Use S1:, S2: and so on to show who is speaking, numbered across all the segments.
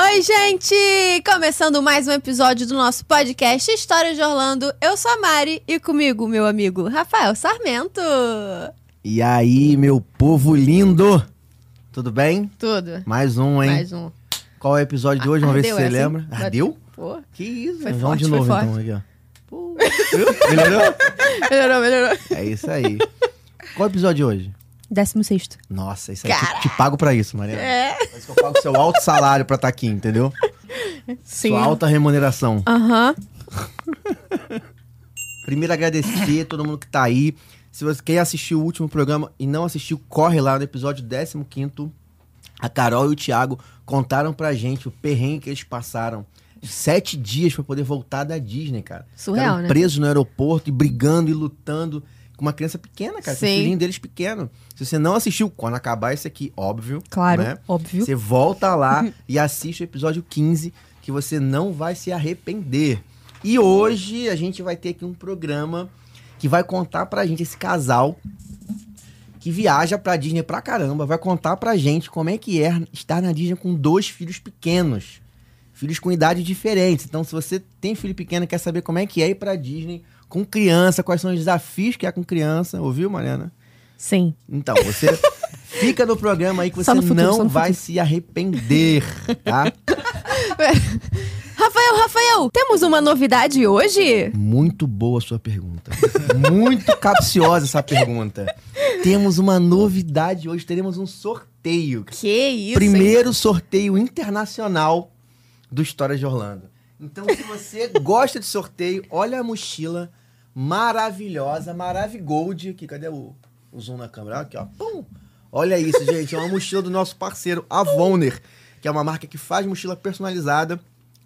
S1: Oi, gente! Começando mais um episódio do nosso podcast Histórias de Orlando. Eu sou a Mari e comigo meu amigo Rafael Sarmento.
S2: E aí, meu povo lindo! Tudo bem?
S1: Tudo.
S2: Mais um, hein?
S1: Mais um.
S2: Qual é o episódio de hoje? Vamos ver se
S1: Ardeu
S2: você
S1: essa, hein?
S2: lembra. Ardeu?
S1: Pô,
S2: Que isso,
S1: Foi
S2: né?
S1: forte,
S2: Vamos de
S1: foi
S2: novo
S1: forte.
S2: então aqui, ó. Pô, viu? Melhorou?
S1: melhorou, melhorou.
S2: É isso aí. Qual é o episódio de hoje?
S1: Décimo sexto.
S2: Nossa, isso aí te, te pago pra isso, Mariana.
S1: É.
S2: Por isso que eu pago seu alto salário pra estar aqui, entendeu?
S1: Sim.
S2: Sua alta remuneração.
S1: Aham.
S2: Primeiro agradecer todo mundo que tá aí. Se você quer assistir o último programa e não assistiu, corre lá no episódio 15. A Carol e o Thiago contaram pra gente o perrengue que eles passaram. Sete dias pra poder voltar da Disney, cara.
S1: Surreal,
S2: Ficaram
S1: né?
S2: presos no aeroporto e brigando e lutando com uma criança pequena, cara. Com o
S1: Sim.
S2: filhinho deles pequeno. Se você não assistiu, quando acabar isso aqui, óbvio.
S1: Claro,
S2: né?
S1: óbvio.
S2: Você volta lá e assiste o episódio 15, que você não vai se arrepender. E hoje a gente vai ter aqui um programa que vai contar pra gente esse casal que viaja pra Disney pra caramba, vai contar pra gente como é que é estar na Disney com dois filhos pequenos. Filhos com idade diferentes. Então, se você tem filho pequeno e quer saber como é que é ir pra Disney com criança, quais são os desafios que é com criança, ouviu, Mariana?
S1: Sim.
S2: Então, você fica no programa aí que você
S1: Só no futuro, só
S2: não
S1: no
S2: vai se arrepender, tá?
S1: Rafael, Rafael, temos uma novidade hoje?
S2: Muito boa a sua pergunta. Muito capciosa essa pergunta. Temos uma novidade hoje, teremos um sorteio.
S1: Que isso, hein?
S2: Primeiro sorteio internacional do Histórias de Orlando. Então, se você gosta de sorteio, olha a mochila maravilhosa, Maravigold. Aqui, cadê o, o zoom na câmera? Aqui, ó. Pum! Olha isso, gente. É uma mochila do nosso parceiro, a Voner, que é uma marca que faz mochila personalizada.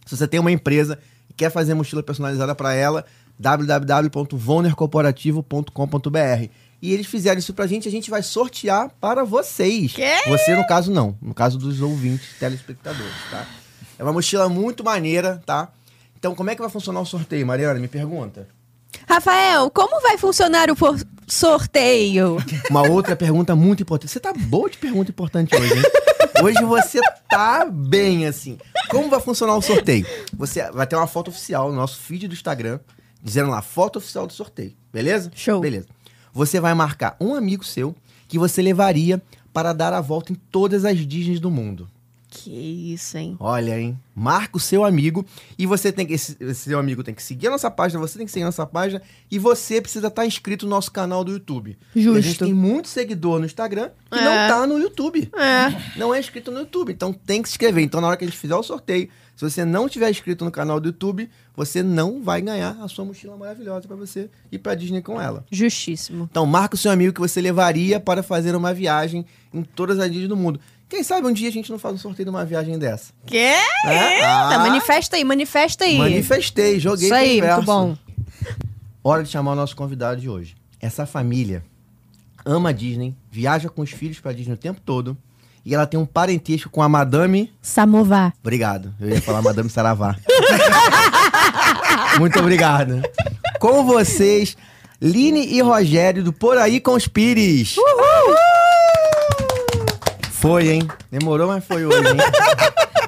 S2: Se você tem uma empresa e quer fazer mochila personalizada para ela, www.vonercorporativo.com.br. E eles fizeram isso pra gente, a gente vai sortear para vocês.
S1: Quê?
S2: Você, no caso, não. No caso dos ouvintes, telespectadores, tá? É uma mochila muito maneira, tá? Então, como é que vai funcionar o sorteio, Mariana? Me pergunta.
S1: Rafael, como vai funcionar o por- sorteio?
S2: Uma outra pergunta muito importante. Você tá boa de pergunta importante hoje, hein? Hoje você tá bem, assim. Como vai funcionar o sorteio? Você vai ter uma foto oficial no nosso feed do Instagram, dizendo lá, foto oficial do sorteio. Beleza?
S1: Show.
S2: Beleza. Você vai marcar um amigo seu que você levaria para dar a volta em todas as Disneys do mundo.
S1: Que isso, hein?
S2: Olha, hein? Marca o seu amigo e você tem que. Esse, esse seu amigo tem que seguir a nossa página, você tem que seguir a nossa página e você precisa estar inscrito no nosso canal do YouTube. Porque A gente
S1: Justo.
S2: tem muito seguidor no Instagram e
S1: É.
S2: não tá no YouTube.
S1: É.
S2: Não é inscrito no YouTube, então tem que se inscrever. Então, na hora que a gente fizer o sorteio, se você não tiver inscrito no canal do YouTube, você não vai ganhar a sua mochila maravilhosa pra você ir pra Disney com ela.
S1: Justíssimo.
S2: Então, marca o seu amigo que você levaria para fazer uma viagem em todas as Disney do mundo. Quem sabe um dia a gente não faz um sorteio de uma viagem dessa?
S1: Que?
S2: né? Ah.
S1: Tá, manifesta aí, manifesta aí.
S2: Manifestei, joguei
S1: Isso aí,
S2: pro
S1: muito bom.
S2: universo. Hora de chamar o nosso convidado de hoje. Essa família ama a Disney, viaja com os filhos pra Disney o tempo todo. E ela tem um parentesco com a Madame.
S1: Samovar.
S2: Obrigado. Eu ia falar Madame Saravá. Muito obrigado. Com vocês, Line e Rogério do Por Aí com os Pires. Foi, hein? Demorou, mas foi hoje, hein?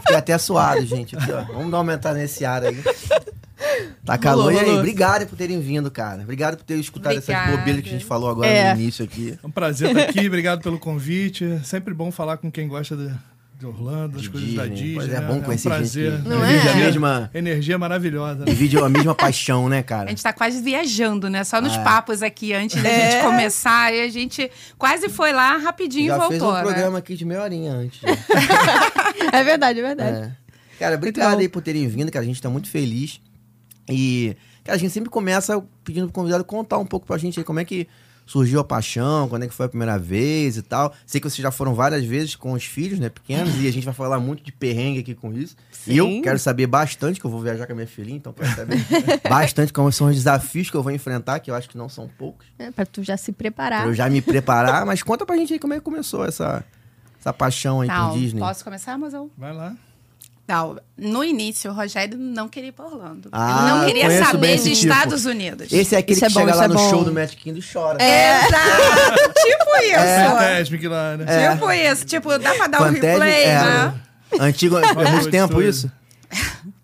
S2: Fiquei até suado, gente. Aqui, ó. Vamos dar uma aumentada nesse ar aí. Tá calor.
S1: Rolou,
S2: E aí,
S1: rolou.
S2: obrigado por terem vindo, cara. Obrigado por terem escutado essas
S3: Obrigada.
S2: bobeiras que a gente falou agora
S1: É.
S2: no início aqui.
S3: É um prazer estar aqui, obrigado pelo convite. É Sempre bom falar com quem gosta de, de Orlando, das
S2: De
S3: coisas da
S2: Disney.
S3: Disney.
S2: Pois é,
S3: né?
S2: bom conhecer
S3: um prazer.
S2: gente que
S1: Não
S3: Energia-
S1: é?
S2: vive a mesma-
S3: Energia maravilhosa. né?
S2: Divide é a mesma paixão, né, cara?
S4: A gente tá quase viajando, né? Só nos
S2: É.
S4: papos aqui, antes da
S1: É.
S4: gente começar. E a gente quase foi lá rapidinho
S2: Já
S4: e voltou,
S2: fez um
S4: né?
S2: programa aqui de meia horinha antes.
S1: É verdade, é verdade.
S2: É. Cara, obrigado aí por terem vindo, cara. A gente tá muito feliz. E, cara, a gente sempre começa pedindo pro convidado contar um pouco pra gente aí como é que surgiu a paixão, quando é que foi a primeira vez e tal. Sei que vocês já foram várias vezes com os filhos, né, pequenos, e a gente vai falar muito de perrengue aqui com isso. E eu
S1: Sim.
S2: quero saber bastante, que eu vou viajar com a minha filhinha, então quero saber bastante como são os desafios que eu vou enfrentar, que eu acho que não são poucos.
S1: É, pra tu já se
S2: Pra
S1: preparar.
S2: eu já me preparar, mas conta pra gente aí como é que começou essa, essa paixão aí
S4: Não,
S2: por Disney.
S4: posso começar, Amazon?
S3: Vai lá.
S4: Não, no início, o Rogério não queria ir pra Orlando.
S2: Ah,
S4: Ele não queria
S2: conheço bem
S4: saber
S2: esse
S4: de
S2: tipo.
S4: Estados Unidos.
S2: Esse é aquele
S1: Isso é
S2: que
S1: bom,
S2: chega
S1: isso
S2: lá
S1: é
S2: no
S1: bom. É,
S2: show do Magic Kingdom e chora.
S4: Exato! tipo isso!
S3: É, Esmiquilar, né?
S4: Tipo isso. Tipo, dá pra dar um
S2: Fantasy-
S4: replay,
S2: é.
S4: né?
S2: Antigo, é muito
S3: Hollywood
S2: tempo
S3: Studios.
S2: isso?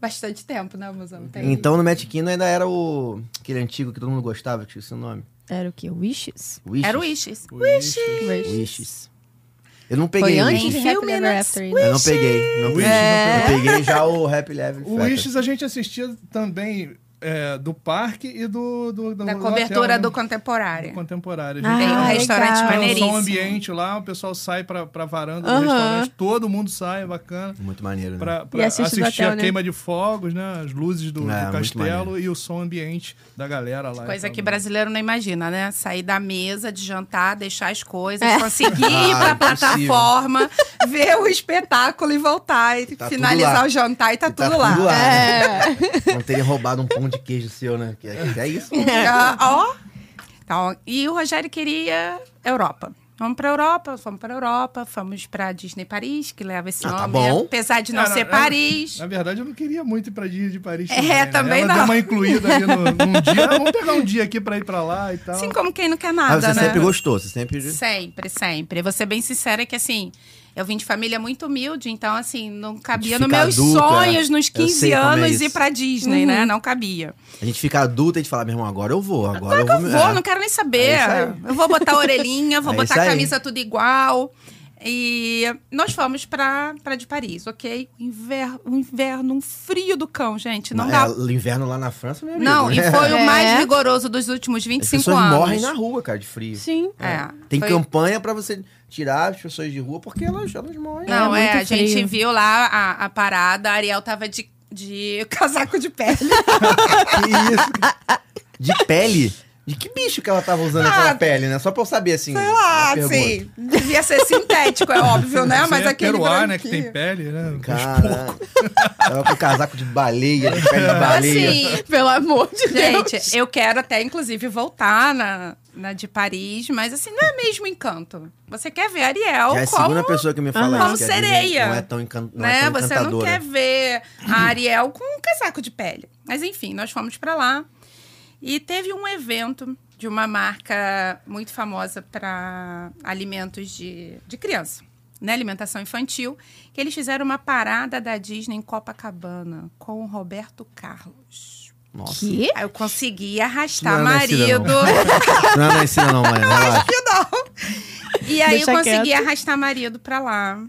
S4: Bastante tempo, né, mozão? Tem.
S2: Então no Magic Kingdom ainda era o... Aquele antigo que todo mundo gostava, que tinha o seu nome.
S1: Era o quê? Wishes?
S2: Wishes.
S4: Era o Wishes.
S2: Wishes. Eu não
S1: Foi
S2: peguei
S1: antes
S2: Wishes.
S1: de
S4: Happy
S1: Happy
S4: Ever
S1: Ever
S4: After,
S1: After.
S4: né?
S2: Eu não peguei. Não
S3: Wishes,
S2: peguei.
S4: É.
S3: não
S2: Eu peguei já o Happy Level.
S3: O Wishes a gente assistia também é, do parque e do... do, do
S4: Da
S3: do
S4: cobertura
S3: hotel,
S4: do
S3: né?
S4: Contemporâneo.
S3: Contemporâneo.
S1: um Ah,
S3: A
S4: Tem um
S1: legal.
S4: restaurante
S1: Tem um som
S3: Tem um
S4: maneiríssimo.
S3: som ambiente lá, o pessoal sai pra, pra varanda
S1: Aham.
S3: do restaurante, todo mundo sai, é bacana.
S2: Muito maneiro, né?
S3: Pra, pra
S1: E assiste do
S3: assistir
S1: hotel,
S3: a
S1: né?
S3: queima de fogos, né? As luzes do, do
S2: É, muito
S3: castelo
S2: maneiro.
S3: e o som ambiente da galera lá.
S4: Coisa
S3: Então,
S4: que brasileiro não imagina, né? Sair da mesa, de jantar, deixar as coisas, conseguir ir
S2: Ah,
S4: pra
S2: impossível.
S4: plataforma, ver o espetáculo e voltar.
S2: Tá
S4: E
S2: tudo lá.
S4: finalizar o jantar e tá
S2: E
S4: tudo lá.
S2: lá. né?
S1: É.
S2: Não teria roubado um pão de queijo seu, né? Que é, que é isso.
S4: Ah, Ó. Então, e o Rogério queria Europa. Vamos pra Europa, fomos pra Europa, fomos pra Disney Paris, que leva esse
S2: Ah, tá
S4: nome.
S2: bom. um-
S4: Apesar de não
S3: É,
S4: ser
S3: não, é-
S4: Paris.
S3: Na verdade, eu não queria muito ir pra Disney de Paris.
S4: É,
S3: né?
S4: também
S3: Ela
S4: não.
S3: deu uma incluída ali no, num dia. Ah, Vamos pegar um dia aqui pra ir pra lá e tal.
S4: Assim como quem não quer
S2: Mas
S4: nada,
S2: você
S4: né?
S2: sempre gostou, você sempre...
S4: Sempre, sempre. Vou ser bem sincera que, assim, eu vim de família muito humilde, então, assim, não cabia
S2: De
S4: nos
S2: ficar
S4: meus
S2: adulto,
S4: sonhos
S2: é.
S4: nos
S2: Eu sei
S4: 15
S2: como é
S4: anos
S2: isso. Uhum.
S4: ir pra Disney, né? Não cabia.
S2: A gente fica adulta e a gente fala, meu irmão, agora eu vou, agora,
S4: Agora que eu
S2: me-
S4: vou,
S2: é.
S4: não quero nem
S2: É
S4: saber.
S2: isso aí.
S4: eu vou botar a orelhinha, vou
S2: É
S4: botar
S2: isso
S4: a
S2: aí.
S4: camisa tudo igual. E nós fomos pra, pra de Paris, ok? O inverno, um inverno, um frio do cão, gente. Não
S2: Mas
S4: dá.
S2: é, o inverno lá na França, meu amigo,
S4: Não, e
S2: né?
S4: foi
S1: É.
S4: o mais rigoroso dos últimos
S2: As
S4: 25
S2: pessoas
S4: anos.
S2: morrem na rua, cara, de frio.
S1: Sim.
S4: É.
S2: Tem
S4: foi-
S2: campanha pra você tirar as pessoas de rua porque elas, elas morrem.
S4: Não,
S1: É
S4: é,
S1: muito
S4: a gente
S1: frio.
S4: viu lá a, a parada, a Ariel tava de, de casaco de pele.
S2: Que isso? De pele? De que bicho que ela tava usando aquela pele, né? Só pra eu saber, assim.
S4: Sei lá,
S2: uma pergunta.
S4: assim. Devia ser sintético, é óbvio, né?
S3: Isso aí
S4: Mas
S3: é
S4: aquele.
S3: peruá, né? Que
S4: branquinho.
S3: tem pele, né?
S2: Cara, tava com casaco de baleia, de pele de baleia.
S4: Assim,
S1: Pelo amor de Deus.
S4: Gente, eu quero até, inclusive, voltar na, na de Paris, mas assim, não é mesmo encanto. Você quer ver a Ariel
S2: Já é a
S4: como,
S2: segunda pessoa que me fala
S1: Aham.
S2: isso. que
S4: Como
S2: a Disney
S4: sereia.
S2: Não é tão, encan... não é
S4: né?
S2: tão
S4: Você
S2: encantadora.
S4: não quer ver a Ariel com um casaco de pele. Mas enfim, nós fomos pra lá e teve um evento de uma marca muito famosa para alimentos de, de criança, né? Alimentação infantil, que eles fizeram uma parada da Disney em Copacabana com o Roberto Carlos.
S2: Nossa.
S1: Que?
S4: Aí eu consegui arrastar
S2: Não, não é
S4: marido.
S2: Cida, não. Não é mais não, mãe. Relaxa.
S4: Que não. E aí
S1: Deixa
S4: eu consegui
S1: quieto.
S4: arrastar marido pra lá.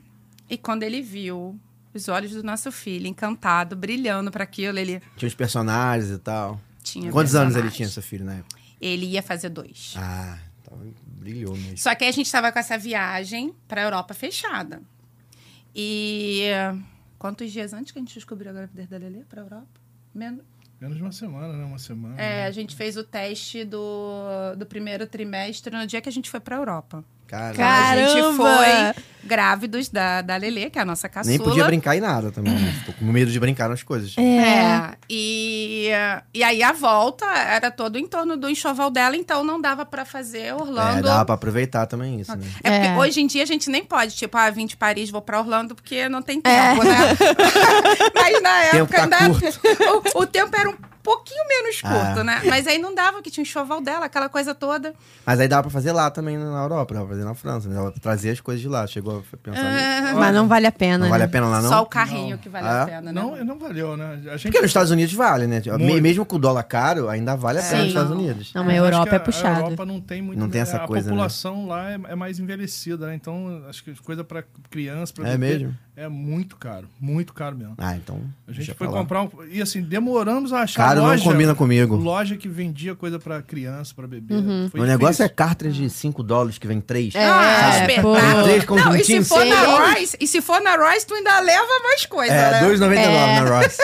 S4: E quando ele viu os olhos do nosso filho, encantado, brilhando pra aquilo, ele
S2: Tinha os personagens e tal.
S4: tinha.
S2: Quantos anos ele
S4: personagem.
S2: tinha, seu filho, na época?
S4: Ele ia fazer dois.
S2: Ah, então brilhou mesmo.
S4: Só que aí a gente tava com essa viagem pra Europa fechada. E quantos dias antes que a gente descobriu a gravidez da Lelê pra Europa? Menos.
S3: Menos de uma semana, né? Uma semana.
S4: É,
S2: Uhum.
S4: a gente fez o teste do, do primeiro trimestre no dia que a gente foi pra Europa.
S2: Cara,
S4: Então, A gente
S1: Caramba!
S4: foi grávidos da, da Lelê, que é a nossa caçula.
S2: nem podia brincar em nada também. né? Tô com medo de brincar nas coisas.
S4: É, e, e aí a volta era todo em torno do enxoval dela, então não dava pra fazer
S2: É,
S4: Orlando. É,
S2: dava pra aproveitar também isso, né?
S4: porque
S1: É.
S4: hoje em dia a gente nem pode, tipo, ah, vim de Paris, vou pra Orlando, porque não tem
S1: É.
S4: tempo, né? Mas na
S2: Tempo
S4: época
S2: tá
S4: ainda- o, o tempo era um pouquinho menos curto,
S2: Ah.
S4: né? Mas aí não dava, que tinha o enxoval dela, aquela coisa toda.
S2: Mas aí dava pra fazer lá também na Europa, dava pra fazer na França, né? Dava pra trazer as coisas de lá. Chegou a pensar nisso.
S1: É. Mas não vale a pena.
S2: Não vale
S1: né?
S2: a pena lá, não?
S4: Só o carrinho
S3: Não.
S4: que vale
S2: Ah,
S4: a pena, né?
S3: Não, não valeu, né? A gente
S2: Porque nos Estados Unidos vale, né? Me-
S3: Muito.
S2: Mesmo com o dólar caro, ainda vale a pena
S1: Sim.
S2: nos Estados Unidos.
S1: Não, mas a
S3: Eu acho
S1: Europa
S3: que
S1: é puxado.
S3: A Europa não tem muito.
S2: Não tem essa
S3: a
S2: coisa, né?
S3: população lá é, é mais envelhecida, né? Então, acho que coisa pra criança, pra
S2: É
S3: bebê,
S2: mesmo?
S3: É muito caro, muito caro mesmo.
S2: Ah, então.
S3: A gente
S2: deixa
S3: foi
S2: pra lá.
S3: comprar um. E assim, demoramos a achar
S2: Caro
S3: loja.
S2: não combina comigo.
S3: Loja que vendia coisa pra criança, pra bebê.
S4: Uhum.
S3: Foi
S2: o negócio
S3: difícil.
S2: é cartridge de 5 dólares que vem 3.
S1: É,
S4: Ah,
S1: pô.
S2: Tem três um
S4: Não, e se
S2: conjuntinhos?
S4: for na
S1: Sim.
S4: Royce, e se for na Royce, tu ainda leva mais coisa, né?
S2: É, 2,99
S1: É.
S2: na Ross.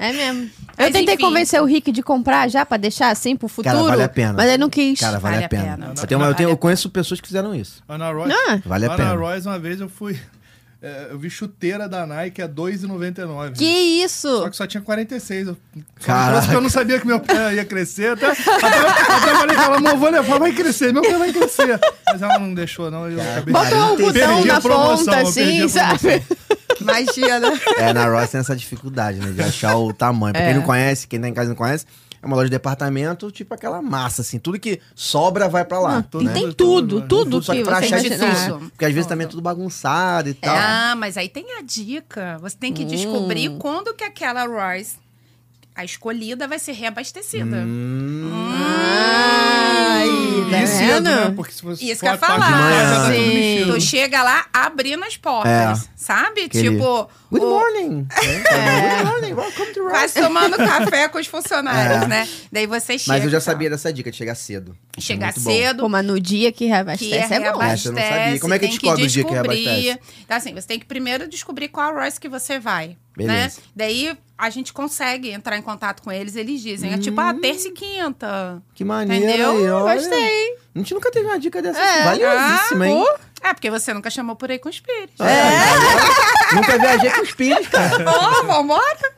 S1: É mesmo.
S4: Mas
S1: eu tentei
S4: enfim.
S1: convencer o Rick de comprar já pra deixar assim pro futuro.
S2: Cara, vale a pena.
S1: Mas ele não quis.
S2: Cara, vale, a pena.
S4: Não,
S2: Eu, tenho uma- eu
S4: vale
S2: tenho-
S4: a
S2: eu conheço pessoas que fizeram isso.
S3: A Ana Royce.
S1: Ah.
S2: Vale a
S3: Lá
S2: pena.
S3: Na Royce, uma vez eu fui. é, eu vi chuteira da Nike a 2,99.
S1: Que isso?
S3: Só que só tinha 46. Eu
S2: Caraca.
S3: Caraca. Eu não sabia que meu pé ia crescer. Até, até, até eu falei pra ela, amor, vou levar, vai crescer, meu pé vai crescer. Mas ela não deixou, não. Eu acabei
S1: Bota um
S3: Perdi
S1: botão
S3: a
S1: na
S3: promoção,
S1: ponta,
S3: eu perdi
S1: assim,
S3: a promoção.
S1: sabe?
S4: Magia, né?
S2: É, na Ross tem essa dificuldade, né? De achar o tamanho. Pra quem não conhece, quem tá em casa e não conhece, É uma loja de departamento, tipo aquela massa, assim. Tudo que sobra vai pra lá.
S1: Não,
S2: tudo,
S1: e
S2: né?
S1: tem tudo, tudo,
S2: Só que
S1: que
S2: pra
S1: você
S2: achar é
S4: imaginar.
S2: difícil. Porque às vezes também é
S4: Tudo.
S2: tudo bagunçado
S1: É.
S2: e tal.
S4: Ah, mas aí tem a dica. Você tem que
S1: Hum.
S4: descobrir quando que aquela Royce, a escolhida, vai ser reabastecida.
S2: Hum.
S1: Ai, tá
S3: E cedo, né?
S1: vendo?
S3: Porque se você
S4: Isso que
S3: for
S4: eu ia
S3: à tarde
S4: falar.
S3: de manhã, já tá tudo
S1: Sim.
S3: mexido.
S4: Tu chega lá abrindo as portas, sabe?
S2: É. Aquele-
S4: Tipo,
S2: Good
S4: o-
S2: morning! É. Good morning, welcome to Ross.
S4: quase tomando café com os funcionários,
S2: É.
S4: né? Daí você chega.
S2: Mas eu já
S4: e tal.
S2: sabia dessa dica de chegar cedo. Isso é
S4: Chegar
S2: muito bom.
S4: cedo, né?
S1: Pô, mas no dia que reabastece é, bom.
S2: reabastece. Essa eu não sabia. Como é que
S4: tem
S2: descobre o dia que
S4: descobrir.
S2: reabastece?
S4: Então, assim, você tem que primeiro descobrir qual Royce que você vai, né?
S2: Beleza.
S4: Daí a gente consegue entrar em contato com eles, eles dizem, é tipo, ah,
S2: Hum.
S4: terça e quinta.
S2: Que maneiro.
S4: Entendeu?
S2: Aí, olha.
S1: Gostei.
S2: A gente nunca teve uma dica dessa. assim.
S1: É.
S2: Valiosíssima, hein?
S4: É, porque você nunca chamou por aí com os pires.
S2: É. Nunca viajei com os pires, cara.
S4: Ó, vambora!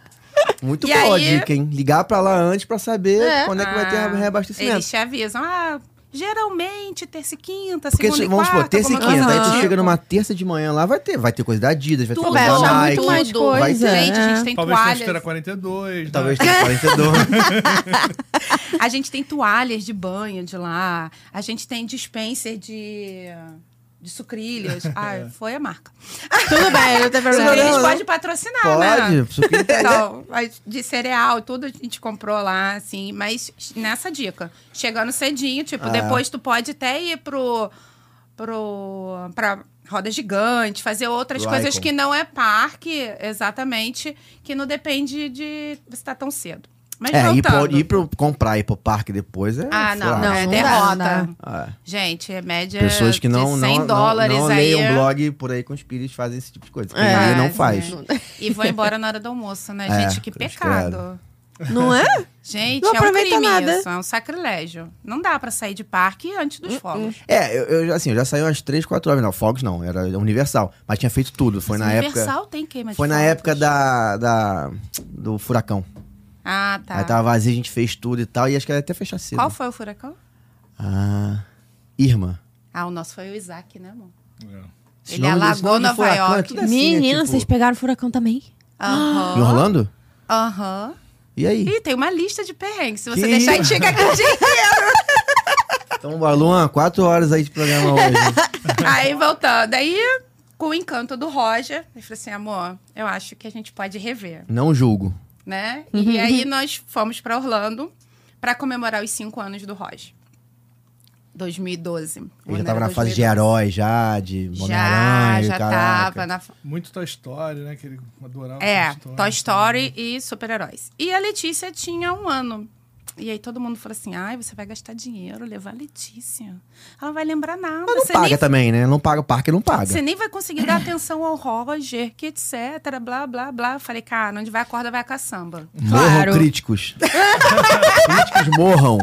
S2: Muito
S4: E
S2: boa
S4: aí-
S2: a dica, hein? Ligar pra lá antes pra saber
S1: É.
S2: quando é que vai ter
S4: Ah,
S2: reabastecimento.
S4: Eles te avisam, ah, geralmente terça e quinta,
S2: Porque,
S4: segunda
S2: se-
S4: e
S2: vamos supor,
S4: quarta.
S2: terça e
S4: alguma
S2: quinta, aí
S4: coisa
S2: tu
S4: do
S1: Aham.
S4: tipo.
S2: chega numa terça de manhã lá, vai ter, vai ter coisa da Adidas, vai ter
S4: Tu
S2: coisa
S1: vai
S2: da
S1: achar
S2: Nike.
S1: muito mais
S4: tudo.
S1: coisa,
S4: Gente, a gente
S1: é.
S4: tem
S3: Talvez na esteira
S4: toalhas.
S3: 42.
S2: Talvez
S3: né?
S2: tenha 42.
S4: A gente tem toalhas de banho de lá. A gente tem dispenser de, de sucrilhas. Ai, foi a marca.
S1: Tudo bem, não tem
S2: É. Não,
S1: problema.
S2: não,
S4: Sucrilhas
S2: não.
S4: pode patrocinar, né?
S2: Pode, sucrilhos tá aí.
S4: Então, mas de cereal, tudo a gente comprou lá, assim. Mas nessa dica, chegando cedinho, tipo,
S2: Ah.
S4: depois tu pode até ir pro... pro pra roda gigante, fazer outras
S2: Pro
S4: coisas
S2: Icon.
S4: que não é parque, exatamente, que não depende de você estar tão cedo. Mas
S2: É, ir
S4: voltando...
S2: pro, ir pro comprar, ir pro parque depois é.
S4: Ah, não,
S2: sei lá.
S4: não, é
S1: Não, não
S4: derrota.
S1: dá, não
S2: Ah, é.
S4: Gente, é média
S2: Pessoas que não, não,
S4: de 100
S2: não,
S4: dólares
S2: não
S4: aí. é-
S2: leiam blog por aí com os pires fazem esse tipo de coisa. Quem
S1: É.
S2: lê não
S4: Fazem,
S2: faz.
S4: né? E vão embora na hora do almoço, né,
S2: É,
S4: gente? Que
S2: cruz
S4: pecado.
S2: credo.
S1: Não é?
S4: Gente,
S1: Não
S4: é um
S1: aproveita
S4: crime
S1: nada.
S4: isso, é um sacrilégio. Não dá pra sair de parque antes
S1: Uh-uh.
S4: dos fogos.
S2: É, eu, eu já- assim, eu já saí umas 3, 4 horas. Não, Fogos não, era Universal. Mas tinha feito tudo. Foi na
S4: Mas
S2: época.
S4: Universal tem queima de
S2: Foi na
S4: fogos.
S2: época da, da- do furacão.
S4: Ah, tá.
S2: Aí tava vazio, a gente fez tudo e tal. E acho que ia até fechar cedo.
S4: Qual foi o furacão?
S2: Ah. Irma.
S4: Ah, o nosso foi o Isaac, né, amor?
S3: É.
S2: Esse
S4: Ele
S2: nome do- esse
S4: alagou
S2: nome do
S4: Nova
S2: furacão é
S4: York.
S2: tudo assim, é
S1: Menina,
S2: tipo-
S1: vocês pegaram furacão também?
S2: Em
S4: Aham.
S2: Orlando?
S4: Aham.
S2: E aí?
S4: Ih, tem uma lista de perrengues. Se você
S2: Que
S4: deixar, a
S2: isso?
S4: gente chega aqui o dia
S2: Então, bora, Luan, 4 horas aí de programa hoje.
S4: Aí voltando, aí com o encanto do Roger, ele falou assim, amor, eu acho que a gente pode rever,
S2: não julgo.
S4: né?
S1: Uhum.
S4: E aí nós fomos pra Orlando pra comemorar os cinco anos do Roger. 2012.
S2: Eu já
S4: Né?
S2: tava na fase de
S4: 2012.
S2: herói já, de
S4: Já,
S2: Homem-Aranha,
S4: já
S2: caraca.
S4: tava na fa-
S3: Muito Toy Story, né? Que ele adorava
S4: É, Toy Story e super-heróis. E a Letícia tinha um ano. E aí todo mundo falou assim, ai, você vai gastar dinheiro, levar a Letícia. Ela não vai lembrar nada.
S2: Mas não
S4: você
S2: paga
S4: nem
S2: também, né? Não paga, o parque não paga.
S4: Você nem vai conseguir dar atenção ao Roger, que etc, blá, blá, blá. Eu falei, cara, onde vai a corda, vai a caçamba.
S2: Morram
S1: Claro.
S2: críticos. críticos morram.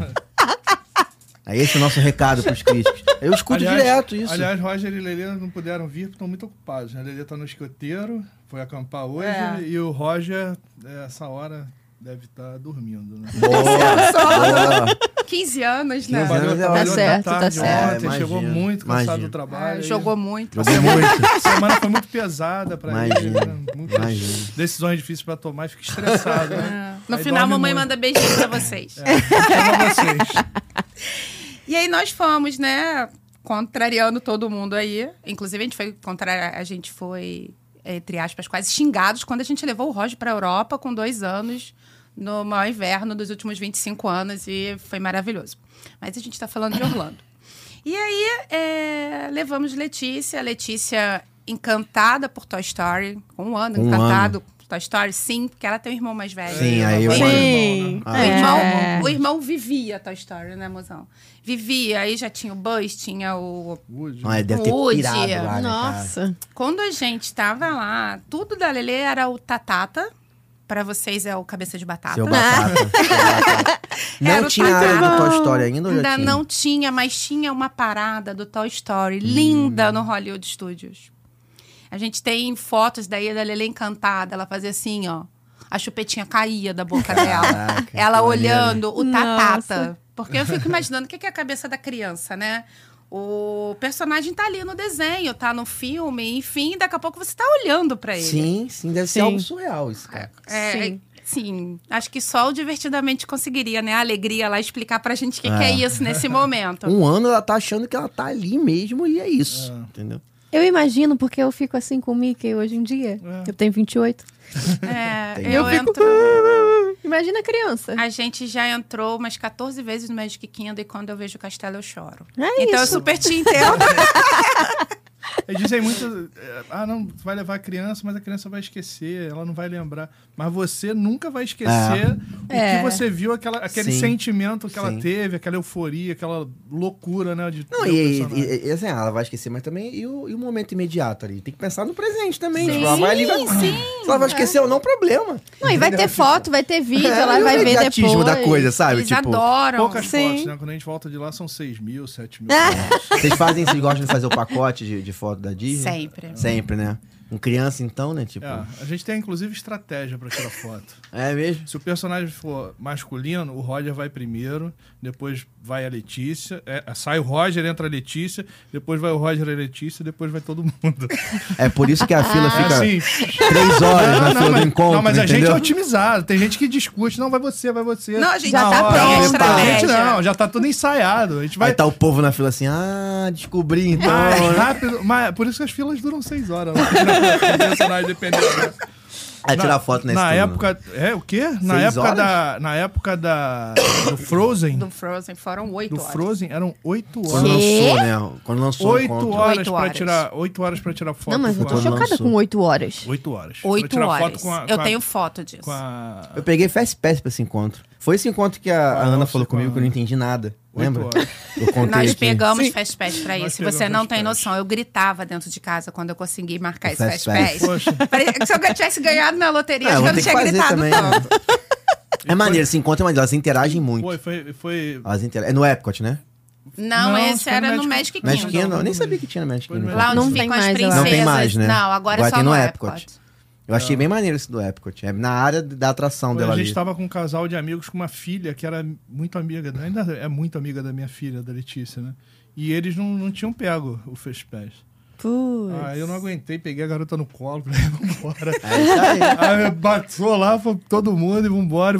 S2: Aí esse é o nosso recado pros críticos. Eu escuto
S3: Aliás-
S2: direto isso.
S3: Aliás, Roger e Lelê não puderam vir porque estão muito ocupados. né? A Lelê tá no escoteiro, foi acampar hoje
S4: É.
S3: e o Roger, é, essa hora, deve estar dormindo. Né?
S2: Boa, boa.
S4: 15 anos,
S2: 15
S4: né?
S2: anos.
S3: Trabalhou-
S2: Tá
S3: trabalhou da
S1: certo, tá
S3: tarde
S1: certo.
S3: Ontem,
S2: É,
S3: chegou
S2: imagino,
S3: muito cansado
S2: imagino.
S3: do
S4: Ah,
S3: trabalho. aí
S4: jogou muito.
S2: Joguei muito.
S3: A semana foi muito pesada pra
S2: Imagino,
S3: ele. né? Muitas
S2: imagino.
S3: Decisões difíceis pra tomar e fica estressado. Né?
S4: É. No
S3: Aí
S4: final, a
S3: dorme
S4: mamãe
S3: muito.
S4: manda beijinho pra vocês. E aí nós fomos, né? Contrariando todo mundo aí. Inclusive, a gente foi contrário, a gente foi, entre aspas, quase xingados quando a gente levou o Roger pra Europa com dois anos, no maior inverno dos últimos 25 anos, e foi maravilhoso. Mas a gente tá falando de Orlando. E aí, é, levamos Letícia, Letícia encantada por Toy Story, com um ano
S2: Um
S4: encantado por Toy Story, sim, porque ela tem um irmão mais velho.
S2: Sim, aí eu-
S4: Bem
S1: Sim.
S2: Ah,
S4: o, irmão,
S1: É.
S4: o irmão vivia Toy Story, né, mozão? Vivia, aí já tinha o Buzz, tinha o...
S3: Hoje,
S2: Não, é, deve ter
S4: Pude.
S2: pirado lá, né, cara?
S1: Nossa.
S4: Quando a gente tava lá, tudo da Lele era o Tatata. Pra vocês é o Cabeça de Batata.
S2: Seu batata. Seu batata.
S4: Era
S2: Não
S4: o
S2: tinha
S4: Tatá.
S2: área do Toy Story ainda ou já
S4: Ainda
S2: tinha?
S4: não tinha, mas tinha uma parada do Toy Story
S2: Hum.
S4: linda no Hollywood Studios. A gente tem fotos daí da Lele encantada, ela fazia assim, ó. A chupetinha caía da boca dela.
S2: Caraca,
S4: Ela
S2: que
S4: olhando o tatata.
S1: Nossa.
S4: Porque eu fico imaginando o que que é a cabeça da criança, né? O personagem tá ali no desenho, tá no filme, enfim, daqui a pouco você tá olhando pra ele.
S2: Sim, sim, deve ser
S1: Sim.
S2: algo surreal isso, cara.
S4: É,
S1: Sim.
S4: Sim, acho que só o Divertidamente conseguiria, né? A alegria lá explicar pra gente o que, que é
S2: Ah.
S4: isso nesse momento.
S2: Um ano ela tá achando que ela tá ali mesmo e é isso.
S3: É.
S2: Entendeu?
S1: Eu imagino, porque eu fico assim com o Mickey hoje em dia.
S3: É.
S1: Eu tenho 28.
S4: É,
S2: Tem.
S4: eu, entro.
S1: Imagina a criança. É
S4: A gente já entrou umas 14 vezes no Magic Kingdom e quando eu vejo o castelo eu choro.
S1: É
S4: então
S1: isso.
S4: eu super te entendo.
S3: Eles dizem muito. é, Ah, não, tu vai levar a criança, mas a criança vai esquecer, ela não vai lembrar. Mas você nunca vai esquecer o
S1: É.
S3: que você viu, aquela, aquele
S2: Sim.
S3: sentimento que ela
S2: Sim.
S3: teve, aquela euforia, aquela loucura, né? De
S2: Não,
S3: ter o
S2: e, e,
S3: personagem.
S2: e- e assim, ela vai esquecer, mas também e o, e o momento imediato ali. Tem que pensar no presente também.
S1: Sim,
S2: tipo, ela vai ali e vai... Se ela vai
S4: É.
S2: esquecer ou não, problema.
S1: Não, e vai ter foto, vai ter vídeo,
S2: É,
S1: ela
S2: e o
S1: vai ver
S2: imediatismo
S1: depois.
S2: da coisa, sabe?
S4: Eles
S2: tipo,
S4: adoram.
S3: Poucas
S1: Sim.
S3: fotos, né? Quando a gente volta de lá são 6 mil, 7 mil.
S2: vocês fazem, vocês gostam de fazer o pacote de, de foto da Disney?
S4: Sempre.
S2: Sempre, né? Com criança, então, né? Tipo,
S3: É,
S2: é,
S3: a gente tem inclusive estratégia pra tirar foto.
S2: mesmo?
S3: Se o personagem for masculino, o Roger vai primeiro, depois vai a Letícia, é, sai o Roger, entra a Letícia, depois vai o Roger e a Letícia, depois vai todo mundo.
S2: É por isso
S4: Ah.
S2: que a fila
S3: É
S2: fica
S3: assim.
S2: três horas na fila
S3: mas,
S2: do encontro,
S3: não, mas a gente
S2: entendeu?
S3: é otimizado. Tem gente que discute, não, vai você, vai você.
S4: Não, a gente
S3: Na
S4: já tá
S3: hora,
S4: pronto,
S3: não,
S2: estratégia.
S3: A gente não, já tá tudo ensaiado. A gente vai.
S2: Aí tá o povo na fila assim, ah, descobri então.
S3: mais
S2: né?
S3: rápido, mas por isso que as filas duram seis horas. lá. O personagem dependendo, né?
S2: Aí tirar foto nesse
S3: Na
S2: turno.
S3: época. É, o quê? Na
S2: Seis
S3: época
S2: horas?
S3: da. Na época da. Do Frozen.
S4: Do Frozen foram oito
S3: Do
S4: horas.
S3: Frozen eram oito
S2: Quando
S3: horas.
S1: Quê?
S2: lançou, né? Quando lançou o
S3: Oito
S2: encontro.
S3: horas
S4: Oito
S3: pra
S4: horas.
S3: tirar. Oito horas pra tirar foto.
S1: Não, mas eu
S3: com
S1: tô
S3: a-
S2: Quando
S1: chocada
S2: lançou.
S1: com 8 horas.
S3: Oito horas. Pra
S4: Oito
S3: tirar
S4: horas.
S3: foto com a-
S4: eu
S3: com a-
S4: tenho foto disso.
S3: Com a.
S2: Eu peguei Fast Pass pra esse encontro. Foi esse encontro que a, a
S3: Ah,
S2: Ana
S3: nossa,
S2: falou comigo
S3: quando-
S2: que eu não entendi nada.
S3: Oito
S2: Lembra?
S3: horas.
S2: Eu contei
S4: Nós
S2: aqui.
S4: pegamos
S3: Sim.
S4: Fast Pass pra
S3: Nós
S4: isso. Você
S3: pegamos
S4: não tem
S3: Fast Pass.
S4: noção. Eu gritava dentro de casa quando eu consegui marcar esse
S2: Fast
S4: Fast,
S2: Pass.
S4: Pass. Parecia que se eu tivesse ganhado na loteria,
S2: Ah,
S4: acho
S2: vou
S4: que eu
S2: ter
S4: não
S2: que
S4: tinha
S2: fazer
S4: gritado
S2: também,
S4: tanto.
S2: né? É maneiro, esse encontro é maneiro. Elas interagem muito.
S3: Foi, foi, foi.
S2: Elas inter... É no Epcot, né?
S4: Não,
S3: Não, acho
S4: esse
S3: que era
S4: era
S3: no
S4: no
S3: Magic
S4: Magic
S2: Magic
S4: Kingdom.
S2: Kingdom. Eu nem sabia que tinha no Magic
S3: Foi no
S2: Kingdom.
S4: Lá onde
S1: Não
S4: ficam
S1: tem
S4: as
S1: mais, eu
S4: princesas.
S1: acho.
S2: Não tem mais, né?
S4: Não, agora é
S2: Agora
S4: só
S2: tem
S4: no
S2: no
S4: Epcot.
S2: Epcot. Eu achei bem maneiro esse do Epcot. É na área da atração
S3: Quando
S2: dela
S3: a gente
S2: ali.
S3: estava com um casal de amigos com uma filha que era muito amiga, da- ainda é muito amiga da minha filha, da Letícia, né? E eles não, não tinham pego o Fast Pass.
S1: Putz.
S3: Ah, eu não aguentei, peguei a garota no colo, falei, vambora.
S2: É isso aí.
S3: Aí bateu lá, foi todo mundo, e vambora, e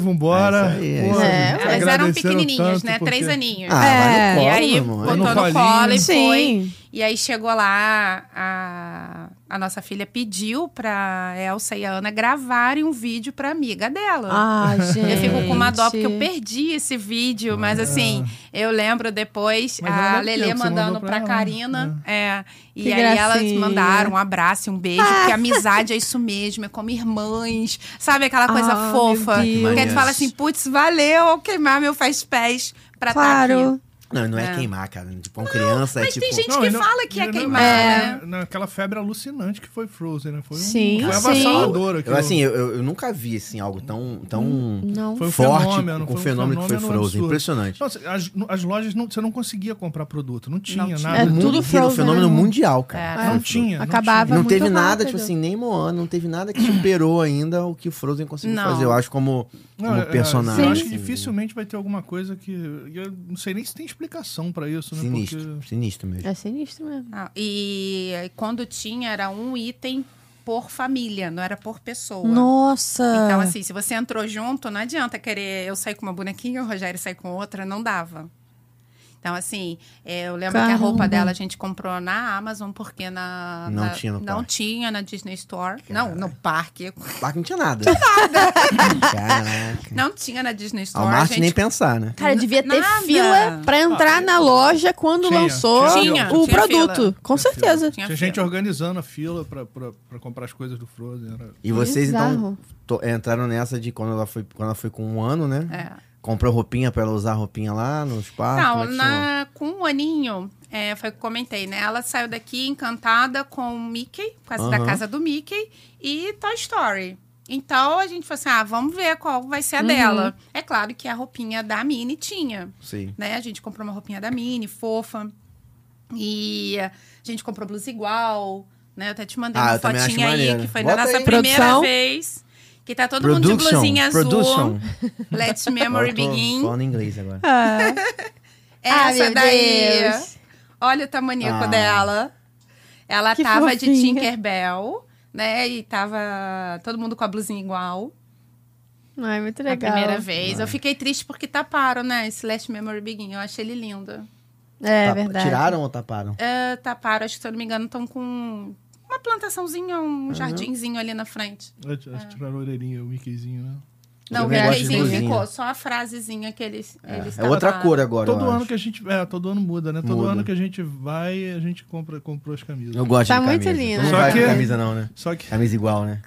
S2: É isso
S3: vambora.
S2: aí, é
S3: Pô,
S2: isso aí.
S1: É,
S3: eles
S4: Elas eram
S3: agradeceram
S4: pequenininhas,
S3: tanto,
S4: né? Três
S3: porque-
S4: aninhos.
S2: Ah,
S1: É.
S2: vai no colo,
S4: e aí
S2: meu amor.
S4: botou
S3: No
S4: no,
S3: colinho.
S4: colo e foi.
S1: Sim.
S4: E aí chegou lá, a, a nossa filha pediu pra Elsa e a Ana gravarem um vídeo pra amiga dela.
S1: Ah, gente.
S4: Eu fico com uma dó porque eu perdi esse vídeo, mas assim, eu lembro depois
S3: é. Mas ela
S4: a
S3: deu,
S4: Lelê
S3: você mandou
S4: mandando
S3: pra
S4: pra
S3: ela. né?
S4: Karina. É. E
S1: Que
S4: aí elas
S1: gracinha. Ah.
S4: mandaram um abraço e um beijo, porque amizade é isso mesmo, é como irmãs, sabe? Aquela coisa
S1: Ah,
S4: fofa.
S1: meu Deus.
S4: Que tu fala assim, putz, valeu eu queimar meu faz-pés pra estar tá aqui.
S1: Claro.
S2: Não, não é, queimar, cara. Tipo, com criança é
S4: mas
S2: tipo.
S4: tem gente
S3: Não,
S4: que
S3: e não-
S4: fala que
S3: e
S4: é
S3: não-
S4: queimar,
S3: é,
S4: né?
S3: Naquela febre alucinante que foi Frozen, né? Foi, um,
S1: Sim,
S3: foi
S1: sim.
S3: avassalador aqui.
S2: Eu, assim, eu, eu- eu nunca vi assim, algo tão, tão
S1: Não.
S3: Foi um
S2: forte com
S3: fenômeno, foi
S2: o
S3: um
S2: fenômeno, que foi
S3: fenômeno
S2: Frozen.
S3: absurdo.
S2: Impressionante.
S3: Nossa, as, as lojas, não, você não conseguia comprar produto, não tinha
S4: tinha.
S3: nada.
S1: É,
S2: O mundo
S1: tudo
S2: inteiro,
S1: Frozen,
S2: um fenômeno
S1: né?
S2: mundial, cara.
S4: É.
S3: Não
S2: Foi- um
S3: tinha. não
S1: Acabava
S2: Não
S1: muito
S2: teve nada,
S1: rápido.
S2: tipo assim, nem Moana, não teve nada que superou ainda o que o Frozen conseguiu
S4: Não.
S2: fazer, eu acho, como,
S3: Não,
S2: como
S3: é, é,
S2: personagem.
S3: Eu acho que
S2: assim,
S3: dificilmente vai ter alguma coisa que. Eu não sei nem se tem explicação pra isso, né?
S2: Sinistro,
S3: Porque
S2: sinistro mesmo.
S1: É sinistro mesmo.
S4: Ah, e e quando tinha, era um item por família, não era por pessoa.
S1: Nossa.
S4: Então, assim, se você entrou junto, não adianta querer eu sair com uma bonequinha, o Rogério sair com outra, não dava. Então, assim, é, eu lembro que a
S1: Caramba.
S4: roupa dela a gente comprou na Amazon, porque na.
S2: Não
S4: na-
S2: tinha no
S4: Não
S2: parque.
S4: tinha na Disney Store. Não, no parque.
S2: Lá que não tinha nada. Caraca.
S4: Não tinha na Disney Store.
S2: Ao
S4: a
S2: Marte
S4: gente
S2: nem pensar, né?
S1: Cara, devia ter
S4: Nada.
S1: fila pra entrar na loja quando
S3: Tinha,
S1: lançou
S4: tinha,
S1: o
S4: tinha
S1: produto.
S4: fila.
S1: Com certeza.
S4: tinha
S3: Tinha gente
S4: fila.
S3: organizando a fila pra, pra, pra comprar as coisas do Frozen. Era...
S2: E vocês, então,
S1: Bizarro.
S2: to- entraram nessa de quando ela foi, quando ela foi com um ano, né?
S4: É.
S2: Comprou roupinha pra ela usar roupinha lá nos parques?
S4: Não,
S2: como é que funcionou?
S4: na- com um aninho, é, foi o que eu comentei, né? Ela saiu daqui encantada com o Mickey, com a- da
S2: Aham.
S4: casa do Mickey, e Toy Story. Então a gente falou assim: ah, vamos ver qual vai
S2: Uhum.
S4: ser a dela. É claro que a roupinha da Minnie tinha,
S2: Sim.
S4: né? A gente comprou uma roupinha da Minnie, fofa. E a gente comprou blusa igual, né? Eu até te mandei
S2: Ah, eu
S4: uma
S2: também acho
S4: fotinha aí,
S2: maneiro.
S4: que foi
S2: Bota
S4: da nossa
S2: aí.
S4: primeira
S1: Produção.
S4: vez. Que tá todo mundo de blusinha azul.
S2: production.
S4: Let's
S2: Agora
S4: Memory
S2: eu tô
S4: Begin.
S2: Falando inglês agora. É.
S1: Ah,
S4: Essa
S1: meu
S4: daí.
S1: Deus.
S4: Olha o tamanico
S2: Ah.
S4: dela. Ela
S1: Que
S4: tava de
S1: fofinha.
S4: Tinkerbell, né? E tava todo mundo com a blusinha igual.
S1: Ai, muito
S4: A
S1: legal.
S4: primeira vez. Eu fiquei triste porque taparam, né? Esse Last Memory Begin. Eu achei ele lindo.
S1: É,
S2: Tapa-
S1: verdade.
S2: Tá, Tiraram ou taparam?
S4: É, taparam, acho que se eu não me engano, estão com uma plantaçãozinha, um jardinzinho ali na frente.
S3: Acho acho que tiraram a orelhinha, o Mickeyzinho, né?
S4: Não, o
S2: negócio de
S4: Mickeyzinho
S2: luzinha.
S4: ficou. Só a frasezinha que eles, eles
S2: É outra
S4: taparam.
S2: cor agora,
S3: Todo
S2: eu
S3: ano
S2: acho.
S3: que a gente. É, todo ano muda, né? Todo
S2: Muda.
S3: ano que a gente vai, a gente compra, comprou as camisas.
S2: Eu gosto
S1: Tá
S2: de
S1: muito
S2: camisa.
S1: lindo.
S2: Tu não
S3: Só
S2: vai
S3: que-
S2: com camisa não, né?
S3: Só que.
S2: Camisa igual, né?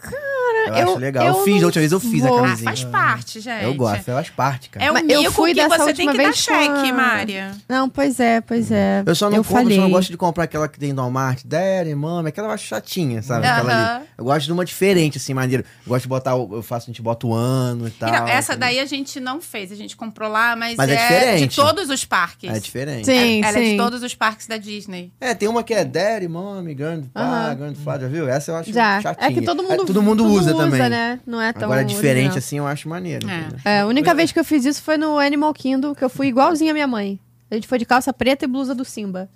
S2: eu,
S1: eu-
S2: acho legal. Eu,
S1: eu
S2: fiz,
S1: não
S2: da última vez eu fiz
S1: vou.
S2: a
S4: Ah,
S2: camisinha.
S4: faz parte, gente.
S2: eu gosto, eu acho parte, cara.
S4: É um
S1: Mas eu
S4: mico
S1: fui
S4: que
S1: dessa
S4: você tem
S1: última
S4: que dar
S1: vez com a-
S4: cheque, Mária.
S1: Não, pois é, pois é.
S2: Eu só não compro, eu
S1: falhei.
S2: só não gosto de comprar aquela que tem no Walmart, Daddy, Mami, aquela eu acho chatinha, sabe? Aquela
S4: Aham.
S2: ali. Eu gosto de uma diferente, assim, maneiro. Eu gosto de botar, o- eu faço, a gente bota o ano e tal.
S4: Então, essa
S2: entendeu?
S4: daí a gente não fez, a gente comprou lá, mas,
S2: Mas é
S4: de
S2: diferente.
S4: todos os parques.
S2: É diferente.
S1: Sim,
S4: Ela é
S1: sim.
S4: de todos os parques da Disney.
S2: É, tem uma que é Daddy, Mami, Grandpa,
S1: Aham.
S2: Grandpa, já viu? Essa eu acho
S1: Já.
S2: chatinha.
S1: É que todo mundo,
S2: É, todo mundo usa também.
S1: né? Não é tão
S2: Agora, diferente,
S1: original.
S2: assim, eu acho maneiro.
S4: É.
S2: entendeu?
S1: É, a única vez que eu fiz isso foi no Animal Kingdom, que eu fui igualzinha à minha mãe. A gente foi de calça preta e blusa do Simba.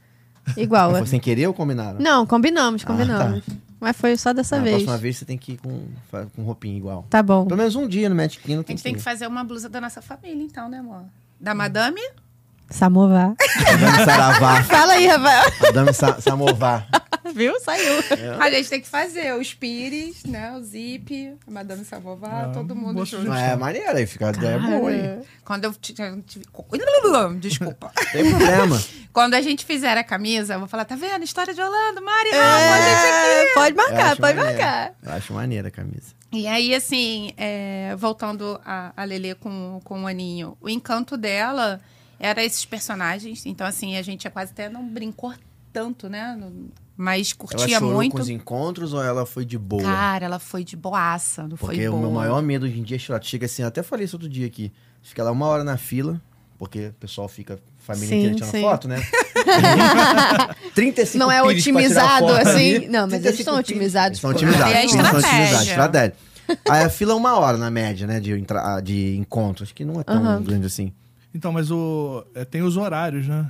S1: Igual.
S2: Foi sem querer ou combinaram?
S1: Não, combinamos,
S2: É Ah,
S1: combinamos. Mas foi só dessa
S2: Na
S1: vez.
S2: próxima vez você tem que ir com, fa- com roupinha igual.
S1: Tá bom.
S2: Pelo menos um dia no Magic Kingdom
S4: A
S2: tem
S4: gente
S2: que
S4: tem
S2: ir.
S4: que fazer uma blusa da nossa família, então, né, amor? Da madame?
S1: Samovar.
S2: Dame Saravá,
S1: Fala aí, Rafael.
S2: Dame Sa- Samovar.
S1: Viu? Saiu.
S2: É.
S4: A gente tem que fazer os pires, né? O zip, a madame Samovar,
S3: Ah,
S4: todo mundo
S3: boa
S4: junto.
S2: Não
S3: sugestão.
S2: é maneiro, aí fica a ideia boa aí.
S4: Quando eu tive... tive- Desculpa.
S2: Tem problema.
S4: Quando a gente fizer a camisa, eu vou falar, tá vendo? História de Orlando, Mari,
S1: É,
S2: Ah,
S4: Rafa, a gente
S1: pode marcar,
S2: É, acho
S1: pode
S2: maneiro.
S1: marcar.
S2: Eu acho maneira a camisa.
S4: E aí, assim, é, voltando a, a Lelê com, com o Aninho, o encanto dela era esses personagens. Então, assim, a gente quase até não brincou tanto, né? No- Mas
S2: Ela
S4: curtia
S2: chorou com
S4: muito.
S2: os encontros ou ela foi de boa?
S4: Cara, ela foi de boaça, não
S2: Porque
S4: foi
S2: o
S4: boa.
S2: meu maior medo hoje em dia é chorar. Tu Chega assim, eu até falei isso outro dia aqui. Fica lá é uma hora na fila, porque o pessoal fica, a família
S1: Sim,
S2: inteira tirando
S1: sim.
S2: foto, né? 35
S1: Não é
S2: pires pra tirar
S1: otimizado,
S2: foto
S1: assim?
S2: ali.
S1: Não, mas eles
S2: 35
S1: são
S2: pires.
S1: otimizados,
S2: Eles São
S1: pô.
S2: otimizados.
S4: É a
S2: eles são otimizados,
S4: estratégia.
S2: estratégia. Aí a fila é uma hora na média, né? De, entra- de encontro. Acho que não é tão
S1: Aham.
S2: grande assim.
S3: Então, mas o, é, tem os horários, né?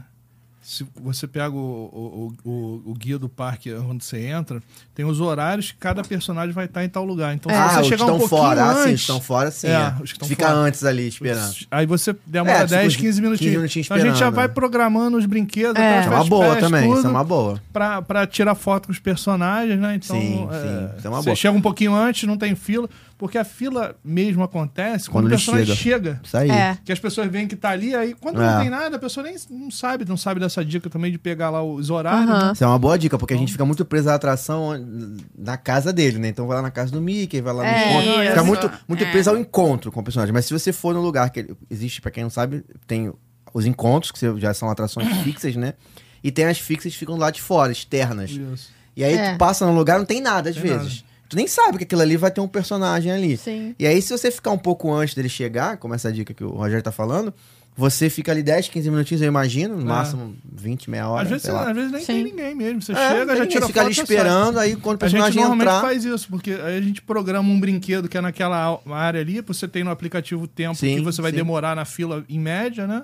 S3: Se você pega o, o, o, o guia do parque onde você entra, tem os horários que cada personagem vai estar em tal lugar. Então, se
S2: Ah,
S3: você
S2: os que
S3: chegar um
S2: estão
S3: pouquinho
S2: fora.
S3: antes,
S2: Ah, sim, os que estão fora, sim.
S3: É,
S2: é.
S3: os que
S2: Tu
S3: estão
S2: Fica
S3: fora.
S2: antes ali, esperando.
S3: Aí você demora
S2: É, tipo,
S3: 10, 15 minutinhos.
S2: 15 minutinhos
S3: Então a gente já
S2: esperando,
S3: vai
S2: né?
S3: programando os brinquedos,
S1: É.
S3: aquelas
S2: Isso é uma
S3: festas,
S2: boa
S3: festas,
S2: também, isso é
S3: tudo,
S2: uma boa.
S3: pra, pra tirar foto com os personagens, né? Então,
S2: Sim,
S3: é,
S2: sim, isso é uma
S3: você
S2: boa.
S3: chega um pouquinho antes, não tem fila, porque a fila mesmo acontece
S2: Quando
S3: quando, o
S2: ele
S3: personagem chega.
S2: Isso aí.
S1: É.
S3: Que as pessoas veem que tá ali, aí quando
S2: É.
S3: não tem nada, a pessoa nem não sabe, não sabe dessa dica também de pegar lá os horários.
S1: Aham.
S3: né?
S2: Isso é uma boa dica, porque a gente fica muito preso à atração onde- na casa dele, né? Então vai lá na casa do Mickey, vai lá no
S1: É,
S2: encontro.
S4: isso.
S2: Fica muito, muito
S4: É.
S2: preso ao encontro com o personagem. Mas se você for num lugar que ele- existe, pra quem não sabe, tem os encontros, que você- já são atrações fixas, né? E tem as fixas que ficam lá de fora, externas.
S3: Isso.
S2: E aí
S1: É.
S2: tu passa num lugar, não tem nada às
S3: Tem
S2: vezes. Tu nem sabe que aquilo ali vai ter um personagem ali.
S1: Sim.
S2: E aí, se você ficar um pouco antes dele chegar, como essa dica que o Rogério tá falando, você fica ali 10, 15 minutinhos, eu imagino, no
S3: É.
S2: máximo 20, meia hora.
S3: às, vezes,
S2: sei
S3: você-
S2: lá.
S3: às vezes nem
S1: Sim.
S3: tem ninguém mesmo. Você
S2: É, não
S3: chega,
S2: tem
S3: já
S2: ninguém,
S3: tira
S2: fica
S3: foto.
S2: ali
S3: já sai.
S2: esperando, aí quando o
S3: A gente
S2: personagem
S3: normalmente
S2: entrar.
S3: faz isso, porque aí a gente programa um brinquedo que é naquela al- área ali, você tem no aplicativo o tempo
S2: Sim,
S3: que você vai
S2: sim.
S3: demorar na fila em média, né?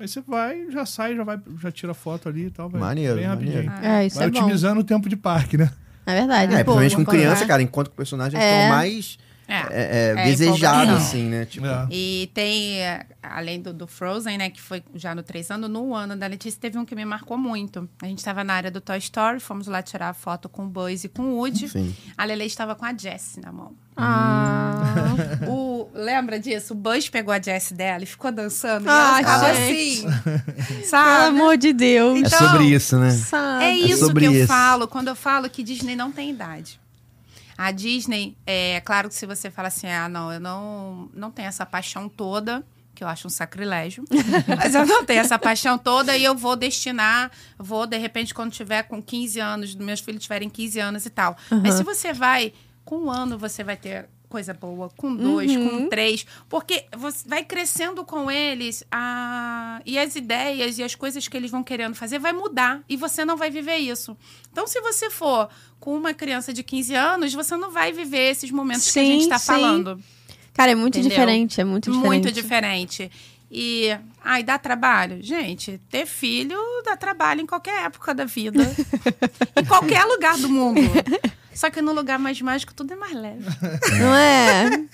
S3: Aí você vai, já sai, já vai, já tira foto ali e tal. Vai
S2: Maneiro,
S3: bem
S2: maneiro.
S3: rapidinho.
S1: É, isso
S3: Vai
S1: é bom.
S3: otimizando o tempo de parque, né?
S1: É verdade.
S2: É,
S1: pô,
S2: principalmente com
S1: vou
S2: criança,
S1: comprar.
S2: cara, enquanto que o personagem
S1: É.
S2: estão mais
S4: É.
S2: é,
S4: É,
S2: desejado,
S4: empolgação.
S2: assim, né? Tipo,
S3: É.
S4: E tem, é, além do, do Frozen, né, que foi já no três anos, no ano da Letícia teve um que me marcou muito. A gente estava na área do Toy Story, fomos lá tirar foto com o Buzz e com o Woody.
S2: Sim.
S4: A Lelê estava com a Jessie na mão.
S2: Hum.
S1: Ah.
S4: O, lembra disso? O Buzz pegou a Jess dela e ficou dançando. e
S1: Ah,
S4: ela ficava
S1: gente.
S4: assim.
S1: Pelo
S4: Sabe?
S1: amor de Deus.
S4: Então,
S2: É isso, né?
S1: Sabe.
S4: É isso
S2: sobre
S4: que eu
S2: isso.
S4: falo quando eu falo que Disney não tem idade. A Disney, é claro que se você fala assim, ah, não, eu não, não tenho essa paixão toda, que eu acho um sacrilégio, mas eu não tenho essa paixão toda e eu vou destinar, vou de repente quando tiver com 15 anos, meus filhos tiverem 15 anos e tal. Mas se você vai, com um ano você vai ter coisa boa, com dois,
S1: Uhum.
S4: com três, porque você vai crescendo com eles a... e as ideias e as coisas que eles vão querendo fazer vai mudar e você não vai viver isso. Então, se você for com uma criança de 15 anos, você não vai viver esses momentos que a
S1: Sim,
S4: gente está
S1: sim.
S4: falando.
S1: Cara, é muito
S4: Entendeu?
S1: diferente, é muito diferente.
S4: Muito diferente. E, ai, dá trabalho. Gente, ter filho dá trabalho em qualquer época da vida. em qualquer lugar do mundo. Só que no lugar mais mágico tudo é mais leve.
S1: Não é?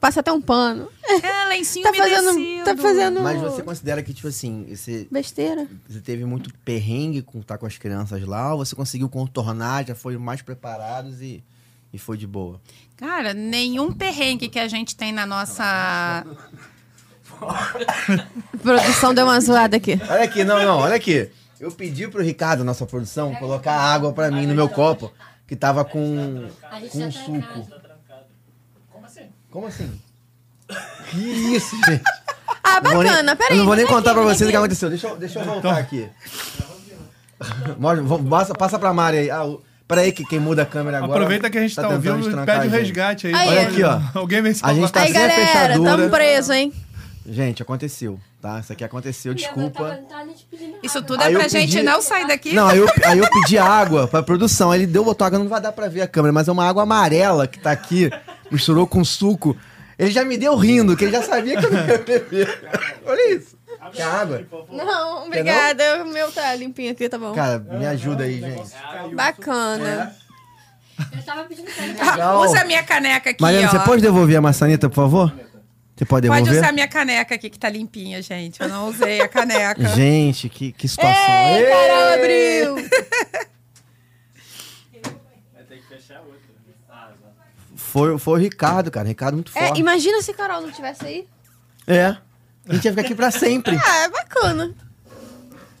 S1: Passa até um pano.
S4: É, lencinho
S1: Tá fazendo,
S4: umedecido.
S1: tá fazendo
S2: Mas você considera que, tipo assim, você,
S1: besteira.
S2: você teve muito perrengue com estar com as crianças lá, ou você conseguiu contornar, já foi mais preparados e, e foi de boa?
S4: Cara, nenhum perrengue que a gente tem na nossa.
S1: A produção deu uma zoada aqui.
S2: Olha aqui, não, não, olha aqui. Eu pedi pro Ricardo, nossa produção, colocar água pra mim no meu copo, que tava com, com um suco.
S3: Tá
S2: Como assim? Que isso, gente?
S1: Ah,
S2: Não vou nem-
S1: bacana. Peraí.
S2: Eu não vou nem
S1: peraí,
S2: contar pra
S1: peraí,
S2: vocês o que
S1: peraí.
S2: aconteceu. Deixa eu, deixa eu
S3: Então,
S2: voltar aqui. Mostra- vou- passa, passa pra Mari aí. Ah, o- peraí, que quem muda a câmera agora.
S3: Aproveita que a gente tá,
S2: tentando
S3: ouvindo e
S2: destrancar
S3: pede o
S2: a gente.
S3: resgate aí.
S1: Aí,
S2: Olha aqui, ó.
S3: Alguém vem se
S2: A gente tá
S1: Aí,
S2: sem a
S1: galera,
S2: fechadura.
S1: tamo preso, hein?
S2: Gente, aconteceu, tá? Isso aqui aconteceu, desculpa.
S4: Isso tudo
S2: Aí
S4: é
S2: eu
S4: pra
S2: pedi-
S4: gente não sair daqui.
S2: Não, aí eu, aí eu pedi água pra produção. Aí ele deu, botou água, não vai dar pra ver a câmera, mas é uma água amarela que tá aqui, misturou com suco. Ele já me deu rindo, que ele já sabia que eu não ia beber. Olha isso. Que água.
S1: Não, obrigada. O meu tá limpinho aqui, tá bom.
S2: Cara, me ajuda aí, gente.
S1: Bacana.
S5: Eu tava pedindo pra ele.
S4: Ah,
S2: Tchau.
S4: Usa a minha caneca aqui,
S2: Mariana,
S4: ó.
S2: você pode devolver a maçaneta, por favor? Você pode
S4: Pode
S2: devolver?
S4: usar a minha caneca aqui, que tá limpinha, gente. Eu não usei a caneca.
S2: Gente, que, que situação.
S1: Ei,
S2: Ei!
S1: Carol Abril!
S2: Foi, foi o Ricardo, cara. Ricardo muito
S1: É,
S2: forte.
S1: imagina se Carol não tivesse aí.
S2: É. A gente ia ficar aqui pra sempre.
S1: Ah, é bacana.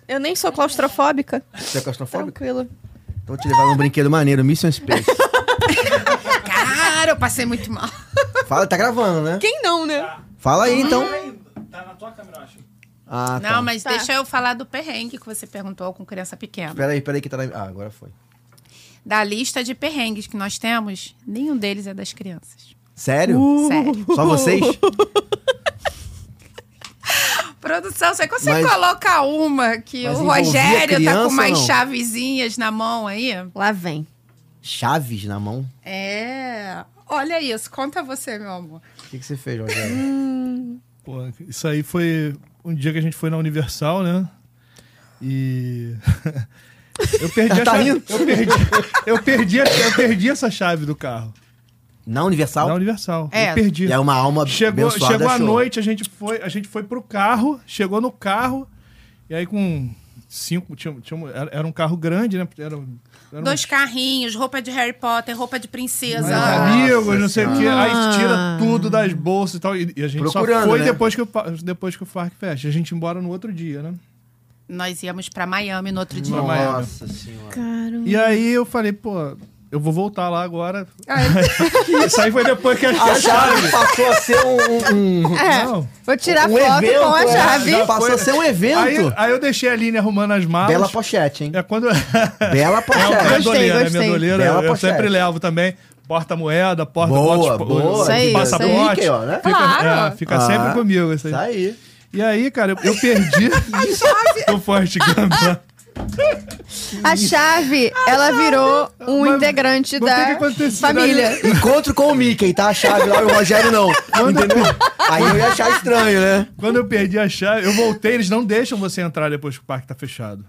S1: Eu nem sou claustrofóbica.
S2: Você é claustrofóbico?
S1: Tranquilo.
S2: Então vou te levar num brinquedo maneiro, Mission Space.
S4: Cara, eu passei muito mal.
S2: Fala, tá gravando, né?
S1: Quem não, né?
S2: Fala aí, então.
S6: Tá na tua câmera, eu acho.
S2: Ah, tá.
S4: Não, mas
S1: Tá.
S4: deixa eu falar do perrengue que você perguntou com criança pequena.
S2: Peraí, peraí que tá na... Ah, agora foi.
S4: Da lista de perrengues que nós temos, nenhum deles é das crianças.
S2: Sério?
S4: Sério.
S1: Uh!
S2: Só vocês?
S4: Produção, você consegue
S2: Mas-
S4: colocar uma que
S2: Mas
S4: o
S2: envolvia
S4: Rogério
S2: criança
S4: tá
S2: ou
S4: com mais
S2: não?
S4: chavezinhas na mão aí?
S1: Lá vem.
S2: Chaves na mão?
S4: É. Olha isso, conta você, meu amor.
S2: O que, que você fez, Rogério?
S3: Pô, isso aí foi um dia que a gente foi na Universal, né? E. eu perdi a
S2: Tá
S3: chave.
S2: rindo?
S3: Eu perdi, eu, perdi, eu perdi essa chave do carro.
S2: Na
S3: Na
S2: Universal?
S3: Universal.
S4: É.
S3: Eu perdi.
S2: É uma alma
S3: Chegou,
S2: abençoada,
S3: chegou à
S2: show.
S3: noite, a gente, foi, a gente foi pro carro, chegou no carro, e aí com cinco. Tinha, tinha, era, era um carro grande, né? Era, era
S4: Dois carrinhos, roupa de Harry Potter, roupa de princesa.
S3: Mas amigos, não sei o quê. Aí tira tudo das bolsas e tal. E, e a gente
S2: Procurando,
S3: só foi
S2: né?
S3: depois, que o, pa- depois que o parque fecha. A gente ia embora no outro dia, né?
S4: Nós íamos pra Miami no outro dia.
S3: Pra Miami.
S2: Nossa senhora.
S1: Caramba.
S3: E aí eu falei, pô, eu vou voltar lá agora. Isso aí foi depois que a
S2: A
S3: gente...
S2: chave passou a ser um, um, um
S1: É,
S3: Não.
S1: vou tirar
S2: um
S1: foto
S2: evento.
S1: com a
S2: né?
S1: chave.
S2: Já Passou a ser um
S3: Aí,
S2: evento.
S3: aí eu deixei a Aline arrumando as malas.
S2: Bela pochete, hein?
S3: É um quando...
S2: Bela
S3: minha
S2: pochete.
S1: Gostei,
S3: doleira, minha
S1: gostei.
S3: doleira,
S2: Bela
S3: eu
S2: pochete.
S3: sempre levo também. Porta-moeda, porta
S2: Boa,
S3: bote- tipo,
S2: boa.
S1: Isso aí, isso aí.
S3: passaporte.
S2: Fica aí, ó, né?
S3: Fica,
S4: Claro.
S3: é, fica
S2: Ah,
S3: sempre comigo isso aí.
S2: Tá aí.
S3: E aí, cara, eu, eu perdi o Forrest Gump. né?
S1: A chave, ela virou um
S3: Mas-
S1: integrante
S3: mas o que né? que
S1: da
S3: aconteceu?
S1: família.
S2: Encontro com o Mickey, tá? A chave lá e o Rogério não. Entendeu? Aí eu ia achar estranho, né?
S3: Quando eu perdi a chave, eu voltei, eles não deixam você entrar depois que o parque tá fechado.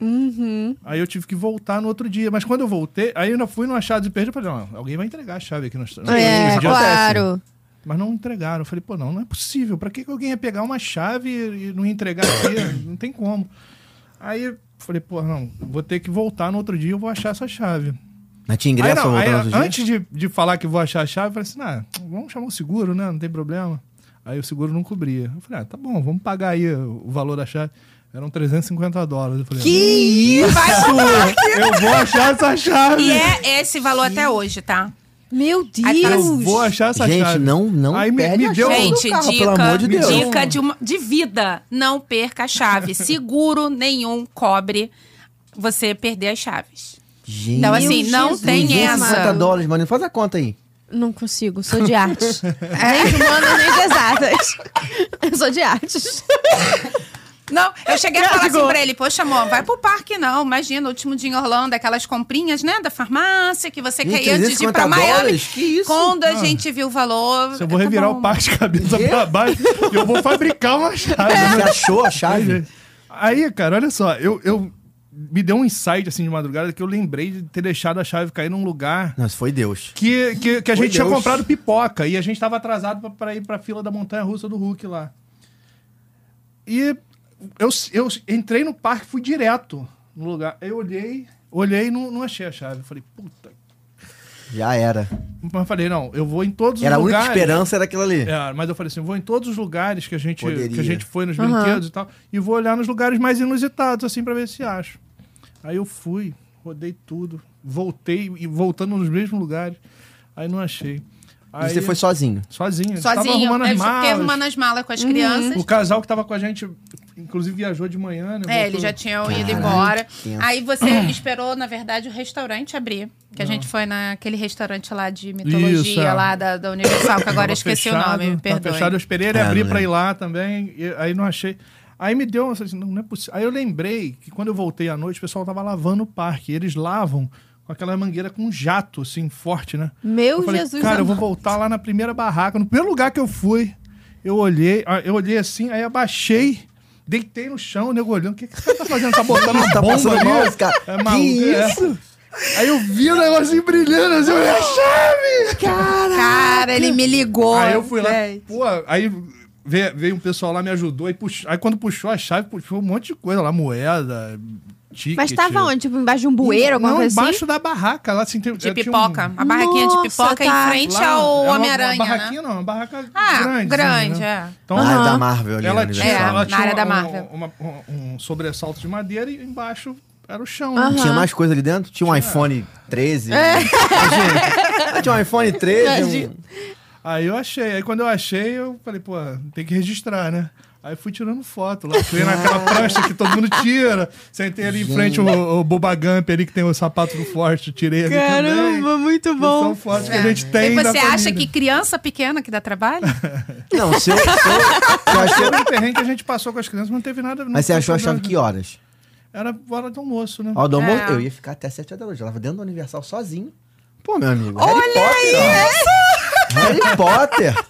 S1: Uhum.
S3: Aí eu tive que voltar no outro dia. Mas quando eu voltei, aí eu ainda fui no achado e perdi. Eu falei, não, alguém vai entregar a chave aqui no estado.
S1: É, claro.
S3: Mas não entregaram. Eu falei, pô, não, não é possível. Pra que que alguém ia pegar uma chave e não ia entregar aqui? não tem como. Aí eu falei, pô, não, vou ter que voltar no outro dia, eu vou achar essa chave.
S2: Mas tinha
S3: Aí,
S2: ingresso
S3: não,
S2: pra
S3: aí,
S2: voltar no outro dia?
S3: antes de, de falar que vou achar a chave, eu falei assim: ah, vamos chamar o seguro, né? Não tem problema. Aí o seguro não cobria. Eu falei: ah, tá bom, vamos pagar aí o valor da chave. Eram 350 dólares. Eu falei: "Ah,
S1: Que isso?
S3: eu vou achar essa chave.
S4: E é esse valor até hoje, tá?
S1: Meu
S3: Eu
S1: Deus.
S3: vou achar essa
S2: Gente,
S3: chave.
S2: não, não
S3: Aí me-
S2: perde
S3: me
S2: a
S3: deu- um,
S2: chave do
S4: Gente,
S2: carro,
S4: dica,
S2: pelo amor de Deus.
S4: dica de, uma- de vida. Não perca a chave. Seguro nenhum cobre você perder as chaves.
S2: Gente,
S4: Então, assim,
S1: Meu
S4: não
S1: Jesus
S4: tem
S1: amado.
S4: essa.
S2: dólares, mano. Faz a conta aí.
S1: Não consigo, sou de artes. Nem de humanas, nem de exatas. Eu sou de artes.
S4: Não, eu cheguei
S2: É,
S4: a falar
S1: Digo-
S4: assim pra ele, poxa, amor, vai pro parque não. Imagina, o último dia em Orlando, aquelas comprinhas, né, da farmácia, que você quer ir antes de ir pra
S2: 350
S4: Miami.
S2: dólares? Que isso? Ah.
S4: Quando a gente viu o valor...
S3: Se eu vou
S4: tá
S3: revirar
S4: bom.
S3: o parque de cabeça
S2: Quê?
S3: pra baixo, eu
S4: É.
S3: vou fabricar uma chave.
S2: Você achou a chave?
S3: Aí, cara, olha só, eu, eu me deu um insight assim de madrugada que eu lembrei de ter deixado a chave cair num lugar
S2: Não, isso foi Deus.
S3: que, que, que a
S2: Foi
S3: gente tinha
S2: Deus.
S3: comprado pipoca e a gente tava atrasado pra- pra ir pra fila da montanha russa do Hulk lá. E eu, eu entrei no parque, fui direto no lugar. Eu olhei, olhei e não, não achei a chave. Falei, puta.
S2: Já era.
S3: Mas falei, não, eu vou em todos
S2: Era a
S3: os
S2: única
S3: lugares.
S2: esperança, era aquilo ali.
S3: É, mas eu falei assim, eu vou em todos os lugares que a gente,
S2: Poderia.
S3: que a gente foi nos
S1: Aham.
S3: brinquedos e tal, e vou olhar nos lugares mais inusitados, assim, pra ver se acho. Aí eu fui, rodei tudo, voltei, e voltando nos mesmos lugares, aí não achei.
S2: E
S3: Aí,
S2: você foi sozinho.
S3: sozinho, tava
S4: Sozinho.
S3: arrumando
S4: eu
S3: as
S4: fiquei arrumando
S3: malas. Uhum.
S4: as malas com as crianças.
S3: O casal que tava com a gente, inclusive, viajou de manhã, né?
S4: É,
S3: voltou-
S4: eles já tinham ido
S2: Caralho,
S4: embora.
S2: que tenso.
S4: Aí você
S3: Uhum.
S4: esperou, na verdade, o restaurante abrir. Que a gente foi naquele restaurante lá de mitologia,
S3: Isso, é.
S4: lá da, da Universal, que agora
S3: Tava
S4: eu esqueci
S3: fechado,
S4: o nome, me
S3: tava
S4: perdoe.
S3: fechado, eu esperei ele
S2: É,
S3: abrir
S2: não
S3: pra ir
S2: lembro.
S3: lá também, e aí não achei. Aí me deu, eu falei assim, não, não é possível. Aí eu lembrei que quando eu voltei à noite, o pessoal tava lavando o parque. e eles lavam com aquela mangueira com um jato, assim, forte, né?
S1: Meu
S3: eu falei,
S1: Jesus
S3: Cara, eu vou
S1: amado."
S3: voltar lá na primeira barraca, no primeiro lugar que eu fui. Eu olhei, ah, eu olhei assim, aí abaixei, deitei no chão, o nego olhando, o que, que esse cara tá fazendo? Tá botando uma
S2: Tá
S3: bomba
S2: passando
S3: ali?
S2: mal, esse cara.
S3: É
S2: Que
S3: maluco, é.
S2: isso?
S3: Aí eu vi o negocinho brilhando, assim, eu olhei a chave!
S4: Cara, ele me ligou.
S3: Aí Ah, eu fui lá,
S1: É.
S4: velho.
S3: pô, aí veio, veio um pessoal lá, me ajudou, aí, puxou, aí quando puxou a chave, puxou um monte de coisa lá, moeda, ticket.
S1: Mas tava onde? Tipo, embaixo de um bueiro, alguma
S3: Não,
S1: coisa
S3: embaixo
S1: assim?
S3: da barraca, lá assim, tem,
S4: De
S3: eu tinha um-
S4: pipoca. A barraquinha de
S1: Nossa, tá.
S4: pipoca em frente
S3: lá, é
S4: ao
S3: uma-
S4: Homem-Aranha,
S3: Uma
S4: né?
S3: barraquinha não, é uma barraca
S4: Ah,
S3: grande.
S4: grande,
S3: né?
S4: é.
S3: Então,
S2: Na área
S1: Aham.
S2: da Marvel ali.
S3: ela
S2: né,
S3: tinha,
S4: É,
S2: Universal.
S3: ela
S4: na
S3: tinha
S4: área da
S3: uma-
S4: Marvel.
S3: uma- um, um sobressalto de madeira e embaixo era o chão. né?
S1: Aham.
S2: Tinha mais coisa ali dentro? Tinha um iPhone 13.
S4: É.
S2: Imagina. Tinha um iPhone 13. um-
S3: Aí eu achei. Aí quando eu achei, eu falei, pô, tem que registrar, né? Aí fui tirando foto lá. Fui naquela prancha que todo mundo tira. Sentei ali em frente o, o Boba Gump ali, que tem o sapato do Forte. Tirei ali também.
S1: Caramba, muito
S3: E
S1: bom.
S3: São fotos que a gente tem
S4: É. E
S3: da
S4: você acha que
S3: família.
S4: criança pequena que dá trabalho?
S2: Não, se eu, se eu- se eu achei-
S3: Era um perrengue que a gente passou com as crianças, mas não teve nada. não
S2: Mas você
S3: foi
S2: achou a
S3: nada.
S2: chave que horas?
S3: Era hora do almoço, né?
S2: Ó, do almoço,
S4: É.
S2: eu ia ficar até 7 horas da noite. Eu tava dentro do Universal sozinho. Pô, meu amigo. Harry
S4: é
S2: Potter, ó. Harry Potter.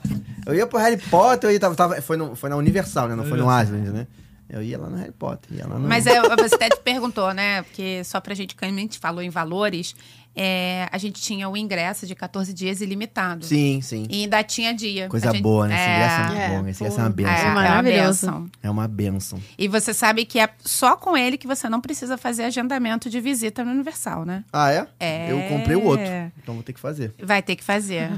S2: Eu ia pro Harry Potter, eu ia, tava, tava- foi, no- foi na Universal, né? Não foi no Asland, né? Eu ia lá no Harry Potter. Ia lá no...
S4: Mas é, você até te perguntou, né? Porque só pra gente, quando a gente falou em valores, é, a gente tinha o ingresso de 14 dias ilimitado.
S2: Sim, sim.
S4: E ainda tinha dia.
S2: Coisa
S4: A gente-
S2: boa, né? Esse ingresso é
S4: É,
S2: muito
S1: É,
S2: bom. Esse
S1: pô.
S2: ingresso é uma
S4: é,
S2: benção.
S4: é
S2: cara.
S4: uma
S1: Maravilhoso.
S4: benção.
S2: É uma benção.
S4: E você sabe que é só com ele que você não precisa fazer agendamento de visita no Universal, né?
S2: Ah, é?
S4: É.
S2: Eu comprei o outro. Então vou ter que fazer.
S4: Vai ter que fazer.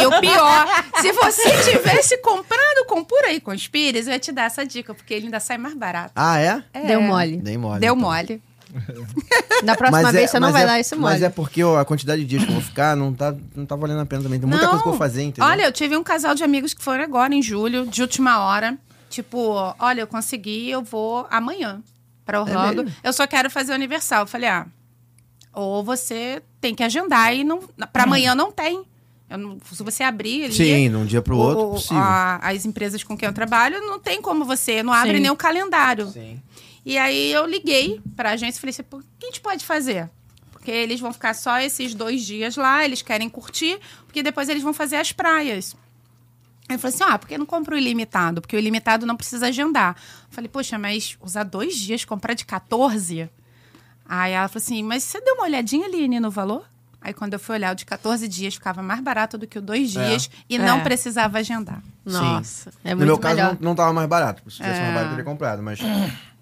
S4: e o pior, se você estivesse comprando com Pura e Conspires, eu ia te dar essa dica, porque ele ainda sai mais barato.
S2: Ah, é?
S4: É.
S1: Deu mole.
S2: Dei mole.
S4: Deu
S2: então.
S4: mole.
S1: Da próxima
S2: Mas é-
S1: vez você não
S2: mas
S1: vai
S2: é-
S1: dar isso mole.
S2: Mas é porque ó, a quantidade de dias que eu vou ficar não tá, não tá valendo a pena também. Tem muita
S4: Não.
S2: coisa que eu vou fazer, entendeu?
S4: Olha, eu tive um casal de amigos que foram agora, em julho, de última hora. Tipo, olha, eu consegui, eu vou amanhã pra Orlando.
S2: É mesmo?
S4: eu só quero fazer o Universal. Eu falei, ah, ou você tem que agendar e não, pra amanhã não tem. Eu não- se você abrir ali...
S2: Hum. Sim, de um dia pro outro,
S4: o- ah,
S2: possível.
S4: a- as empresas com quem eu trabalho, não tem como você, não abre
S1: Sim.
S4: nem o calendário.
S2: Sim.
S4: E aí eu liguei pra agência e falei assim, "Pô, o que a gente pode fazer? Porque eles vão ficar só esses dois dias lá, eles querem curtir, porque depois eles vão fazer as praias. Aí falou assim: ah, por que não compra o ilimitado? Porque o ilimitado não precisa agendar. Eu falei, poxa, mas usar dois dias, comprar de 14? Aí ela falou assim: mas você deu uma olhadinha, Aline, no valor? Aí quando eu fui olhar, o de 14 dias ficava mais barato do que o dois dias e
S1: É.
S4: não precisava agendar.
S1: Nossa, é
S2: no
S1: muito
S2: meu caso,
S1: melhor.
S2: não, não tava mais barato. Se tivesse mais barato, eu teria comprado, mas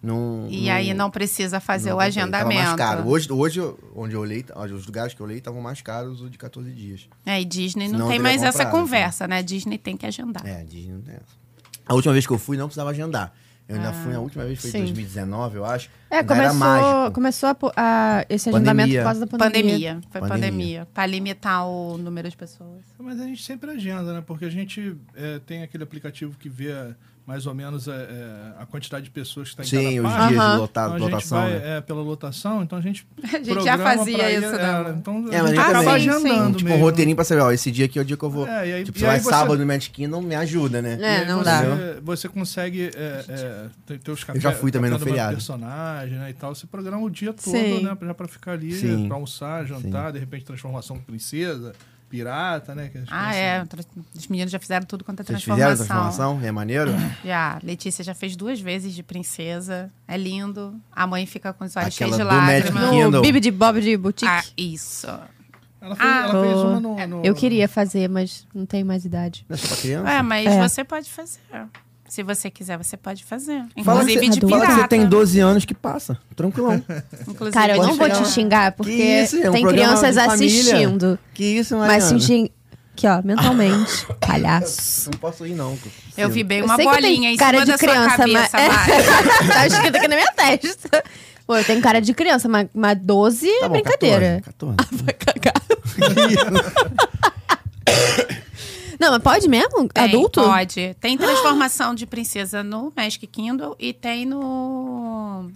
S2: não.
S4: E aí não precisa fazer
S2: não
S4: o
S2: comprei.
S4: agendamento.
S2: Tava mais caro. Hoje, hoje eu- onde eu olhei, tá, olha, os lugares que eu olhei estavam mais caros o de 14 dias.
S4: É, e Disney não
S2: Senão eu
S4: tem
S2: teria
S4: mais essa
S2: comprado,
S4: conversa, né? Disney tem que agendar.
S2: É, Disney não tem essa. A última vez que eu fui, não precisava agendar. Eu ainda fui, a última vez foi em
S1: Sim.
S2: 2019, eu acho.
S1: É,
S2: Ainda era
S1: começou,
S2: mágico.
S1: começou a po- a- esse
S2: Pandemia.
S1: agendamento por causa da pandemia.
S4: Pandemia. Foi
S2: Pandemia.
S4: pandemia. Pra limitar o número de pessoas.
S3: Mas a gente sempre agenda, né? Porque a gente eh, tem aquele aplicativo que vê mais ou menos eh, eh, a quantidade de pessoas que está Tá em
S2: Sim,
S3: cada
S2: os
S3: parque.
S2: dias
S1: Aham.
S2: de lotado,
S3: Então, a gente
S2: lotação,
S3: vai,
S2: né?
S3: eh, pela lotação, então a gente.
S4: A gente já
S3: programa pra
S4: fazia
S3: ir,
S4: isso,
S3: eh,
S4: né?
S3: Então
S2: É,
S3: a
S2: mas
S3: gente
S2: eu
S3: acaba
S2: também.
S3: agendando.
S2: Tipo, um
S3: mesmo. né?
S2: roteirinho pra saber, ó, esse dia aqui é o dia que eu vou.
S3: É, e aí-
S2: tipo,
S3: e
S2: se
S3: aí
S2: vai
S3: você-
S2: sábado no Magic Kingdom, me ajuda, né?
S1: É,
S3: E aí
S1: não
S3: você,
S1: dá.
S3: Você consegue é, é, ter, ter os café,
S2: Eu já fui também no
S3: café da manhã
S2: feriado.
S3: do personagem, né, e tal. Você programa o dia todo,
S1: Sim.
S3: né? Já pra ficar ali,
S2: Sim.
S3: pra almoçar, jantar, de repente transformação de princesa. pirata, né? que eles
S4: Ah,
S3: conhecem.
S4: é. tra- Os meninos já fizeram tudo quanto é
S2: Vocês fizeram a
S4: transformação.
S2: transformação? É maneiro?
S4: Já. Letícia já fez duas vezes de princesa. É lindo. A mãe fica com os olhos cheios de
S2: Aquela do Magic
S4: lágrimas.
S2: Kingdom.
S1: No Bibi de Bob de Boutique.
S4: Ah, isso.
S3: Ela, fez,
S4: Ah,
S3: ela fez
S1: tô-
S3: uma no, no-
S1: Eu queria fazer, mas não tenho mais idade.
S2: Não é só pra criança?
S4: É, mas
S1: É.
S4: você pode fazer. Se você quiser, você pode fazer.
S2: Fala que,
S4: Inclusive
S2: você,
S4: de
S2: fala
S4: pirata.
S2: que você tem 12 anos que passa. Tranquilão.
S4: Inclusive,
S1: Cara, eu
S2: Pode
S1: não vou
S2: chegar
S1: te
S2: lá.
S1: xingar, porque
S2: Que isso, é um
S1: tem
S2: programa
S1: crianças
S2: de família.
S1: assistindo.
S2: Que isso, Mariana?
S1: Mas se xing... Aqui, ó, mentalmente. Palhaço.
S2: Não posso ir, não.
S4: Eu vi bem uma
S1: sei que eu tenho
S4: bolinha em
S1: cara
S4: cima
S1: de
S4: da
S1: criança,
S4: sua
S1: mas- é
S4: cabeça, Mari.
S1: tá escrito aqui na minha testa. Pô, eu tenho cara de criança, mas, mas 12 é
S2: Tá bom,
S1: brincadeira.
S2: 14.
S4: Ah,
S1: Vai cagar. Não, mas pode mesmo?
S4: Tem,
S1: Adulto?
S4: Pode. Tem transformação de princesa no Magic Kindle e tem no.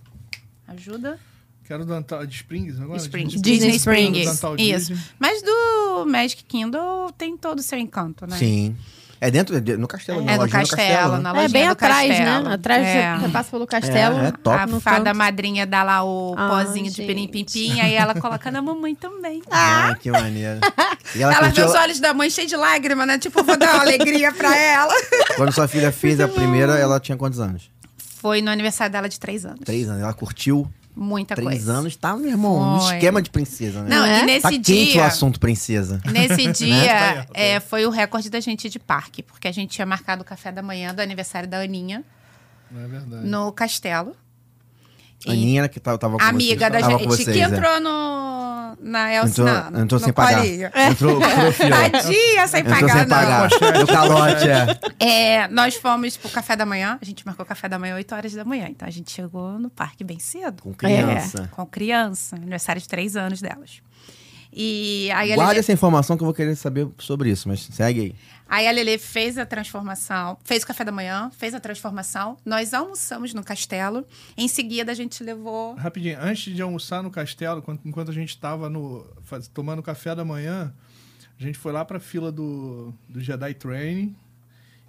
S4: Ajuda?
S3: Quero Dantal de Springs agora?
S4: Spring.
S3: De-
S1: Disney
S4: Disney
S1: Springs.
S4: Springs.
S3: Dantal
S4: Isso.
S3: Disney.
S4: Mas do Magic Kindle tem todo o seu encanto, né?
S2: Sim. É dentro, é de- no castelo, né?
S4: É no
S2: Lojinha
S4: castelo,
S2: né?
S4: na
S1: É
S4: lojinha
S1: bem
S4: do
S1: atrás,
S4: castelo.
S1: né? Atrás
S4: É.
S1: você passa pelo castelo.
S2: É, é top.
S4: A
S1: no
S4: fada
S1: canto.
S4: madrinha dá lá o
S1: Ah,
S4: pozinho de
S1: gente.
S4: pirim-pim-pim, aí ela coloca na mamãe também.
S2: Ah, que maneiro. E ela,
S4: Ela vê
S2: curtiu,
S4: os olhos da mãe cheios de lágrima, né? Tipo, vou dar uma alegria pra ela.
S2: quando sua filha fez a primeira, ela tinha quantos anos?
S4: Foi no aniversário dela de três anos.
S2: Três anos. Ela curtiu.
S4: Muita
S2: Três
S4: coisa.
S2: anos, tá, meu irmão? Um
S4: Foi.
S2: esquema de princesa, né?
S4: Não,
S1: Não é?
S4: e nesse
S2: tá quente o
S4: dia...
S2: assunto Né? princesa.
S4: Nesse
S3: Tá
S4: dia
S3: aí, ó.
S4: é, foi o recorde da gente ir de parque, porque a gente tinha marcado o café da manhã do aniversário da Aninha
S3: Não é verdade.
S4: no castelo. E
S2: Aninha, que tava, tava com
S4: amiga
S2: vocês,
S4: da
S2: tava
S4: gente
S2: com vocês,
S4: que
S2: é.
S4: entrou no, na
S2: Entrou,
S4: Elsinana.
S2: entrou
S4: no
S2: sem pagar.
S4: colinho.
S2: Entrou, entrou, filho.
S4: Tadinha, sem
S2: entrou
S4: pagar,
S2: sem
S4: não.
S2: pagar. Deu calote, é.
S4: É, nós fomos pro café da manhã, a gente marcou café da manhã 8 horas da manhã, então a gente chegou no parque bem cedo.
S2: Com criança.
S4: É, com criança, aniversário de 3 anos delas. E aí a,
S2: Guarda
S4: Lelê,
S2: essa informação que eu vou querer saber sobre isso, mas segue aí.
S4: aí a Lelê fez a transformação, fez o café da manhã, fez a transformação, nós almoçamos no castelo, em seguida a gente levou...
S3: Rapidinho, antes de almoçar no castelo, quando- enquanto a gente estava no, faz- tomando café da manhã, a gente foi lá pra fila do, do Jedi Training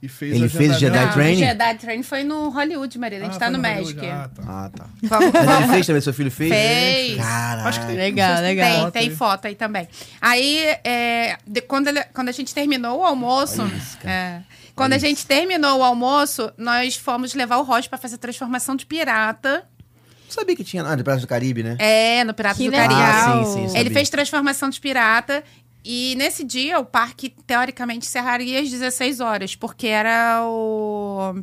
S3: e fez
S2: Ele
S3: a
S2: fez
S3: janta
S2: Jedi
S3: dela.
S4: Não,
S2: Training?
S4: o Jedi Train foi no Hollywood, marido, a gente
S3: Ah,
S4: tá
S3: foi
S4: no
S3: Hollywood,
S4: Magic.
S3: ah, tá.
S2: Ah, tá.
S4: Vamos,
S2: Mas ele
S4: vamos.
S2: fez também, seu filho fez?
S4: Fez.
S2: Cara.
S3: Acho que tem
S1: Legal, legal.
S4: Tem,
S2: né?
S4: tem foto aí também. Aí, é, de- quando, ele- quando a gente terminou o almoço.
S2: Olha isso, cara.
S4: é, quando a gente terminou o almoço, nós fomos levar o Roger pra fazer a transformação de pirata.
S2: Não sabia que tinha. Ah, de Praça do Caribe, né?
S4: É, no Pirata
S1: Que
S4: do Caribe.
S1: legal.
S2: Ah, sim, sim, sim.
S4: Ele
S2: sabia.
S4: fez transformação de pirata. E nesse dia, o parque, teoricamente, encerraria às 16 horas, porque era o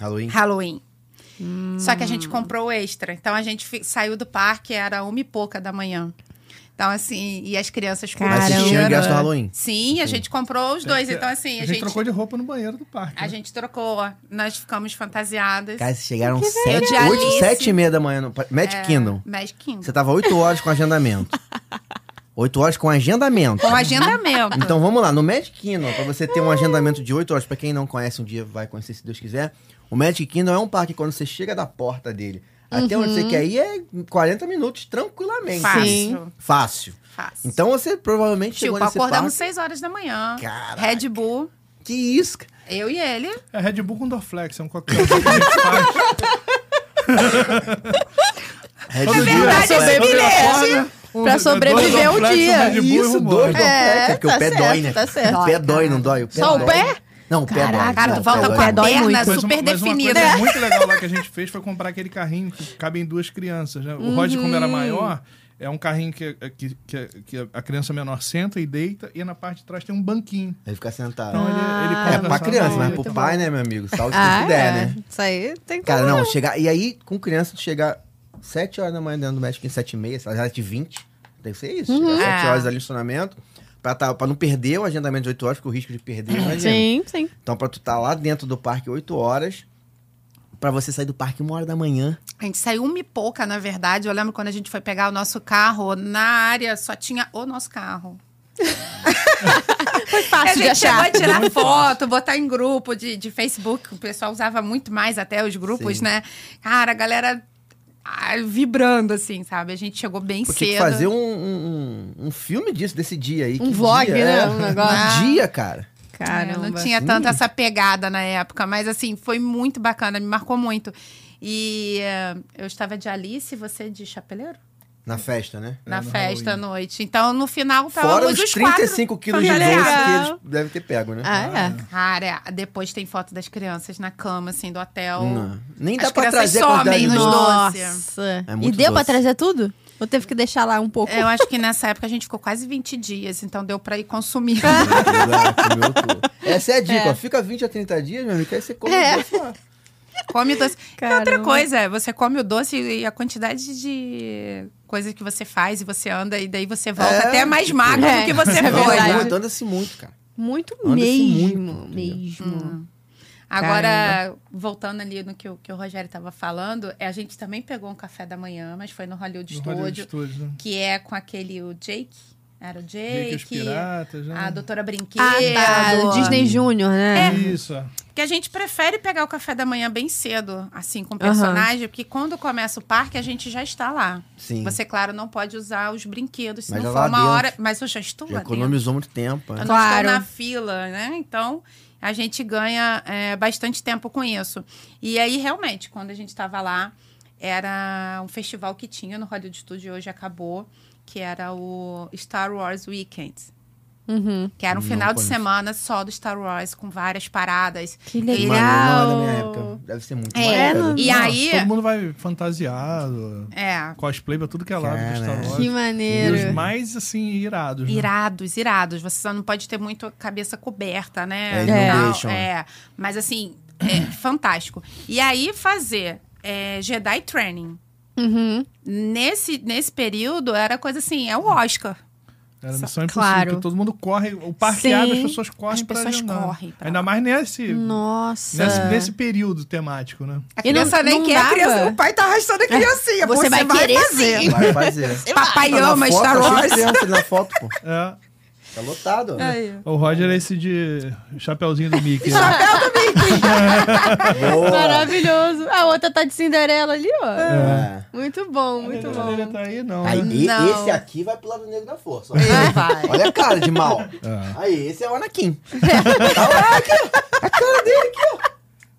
S2: Halloween.
S4: Halloween. Só que a gente comprou o extra. Então a gente fi- saiu do parque, era uma e pouca da manhã. Então, assim, e as crianças com
S2: Mas vocês tinham
S1: Caramba.
S2: ingresso do Halloween.
S4: Sim, a gente comprou os dois.
S3: que-
S4: Então, assim,
S3: a gente trocou de roupa no banheiro do parque.
S4: a
S3: né?
S4: gente trocou. Nós ficamos fantasiadas.
S2: Cara, vocês chegaram sete,
S4: legal.
S2: oito,
S4: Alice.
S2: sete e meia da manhã no
S4: É.
S2: Magic Kingdom.
S4: Mas King.
S2: Você tá tava oito horas com agendamento. Oito horas com agendamento.
S4: Com agendamento.
S2: Então vamos lá, no Magic Kingdom, pra você ter um agendamento de 8 horas, pra quem não conhece, um dia vai conhecer se Deus quiser. O Magic Kingdom é um parque que quando você chega da porta dele até onde
S1: Uhum.
S2: você quer ir é 40 minutos tranquilamente.
S4: Fácil.
S1: Sim.
S2: Fácil.
S4: Fácil.
S2: Então você provavelmente
S4: tipo,
S2: chegou nesse
S4: acordamos
S2: parque.
S4: 6 horas da manhã.
S2: Caraca.
S4: Red Bull,
S2: Que isso? cara.
S4: eu e ele.
S3: É Red Bull com Dorflex, é um coquetel que a gente faz.
S2: Red Bull,
S3: Todo
S2: né?
S3: dia,
S1: verdade,
S3: todo
S1: é
S3: dia
S1: sobreviver.
S3: acorda, um-
S1: Pra
S3: dois
S1: sobreviver o
S3: Dorflex,
S1: dia.
S3: Red Bull e
S2: isso,
S3: um
S2: dois
S3: Bud.
S1: É,
S2: é, porque
S1: tá
S2: o pé
S1: certo,
S2: dói, né?
S1: tá certo.
S2: O pé dói, não dói? O pé
S1: Só o
S2: dói.
S1: pé?
S2: Não, o pé dói.
S1: Caraca,
S4: Cara,
S2: não,
S4: tu
S2: o
S4: volta
S2: pé
S4: com
S2: é dói.
S4: a
S1: dói
S4: perna
S1: muito.
S3: Mas
S4: Tá super
S3: uma, mas uma
S4: definida. É.
S3: coisa muito legal lá que a gente fez foi comprar aquele carrinho que cabem duas crianças, né? O
S4: Uhum.
S3: Roger, como era maior, é um carrinho que, que, que- que a criança menor senta e deita, e na parte de trás tem um banquinho.
S2: Ele fica sentado.
S3: Então
S4: Ah.
S3: ele, ele
S2: é
S3: compensa
S2: pra criança,
S3: na-
S2: mas
S1: muito
S2: pro
S1: bom.
S2: pai, né, meu amigo? Salve se
S1: Ah,
S2: puder,
S1: é.
S2: né?
S1: Isso aí tem que
S2: Cara, não, chegar. E aí, com criança, tu chegar 7 horas da manhã dentro do México, em 7 e meia, 7 h 20 deve ser isso.
S1: Uhum.
S2: Chegar 7
S1: Ah.
S4: É.
S2: horas ali no estacionamento, pra, tá, pra não perder o agendamento de 8 horas, porque o risco de perder, imagina.
S1: Sim, sim.
S2: Então, pra tu estar lá dentro do parque 8 horas, pra você sair do parque 1 hora da manhã.
S4: A gente saiu uma e pouca, na verdade. Eu lembro quando a gente foi pegar o nosso carro, na área só tinha o nosso carro.
S1: Foi
S4: a
S1: fácil de
S4: gente chegou
S1: achar.
S4: a tirar foto, botar em grupo de, de Facebook, que o pessoal usava muito mais até os grupos,
S2: Sim.
S4: né? Cara, a galera ah, vibrando, assim, sabe? A gente chegou bem
S2: Porque
S4: cedo.
S2: fazer um, um, um- um filme disso, desse dia aí.
S1: Um
S2: que
S1: vlog,
S2: dia,
S1: né?
S2: é.
S1: Um negócio.
S2: Um dia, cara.
S4: É,
S1: Caramba.
S4: não tinha
S2: Sim.
S4: tanta essa pegada na época, mas assim, foi muito bacana, me marcou muito. E eh, eu estava de Alice, você de Chapeleiro?
S2: Na festa, né?
S4: na
S3: É, no
S4: festa à
S3: Halloween.
S4: noite. Então, no final,
S2: Fora
S4: estávamos
S2: os
S4: os quatro.
S2: 35 quilos de doce que
S4: familiar.
S2: eles devem ter pego, né?
S1: Ah, é.
S4: Cara, depois tem foto das crianças na cama, assim, do hotel.
S2: Não. Nem dá
S4: As
S2: pra
S4: crianças
S2: trazer a
S4: somem
S2: quantidade de
S4: nos
S2: doce.
S4: doce.
S1: Nossa.
S2: É
S1: e
S2: muito
S1: deu pra
S2: doce.
S1: trazer tudo? Ou teve que deixar lá um pouco?
S4: Eu acho que nessa época a gente ficou quase 20 dias, então deu pra ir consumir.
S2: Exato, meu cu. Essa é a dica, ó. Fica 20 a 30 dias, meu amigo, que aí você come
S1: É.
S2: o doce lá.
S4: come doce. E outra
S1: Caramba.
S4: coisa, é, você come o doce e a quantidade de coisa que você faz e você anda e daí você volta
S2: É,
S4: até mais
S2: tipo,
S4: magro
S1: é.
S4: do que você
S1: É
S4: foi.
S1: verdade.
S2: Anda- Anda-se muito, cara.
S1: Muito
S2: Anda-se
S1: mesmo.
S2: muito, entendeu?
S1: mesmo.
S4: Agora, voltando ali no que, o- que o Rogério estava falando, é, a gente também pegou um café da manhã, mas foi no Hollywood
S3: No
S4: Studio,
S3: Hollywood Studios, né?
S4: que é com aquele o Jake. Era o
S3: Jake, os
S4: Jake,
S3: piratas, né? É.
S4: a doutora Brinquedo.
S1: Ah, tá. do Disney Júnior, né?
S4: É.
S3: Isso.
S4: Que a gente prefere pegar o café da manhã bem cedo, assim, com o personagem, porque quando começa o parque, a gente já está lá.
S2: Sim.
S4: Você, é claro, não pode usar os brinquedos se
S2: Mas
S4: não
S2: é lá
S4: for uma
S2: dentro.
S4: hora. Mas eu já estou
S2: Já é
S4: lá dentro.
S2: economizou muito tempo.
S4: Eu
S2: né?
S4: um não
S1: Claro.
S4: estou tá na fila, né? Então, a gente ganha é, bastante tempo com isso. E aí, realmente, quando a gente estava lá, era um festival que tinha no Hollywood Studio, hoje acabou, que era o Star Wars Weekend.
S1: Uhum.
S4: Que era um
S2: Não
S4: final de
S2: conheço.
S4: semana só do Star Wars, com várias paradas.
S1: Que
S2: Mano,
S1: legal.
S2: não é da minha época. Deve ser muito
S4: É,
S2: maneiro.
S1: não-
S4: e
S3: Não,
S4: aí...
S3: Todo mundo vai fantasiado,
S4: É,
S3: cosplay pra tudo que é lado do Star
S2: Caraca.
S3: Wars.
S1: Que
S3: E
S1: maneiro.
S3: os mais, assim,
S2: Uhum.
S3: irados. né?
S4: irados, irados. Você só não pode ter muito a cabeça coberta, né?
S2: É, não
S4: Tal,
S2: deixam, né?
S4: é. Mas assim, é fantástico. E aí fazer é, Jedi Training.
S1: Uhum.
S4: Nesse, nesse período era coisa assim, é o Oscar.
S3: Era missão impossível.
S1: Claro.
S3: porque todo mundo corre. O parque abre, as
S1: Sim.
S3: pessoas correm
S4: As
S3: pra
S4: pessoas
S3: agendar.
S4: correm pra
S3: Ainda
S4: lá.
S3: mais nesse,
S1: Nossa.
S3: nesse, nesse período temático, né?
S4: A
S1: E não-
S4: criança nem
S1: não
S4: quer, a
S1: dava?
S4: criança- o pai tá arrastando a criancinha.
S1: Você vai querer sim.
S2: Vai fazer.
S4: Papai
S2: Tá na
S4: ama
S2: foto,
S4: Star
S2: tá cheio de
S4: Wars.
S2: criança na foto, pô.
S3: É.
S2: Tá lotado. ó.
S3: O Roger é esse de chapeuzinho do Mickey. né?
S2: Boa.
S1: Maravilhoso. A outra tá de Cinderela ali, ó.
S2: É.
S1: Muito bom, muito
S3: Ele
S1: bom.
S3: tá aí, não.
S2: Aí,
S3: né?
S2: e-
S4: Não.
S2: esse aqui vai pro lado negro da força. ó. Olha a cara de mal. Aí, esse é o Anakin. Tá lá, aqui, ó. a cara dele aqui, ó.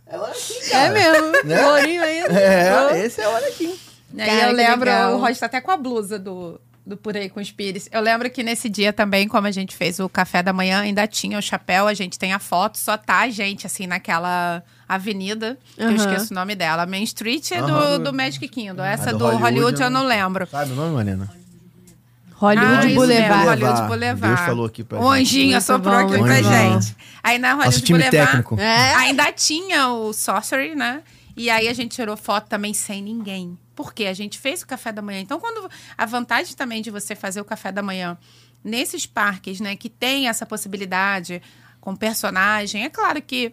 S2: É o Anakin,
S1: É
S2: cara.
S1: mesmo.
S2: Né?
S1: Lourinho ainda.
S2: É, esse é o Anakin.
S4: Né, E aí
S1: Cara, que
S4: eu lembro,
S1: legal.
S4: o Roger tá até com a blusa do, do Purei com os Pires. Eu lembro que nesse dia também, como a gente fez o café da manhã, ainda tinha o chapéu, a gente tem a foto, só tá a gente, assim, naquela avenida, que eu
S1: Aham.
S4: esqueço o nome dela. Main Street é do,
S2: Aham.
S4: do Magic Kingdom.
S2: Ah,
S4: Essa
S2: do
S4: do, Hollywood,
S2: Hollywood né? eu
S4: eu não
S2: não-
S4: lembro.
S2: Sabe o nome, Marina?
S4: Ah,
S1: Hollywood
S4: isso
S1: Boulevard.
S4: mesmo, Hollywood Boulevard.
S2: Deus falou aqui pra
S4: O
S2: gente.
S4: anjinho
S1: Muito
S4: assoprou
S1: bom,
S4: aqui
S1: muito
S4: pra
S2: bom.
S4: gente. Aí na
S2: é.
S4: Hollywood
S2: Nosso time
S4: Boulevard,
S2: técnico.
S1: É.
S4: ainda tinha o Sorcery, né? E aí a gente tirou foto também sem ninguém. Porque a gente fez o café da manhã. Então, quando a vantagem também de você fazer o café da manhã nesses parques, né, que tem essa possibilidade com personagem, é claro que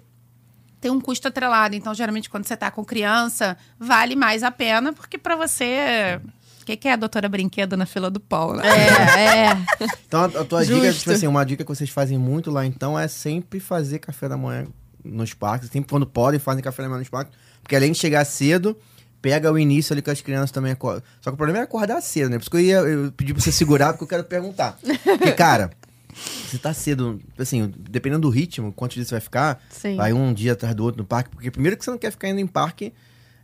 S4: tem um custo atrelado. Então, geralmente, quando você tá com criança, vale mais a pena, porque para você. O que, que é a doutora brinquedo na fila do pau, né?
S1: É, é.
S2: Então, a, a tua dica,
S1: Justo.
S2: tipo assim, uma dica que vocês fazem muito lá, então, é sempre fazer café da manhã nos parques. Sempre quando podem, fazem café da manhã nos parques. Porque além de chegar cedo, pega o início ali com as crianças também. acor- Só que o problema é acordar cedo, né? Por isso que eu ia eu pedi pra você segurar, porque eu quero perguntar. Porque, cara, você tá cedo, assim, dependendo do ritmo, quanto disso vai ficar,
S1: Sim.
S2: vai um dia atrás do outro no parque. Porque primeiro que você não quer ficar indo em parque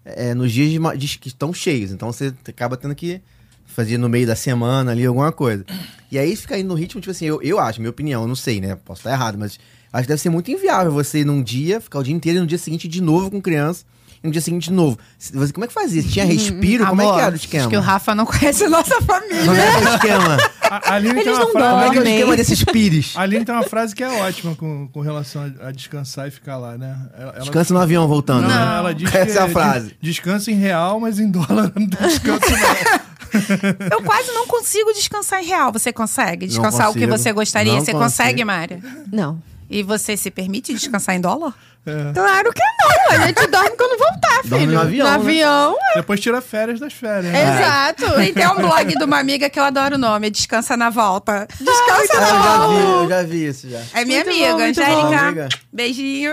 S2: é, nos dias de ma- de- que estão cheios. Então você acaba tendo que fazer no meio da semana ali alguma coisa. E aí fica indo no ritmo, tipo assim, eu, eu acho, minha opinião, eu não sei, né? Posso estar errado, mas acho que deve ser muito inviável você ir num dia, ficar o dia inteiro e no dia seguinte de novo com criança. E no dia seguinte de novo. Se- Você, como é que fazia? Tinha respiro? como é que era o
S4: Acho que o
S2: esquema?
S4: Rafa não conhece a nossa família.
S2: Como é que é o esquema?
S3: A, a Aline tem
S1: Eles
S3: uma
S1: não
S3: fra- a
S2: como é que é o
S1: Dormem.
S2: esquema desses pires?
S3: A Aline tem uma frase que é ótima com, com relação a, a descansar e ficar lá, né? Ela, ela-
S2: Descansa no avião voltando,
S3: Não,
S2: né?
S3: ela diz que
S2: Essa é a frase.
S3: des- descansa em real, mas em dólar não descansa não.
S4: Eu quase não consigo descansar em real. Você consegue
S2: Não
S4: descansar o que
S2: consigo.
S4: você gostaria?
S2: Não
S4: você
S2: consigo.
S4: consegue, Mária?
S1: Não.
S4: E você se permite descansar em dólar?
S3: É.
S1: Claro que não. A gente dorme quando voltar, filho.
S2: Dorme no avião,
S1: No
S2: né?
S1: avião.
S3: Depois tira férias das férias. né?
S1: Exato.
S4: Tem até um blog de uma amiga que eu adoro o nome, é Descansa na Volta.
S2: Ah,
S4: Descansa
S2: eu
S4: na
S2: já
S4: Volta.
S2: vi, eu já vi isso já.
S4: É minha
S1: Muito bom,
S4: amiga,
S1: muito
S2: bom.
S4: Angélica.
S2: Amiga.
S4: Beijinho.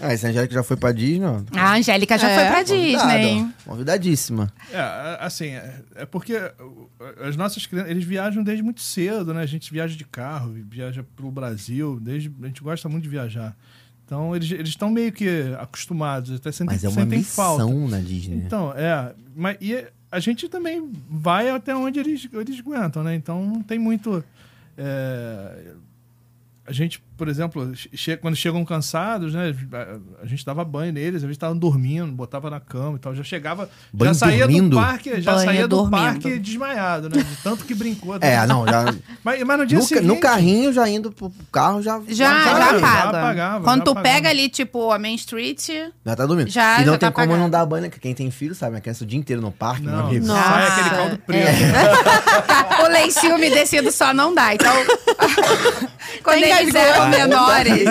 S2: Ah, essa Angélica já foi pra Disney, ó.
S4: A Ah, Angélica já
S1: É.
S4: foi pra Disney.
S2: Convidada, ó. Convidadíssima.
S3: É, a- assim, é é porque uh, as nossas crianças, eles viajam desde muito cedo, né? A gente viaja de carro, viaja pro Brasil, desde, a gente gosta muito de viajar. Então, eles eles estão meio que acostumados, até sentem,
S2: Mas é uma
S3: sentem
S2: missão
S3: falta.
S2: na Disney. né?
S3: Então, é. Mas, e a gente também vai até onde eles, eles aguentam, né? Então não tem muito. é, a gente, por exemplo, che- quando chegam cansados, né? A, a gente dava banho neles, às vezes estavam dormindo, botava na cama e tal. Já chegava,
S2: Banho
S3: já saía
S2: dormindo?
S3: do parque, já
S1: Banho
S3: saía do
S1: dormindo.
S3: parque desmaiado, né? De tanto que brincou. né.
S2: É, não, já.
S3: Mas, mas no dia
S2: no, ca-
S3: seguinte.
S2: no carrinho, já indo pro carro, já.
S4: Ah,
S2: Tá
S4: Já,
S3: Já
S4: já,
S3: apagava,
S4: apaga.
S3: já
S2: né?
S3: apagava,
S4: Quando
S3: já
S4: tu
S3: apagava.
S4: pega ali, tipo, a Main Street.
S2: Já tá dormindo.
S4: Já,
S2: e não tem
S4: já tá
S2: como
S4: apagado.
S2: não dar banho, né? Quem tem filho sabe, né? Criança o dia inteiro no parque, meu
S3: Não,
S2: amigo.
S1: Nossa.
S3: sai aquele caldo preto.
S4: é.
S3: né.
S4: o lencinho umedecido só não dá. Então, quando
S1: Tem
S4: eles
S1: gasgou.
S4: eram menores,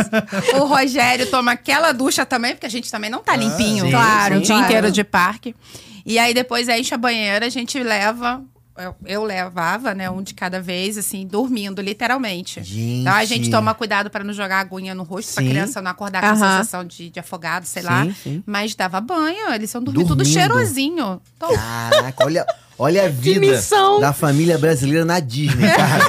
S4: o Rogério toma aquela ducha também, porque a gente também não tá limpinho,
S2: Ah, sim,
S4: claro,
S2: sim.
S4: o dia
S1: Claro.
S4: inteiro de parque. E aí depois enche a banheira, a gente leva. Eu, eu levava, né, um de cada vez, assim, dormindo, literalmente.
S2: Gente.
S4: Então a gente toma cuidado pra não jogar aguinha no rosto, pra
S2: Sim.
S4: criança não acordar com a
S1: Aham.
S4: sensação de, de afogado, sei lá.
S2: Sim, sim.
S4: Mas dava banho, eles são dormir tudo
S2: Dormindo.
S4: cheirosinho. Então,
S2: Caraca, olha, olha a vida
S1: missão.
S2: da família brasileira na Disney, cara.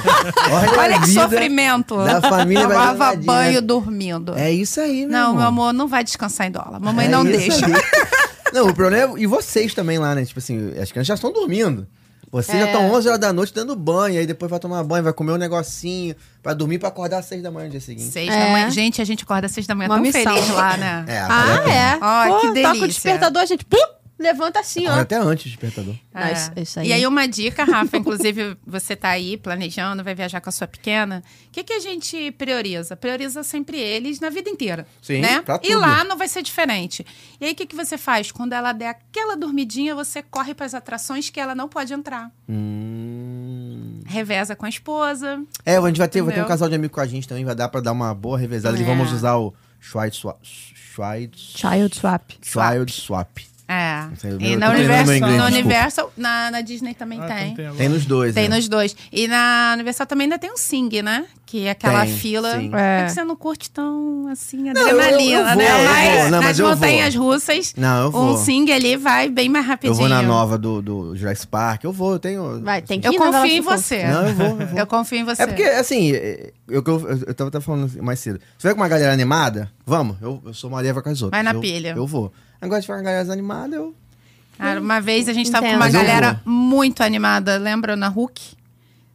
S2: Olha, a
S4: Olha que
S2: vida
S4: sofrimento.
S2: Da família brasileira na
S4: Tomava
S2: Disney.
S4: banho dormindo.
S2: É isso aí, meu
S4: não,
S2: irmão.
S4: meu amor, não vai descansar em dólar. Mamãe
S2: É
S4: não
S2: isso
S4: deixa.
S2: aí. Não, o problema é. E vocês também lá, né? Tipo assim, as crianças já estão dormindo. Vocês
S4: É.
S2: já estão 11 horas da noite dando banho, aí depois vai tomar banho, vai comer um negocinho pra dormir pra acordar às 6 da manhã no dia seguinte.
S4: Seis
S1: É.
S4: da manhã. Gente, a gente acorda às seis da manhã
S1: Uma
S4: tão
S1: missão.
S4: feliz lá, né?
S2: É, acorda
S1: Ah,
S2: até-
S1: é?
S4: Ai, que
S1: Toca o
S4: delícia.
S1: despertador, a gente pum, levanta assim,
S2: acorda
S1: ó.
S2: até antes do despertador.
S1: Ah, isso- isso aí.
S4: É. E aí, uma dica, Rafa, inclusive você tá aí planejando, vai viajar com a sua pequena. O que, que a gente prioriza? Prioriza sempre eles na vida inteira.
S2: Sim,
S4: né?
S2: pra
S4: E
S2: tudo.
S4: lá não vai ser diferente. E aí, o que, que você faz? Quando ela der aquela dormidinha, você corre para as atrações que ela não pode entrar.
S2: Hum.
S4: Reveza com a esposa.
S2: É, a gente vai ter, vai ter um
S4: Entendeu?
S2: casal de amigo com a gente também, vai dar pra dar uma boa revezada ali.
S4: É.
S2: Vamos usar o Schweid Swap. Schweid
S1: Child swap.
S2: Child Swap.
S4: É.
S2: sei, eu
S4: E
S2: tô
S4: na
S2: tá treinando
S4: Universal,
S2: meu inglês,
S4: na,
S2: desculpa.
S4: Universal na, na Disney também
S3: Ah,
S4: tem.
S3: então
S4: Tem,
S3: agora.
S2: Tem nos dois, né?
S4: nos dois. E na Universal também ainda tem o Sing, né? Que é aquela
S2: Tem,
S4: fila.
S2: sim.
S4: É.
S1: É.
S4: que você não curte tão assim a
S2: eu- eu- eu
S4: adrenalina,
S2: vou,
S4: né?
S2: eu
S4: Mas
S2: vou. Não,
S4: nas
S2: mas eu vou.
S4: montanhas russas,
S2: Não, eu vou.
S4: um Sing ali vai bem mais rapidinho.
S2: eu vou na nova do, do Jurassic Park. Eu vou, eu tenho. assim,
S1: Vai, tem que
S4: Eu
S1: ir na
S4: confio
S1: Velocity
S4: em
S1: Coaster.
S4: você.
S2: Não, eu vou, eu vou.
S4: Eu confio em você.
S2: É porque, assim, é, eu, eu, eu tava até falando assim, mais cedo. Se tiver com uma galera animada, vamos. Eu, eu sou Maria vai com as outras.
S4: Vai na
S2: eu,
S4: pilha.
S2: Eu vou. Agora, se tiver com uma galera desanimada, eu.
S4: Cara, Ah, uma vez a gente tava
S1: Entendo.
S4: com uma
S1: Mas eu
S4: galera muito animada, lembra na Hulk?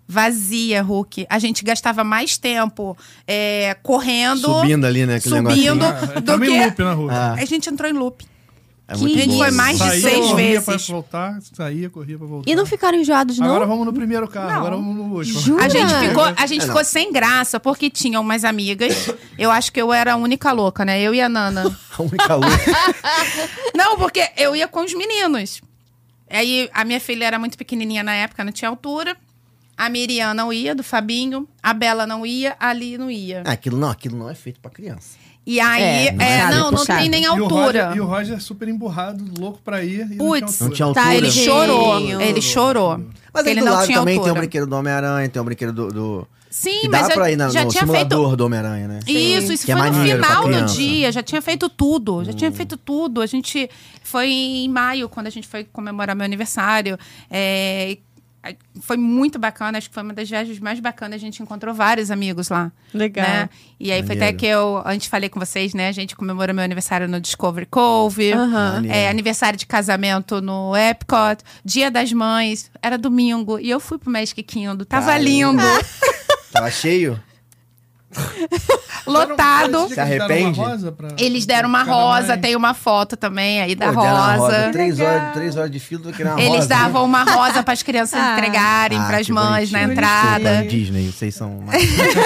S4: Vazia, Hulk. A gente gastava mais tempo é, correndo,
S2: Subindo ali, né? Aquele
S4: Subindo.
S2: negocinho.
S3: Ah,
S4: Do
S3: tava em
S4: que-
S3: loop na rua.
S2: Ah,
S4: A gente entrou em loop.
S2: é
S1: Que
S2: muito
S4: A gente
S2: bom,
S4: foi
S2: né?
S4: mais de
S3: Saía,
S4: seis
S3: corria
S4: vezes.
S3: Pra voltar, saía, corria pra voltar.
S1: E não ficaram enjoados, não?
S3: Agora vamos no primeiro carro,
S4: Não.
S3: agora vamos no último.
S1: Jura?
S4: A gente ficou, a
S2: É,
S4: gente
S2: não.
S4: ficou sem graça porque tinham umas amigas. Eu acho que eu era a única louca, né? Eu e a Nana.
S2: A única luz.
S4: não, porque eu ia com os meninos. Aí a minha filha era muito pequenininha na época, não tinha altura. A Miriam não ia, do Fabinho. A Bela não ia, a Ali não ia.
S2: Ah, aquilo, não, aquilo não é feito pra criança.
S4: E
S1: É,
S4: aí, é,
S1: puxado,
S4: não, não
S1: puxado.
S4: tem nem
S3: E o
S4: altura.
S3: Roger- E o Roger é super emburrado, louco pra ir. e
S4: Puts.
S2: Não tinha
S1: Tá,
S2: altura.
S4: ele
S1: Tadinho.
S4: chorou, ele chorou.
S2: Mas aí
S4: ele
S2: do
S4: não
S2: lado
S4: tinha
S2: também
S4: altura.
S2: tem o brinquedo do Homem-Aranha, tem o brinquedo do. do...
S4: Sim,
S2: que
S4: mas
S2: dá
S4: eu
S2: pra ir na-
S4: já
S2: no
S4: tinha
S2: simulador
S4: feito
S2: do Homem-Aranha, né?
S4: Isso, isso
S2: Que é
S4: foi no
S2: maneiro pra
S4: final do
S2: criança. Hum.
S4: dia, já tinha feito tudo, já tinha feito tudo. A gente foi em maio, quando a gente foi comemorar meu aniversário. é, a- foi muito bacana, acho que foi uma das viagens mais bacanas. A gente encontrou vários amigos lá.
S1: Legal.
S4: né? E aí foi até
S2: Maneiro.
S4: que eu antes falei com vocês, né? A gente comemorou meu aniversário no Discovery Cove,
S2: Ah,
S1: Aham.
S4: é, aniversário de casamento no Epcot, Dia das Mães, era domingo. E eu fui pro Magic Kingdom, tava
S2: Caramba.
S4: lindo,
S2: Tava cheio?
S4: lotado.
S2: Se arrepende?
S4: Eles deram uma rosa, tem uma foto também aí da
S2: Pô, deram uma rosa.
S4: rosa.
S2: Três horas, três horas de fila do que na rosa.
S4: Eles davam uma rosa para as crianças
S1: Ah.
S4: entregarem
S2: Ah,
S4: para as
S2: que
S4: mães na
S2: bonitinho. Desculpa,
S4: entrada.
S2: Disney, vocês são.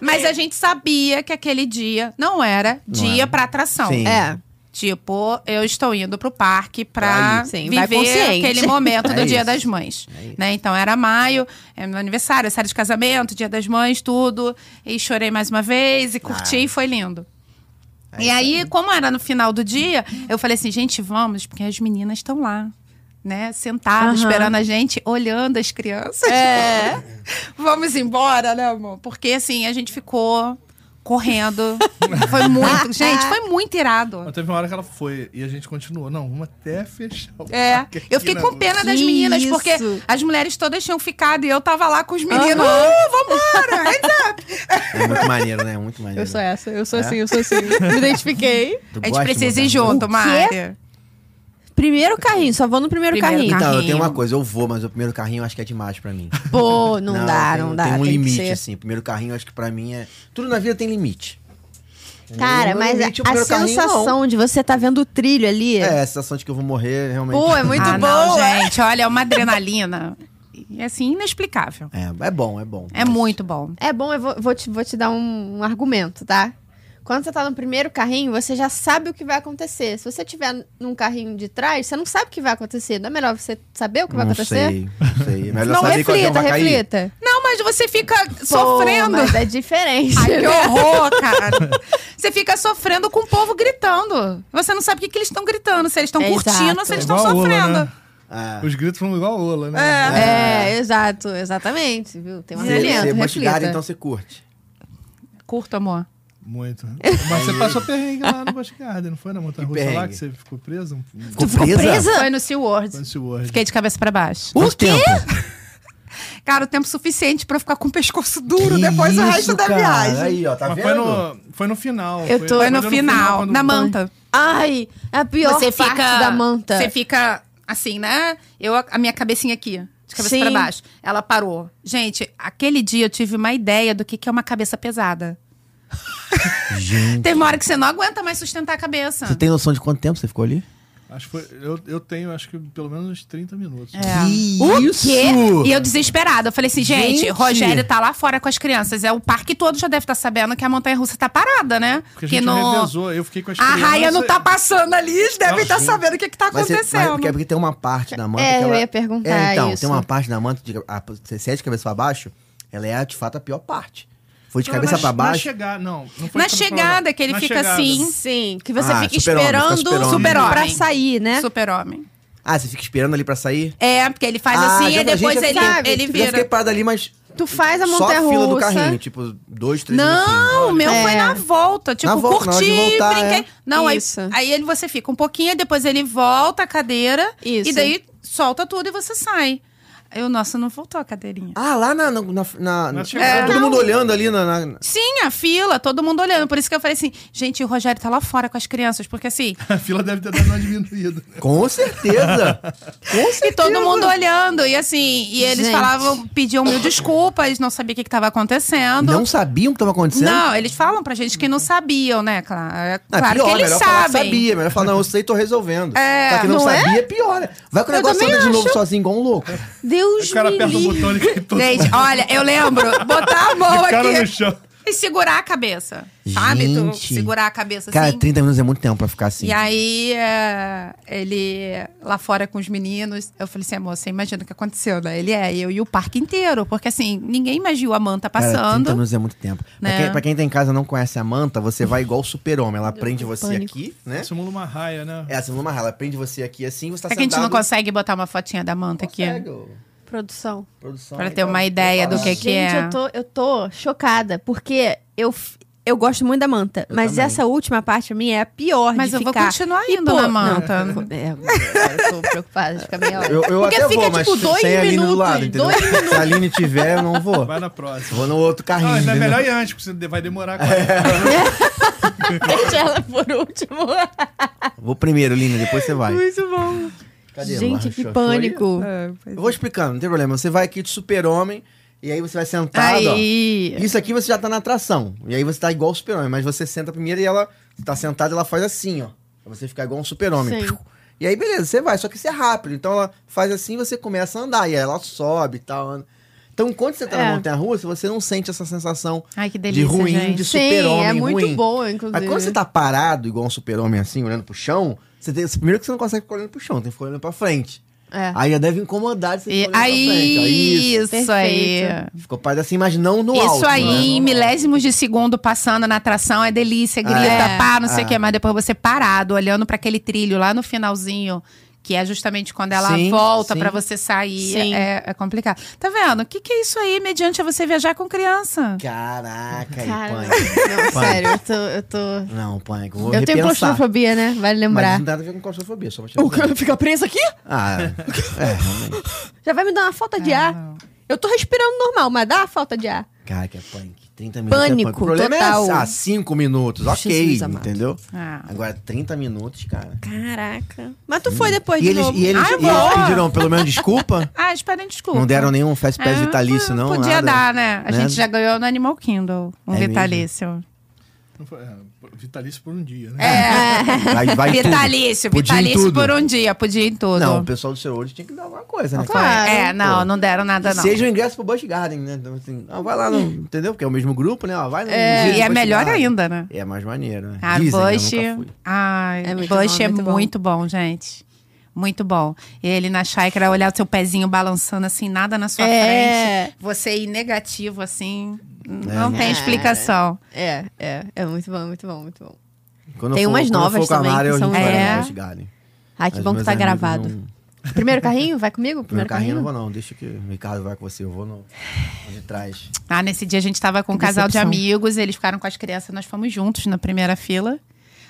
S4: Mas a gente sabia que aquele dia não era
S2: Não
S4: dia
S2: era.
S4: para atração.
S2: Sim.
S1: É.
S4: Tipo, eu estou indo pro parque pra
S1: Vai, sim, vai
S4: viver
S1: consciente.
S4: aquele momento do
S2: É
S4: Dia
S2: isso.
S4: das Mães.
S2: É isso.
S4: né? Então era maio, é meu aniversário, série de casamento, Dia das Mães, tudo. E chorei mais uma vez e curti
S2: Ah.
S4: e foi lindo.
S2: É
S4: e
S2: isso
S4: aí, como era no final do dia, eu falei assim, gente, vamos, porque as meninas estão lá. Né, sentado,
S1: Aham.
S4: esperando a gente, olhando as crianças. É. Vamos embora, né, amor? Porque assim, a gente ficou correndo. foi muito. Gente, foi muito irado.
S3: Mas teve uma hora que ela foi e a gente continuou. Não, vamos até fechar o
S4: É,
S3: parque
S4: eu fiquei
S3: aqui,
S4: com
S3: né?
S4: pena das
S1: Que
S4: meninas,
S1: isso.
S4: porque as mulheres todas tinham ficado e eu tava lá com os meninos.
S1: Aham.
S4: Uh, vambora! Heads up!
S2: É muito maneiro, né? É muito maneiro.
S1: Eu sou essa, eu sou
S2: É?
S1: assim, eu sou assim. Me identifiquei.
S2: Tu
S4: A gente
S2: gosta de
S4: precisa ir
S2: mudar.
S4: junto,
S1: O quê?
S4: Mário.
S1: Primeiro carrinho, só vou no primeiro,
S4: Primeiro
S1: carrinho.
S2: Então, eu tenho uma
S4: Carrinho.
S2: coisa, eu vou, mas o primeiro carrinho eu acho que é demais pra mim.
S1: Pô, não, dá,
S2: tem,
S1: não dá.
S2: Tem um
S1: que
S2: limite,
S1: ser-
S2: assim. O primeiro carrinho eu acho que pra mim é. Tudo na vida tem limite.
S1: Cara,
S2: No
S1: mas
S2: um limite, o
S1: a, a
S2: primeiro carrinho, não.
S1: sensação de você tá vendo o trilho ali.
S2: É, a sensação de que eu vou morrer realmente.
S1: Pô, é muito
S4: ah, não,
S1: boa.
S4: gente. Olha, é uma adrenalina. E, assim, inexplicável.
S2: É, é bom, é bom.
S4: É
S2: Mas-
S4: muito bom.
S1: É bom, eu vou, vou te, vou te dar um, um argumento, tá? Quando você tá no primeiro carrinho, você já sabe o que vai acontecer. Se você tiver num carrinho de trás, você não sabe o que vai acontecer. Não é melhor você saber o que vai
S2: não
S1: acontecer?
S2: Sei, não sei. É Melhor
S1: Não,
S2: saber quando
S1: reflita,
S2: vai cair.
S1: reflita.
S4: Não, mas você fica
S1: Pô,
S4: sofrendo.
S1: mas é diferente.
S4: Ai, que
S1: né?
S4: horror, cara. Você fica sofrendo com o povo gritando. Você não sabe o que, que eles estão gritando, se eles estão
S1: Exato.
S4: curtindo ou se
S1: É
S4: eles estão
S3: igual a Ola,
S4: sofrendo.
S3: né?
S2: Ah.
S3: Os gritos foram igual a Ola, né?
S1: É, exato, exatamente, viu? Tem um
S2: Você- Você é
S1: argumento,
S2: bodyguard,
S1: reflita.
S2: então você curte.
S4: Curto, amor.
S3: Muito. Mas você passou perrengue lá no Busch Garden, não foi na Montanha Russa lá
S2: perrengue?
S3: que você ficou preso?
S2: Ficou
S4: Foi no SeaWorld.
S3: Fancy World.
S4: Fiquei de cabeça pra baixo.
S2: Quanto tempo?
S4: Cara, o tempo suficiente pra eu ficar com o pescoço duro depois
S2: Isso,
S4: do resto da
S2: cara.
S4: viagem.
S2: Aí, ó, tá
S3: Mas
S2: vendo?
S3: foi no, foi no final.
S1: Eu tô-
S4: Foi no
S3: quando-
S4: final,
S3: quando-
S4: na manta.
S1: Ai, é a pior parte da manta.
S4: Você fica assim, né? Eu, a minha cabecinha aqui, de cabeça
S1: Sim.
S4: pra baixo. Ela parou. Gente, aquele dia eu tive uma ideia do que, que é uma cabeça pesada.
S2: Gente,
S4: Tem uma hora que você não aguenta mais sustentar a cabeça.
S2: você tem noção de quanto tempo você ficou ali?
S3: Acho que foi, eu, eu tenho, acho que pelo menos uns 30 minutos.
S4: É.
S2: Que isso?
S4: Quê? E eu desesperada. Eu falei assim, gente,
S2: Gente!
S4: Rogério tá lá fora com as crianças. É o parque todo já deve estar sabendo que a montanha russa tá parada, né?
S3: Porque a gente revezou, eu fiquei com as
S4: A raia não tá
S3: crianças-
S4: passando ali, eles devem estar
S2: sim.
S4: sabendo o que, que tá
S2: Mas, é você, mas
S4: acontecendo.
S2: porque, porque tem uma parte da manta.
S1: É,
S2: que
S1: eu
S2: ela-
S1: ia perguntar
S2: É, então,
S1: isso.
S2: tem uma parte da manta, de, a, você sete de cabeça pra baixo, ela é de fato a pior parte. Foi de
S3: Não,
S2: cabeça
S3: na-
S2: pra
S3: Na
S2: baixo.
S3: chegada, não. não foi
S4: Na
S3: pra-
S4: chegada que ele
S3: na
S4: fica
S3: chegada.
S4: assim.
S1: Sim, que você
S2: Ah,
S1: fica
S2: super-homem, fica
S1: esperando
S2: super-homem.
S1: pra
S4: Super-homem.
S1: sair,
S2: é
S1: né?
S4: Super-homem.
S2: Ah, você fica esperando ali pra sair?
S4: É, porque ele faz
S2: Ah,
S4: assim
S2: já-
S4: e
S2: a gente
S4: depois
S2: já é
S4: ele,
S2: fica-
S4: ele
S2: Eu já fiquei
S4: vira.
S2: parado ali, mas
S1: Tu faz a
S2: só
S1: montanha
S2: a fila do
S1: russa.
S2: carrinho. Tipo, dois, três minutinhos.
S4: Não, o meu foi
S1: É.
S4: na volta.
S2: Na
S4: Tipo,
S2: volta, na hora
S4: curti,
S2: de voltar,
S4: brinquei.
S2: é.
S4: Não, aí,
S1: Isso.
S4: aí ele, você fica um pouquinho, depois ele volta a cadeira.
S1: Isso.
S4: E daí solta tudo e você sai. Eu, nossa, não voltou a cadeirinha.
S2: Ah, lá na. na, na, na-
S3: Na chegada.
S2: tá todo mundo olhando ali na. na- na-
S4: Sim, a fila, todo mundo olhando. Por isso que eu falei assim, gente, o Rogério tá lá fora com as crianças, porque assim.
S3: A fila deve ter dado uma diminuída. né?
S2: Com certeza! Com certeza!
S4: E todo mundo olhando, e assim, e eles
S1: Gente.
S4: falavam, pediam mil desculpas, não sabia o que estava acontecendo.
S2: Não sabiam o que estava acontecendo?
S4: Não, eles falam pra gente que não sabiam, né? Claro, é
S2: Ah,
S4: claro
S2: pior,
S4: que eles
S2: melhor falar que
S4: sabem.
S2: sabia, melhor falar, não, eu sei, tô resolvendo.
S4: É,
S2: Só que não,
S1: não é?
S2: sabia, é pior. né? Vai com o
S1: Eu
S2: negócio
S1: também
S2: anda de novo
S1: acho.
S2: sozinho, igual um louco.
S1: Deus
S3: O cara
S1: me
S3: aperta o
S1: livre.
S3: botão e cai todo
S4: Gente, olha, eu lembro, botar a mão
S3: o cara no
S4: aqui
S3: chão.
S4: e segurar a cabeça. Sabe? Tu
S2: Gente.
S4: segurar a cabeça
S2: Cara,
S4: assim.
S2: 30 minutos é muito tempo pra ficar assim.
S4: E aí, é, ele lá fora com os meninos, eu falei assim, amor, você imagina o que aconteceu, né? Ele é, eu e o parque inteiro, porque assim, ninguém imaginou a manta
S2: Cara, 30
S4: passando.
S2: minutos é muito tempo.
S4: Né?
S2: Pra, quem, pra quem tá em casa e não conhece a manta, você vai igual o super-homem. Ela prende você aqui, né?
S3: Simula uma raia, né?
S2: É, assim, uma ela prende você aqui assim, você tá
S4: Será que a
S2: sentado...
S4: gente não consegue botar uma fotinha da manta aqui? é.
S2: Consegue, ô,
S1: Produção.
S2: produção.
S4: Pra
S2: aí
S4: ter
S2: tá
S4: uma ideia do que
S1: Gente,
S4: que é.
S1: eu tô, eu tô chocada, porque eu, f- eu gosto muito da manta, mas
S2: também.
S1: essa última parte pra mim é a pior
S4: Mas
S1: de
S4: eu vou
S1: ficar.
S4: continuar
S1: E,
S4: indo na manta.
S1: Não, é, agora eu tô preocupada, fica meia hora.
S2: Eu, eu
S1: porque
S2: até
S1: fica,
S2: vou,
S1: tipo,
S2: mas
S1: dois
S2: sem a Aline
S1: minutos,
S2: do lado, entendeu?
S1: dois
S2: Se a Aline tiver, eu não vou.
S3: Vai na próxima.
S2: Vou no outro carrinho.
S3: Não, ainda é
S2: entendeu? É.
S3: melhor ir antes, porque você vai demorar. quase.
S1: Deixa ela por último.
S2: Vou primeiro, Lina, depois você vai.
S1: Muito bom.
S2: Cadê,
S1: Gente,
S2: Marcha?
S1: que
S2: Foi?
S1: pânico.
S4: Ah, é.
S2: Eu vou explicando, não tem problema. Você vai aqui de super-homem, e aí você vai sentado, ó.
S4: Aí.
S2: Isso aqui você já tá na atração. E aí você tá igual o super-homem, mas você senta primeiro e ela tá sentada e ela faz assim, ó. Pra você ficar igual um super-homem.
S1: Sim.
S2: E aí, beleza, você vai, só que isso é rápido. Então ela faz assim e você começa a andar. E aí ela sobe e tal. anda. Então, quando você tá
S1: É.
S2: na montanha russa, você não sente essa sensação
S4: Ai, que
S2: de
S4: delícia,
S2: ruim,
S4: gente.
S2: de
S1: Sim,
S2: super-homem.
S1: é muito
S2: ruim.
S1: boa, inclusive.
S2: Mas quando você tá parado, igual um super-homem assim, olhando pro chão, você tem, primeiro que você não consegue ficar olhando pro chão, tem que ficar olhando pra frente.
S1: É.
S2: Aí já deve incomodar de você
S4: E-
S2: ficar olhando pra frente. ó,
S4: aí,
S2: é isso.
S4: isso, aí.
S1: Perfeito.
S2: Ficou parado assim, mas não no alto.
S4: Isso aí,
S2: né?
S4: em milésimos de segundo passando na atração, é delícia, grita,
S1: É.
S4: pá, não sei o
S2: Ah, É.
S4: que, mas depois você parado, olhando pra aquele trilho lá no finalzinho, que é justamente quando ela
S2: Sim,
S4: volta
S2: sim.
S4: pra você sair,
S1: Sim.
S4: é, é complicado. Tá vendo? O que, que é isso aí, mediante a você viajar com criança?
S2: Caraca, aí,
S1: Cara,
S2: pânico.
S1: não,
S2: Pânico.
S1: sério, eu tô... Eu, tô...
S2: Não, pânico. Vou
S1: eu tenho
S2: repensar.
S1: claustrofobia, né? Vale
S2: Mas
S1: lembrar.
S2: não tem nada a ver com claustrofobia, só pra te
S1: O
S2: avisar.
S1: cara fica preso aqui?
S2: Ah, é, realmente.
S4: é?
S1: Ah.
S2: Ah.
S1: Já vai me dar uma falta de ar. Eu tô respirando normal, mas dá uma falta de ar.
S2: Caraca, é pânico. 30 minutos. é
S1: Pânico
S2: pânico. O problema
S1: total.
S2: é ah, 5 minutos, ok,
S1: Jesus amado.
S2: entendeu?
S4: Ah.
S2: Agora 30 minutos, cara.
S1: Caraca. Mas tu foi depois
S2: E
S1: de
S2: eles,
S1: novo.
S2: e eles,
S4: Ah,
S2: e
S4: eu
S2: eles
S4: vou.
S2: pediram pelo menos desculpa?
S4: Ah, eles pedem desculpa.
S2: Não deram nenhum fast pass
S4: É,
S2: vitalício, não?
S4: Podia
S2: nada?
S4: dar, né? A
S2: Né?
S4: gente já ganhou no Animal Kingdom um
S2: É mesmo?
S4: vitalício.
S3: Não foi- é, vitalício por um dia, né?
S4: É.
S2: Vai, vai tudo.
S4: vitalício,
S2: Podia em
S4: vitalício
S2: tudo.
S4: por um dia, podia em tudo.
S2: Não, o pessoal do seu olho tinha que dar alguma coisa, né?
S1: Claro.
S2: cara?
S4: É, não,
S2: Pô.
S4: não deram nada, não.
S2: Seja o ingresso pro Busch Garden, né? Então, assim, ah, vai lá, no, entendeu? Porque é o mesmo grupo, né? Ah, vai no, no dia
S4: É, e é
S2: do Busch
S4: melhor
S2: Garden.
S4: ainda, né?
S2: É mais maneiro, né?
S4: Ah,
S2: Dizem, né? Eu
S4: Bush.
S2: nunca fui.
S4: Ai,
S1: É muito
S4: Bush
S1: bom,
S4: é
S1: muito bom.
S4: muito bom, gente. Muito bom. Ele na chácara olhar o seu pezinho balançando assim, nada na sua
S1: É.
S4: frente. Você ir negativo assim. Não,
S2: né?
S4: tem explicação.
S1: É, é. É muito bom, muito bom, muito bom.
S2: Quando eu
S1: Tem
S2: for-
S1: umas
S2: quando eu
S1: novas
S2: for com a
S1: também,
S2: Mara,
S1: que
S2: eu
S1: são-
S2: não vou
S4: É.
S2: no Busch Garden.
S1: Ai, que
S2: Mas
S1: bom que
S2: meus
S1: tá
S2: amigos
S1: gravado.
S2: não-
S1: Primeiro carrinho? Vai comigo?
S2: Primeiro
S1: Primeiro,
S2: carrinho eu não
S1: carrinho?
S2: vou não, deixa que o Ricardo vai com você, eu vou no de trás.
S4: Ah, nesse dia a gente tava com um casal de
S1: decepção.
S4: amigos, eles ficaram com as crianças, nós fomos juntos na primeira fila.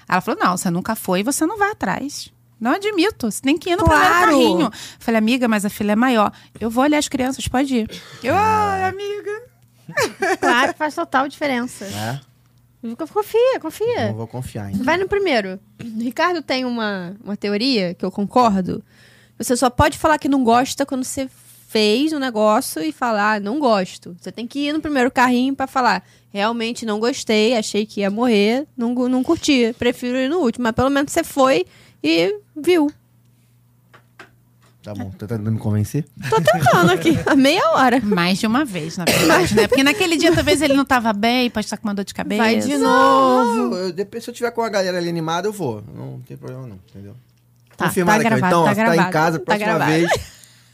S4: Ela falou: não, você nunca foi, você não vai atrás. Não admito, você tem que ir no
S1: Claro.
S4: primeiro carrinho. Falei, amiga, mas a fila é maior. Eu vou olhar as crianças, pode ir. Eu, "Ah, ai, amiga.
S1: Claro, faz total diferença.
S2: É?
S1: Confia, confia.
S2: Não vou confiar ainda.
S1: Vai no primeiro. O Ricardo tem uma, uma teoria que eu concordo. Você só pode falar que não gosta quando você fez um negócio e falar, "Ah, não gosto. Você tem que ir no primeiro carrinho pra falar, realmente não gostei, achei que ia morrer, não, gu- não curti, prefiro ir no último. Mas pelo menos você foi e viu.
S2: Tá bom, tá tentando me convencer?
S1: Tô tentando aqui, há meia hora.
S4: Mais de uma vez, na verdade, né? Porque naquele dia talvez ele não tava bem, pode estar com uma dor de cabeça.
S1: Vai de novo.
S2: Não, eu- depois, se eu tiver com a galera ali animada, eu vou. Não tem problema não, entendeu?
S1: Tá,
S2: Confirmado
S1: tá
S2: aqui, ó.
S1: gravado,
S2: então,
S1: tá
S2: ó, você tá em
S1: gravado,
S2: casa,
S1: tá
S2: próxima
S1: gravado.
S2: vez.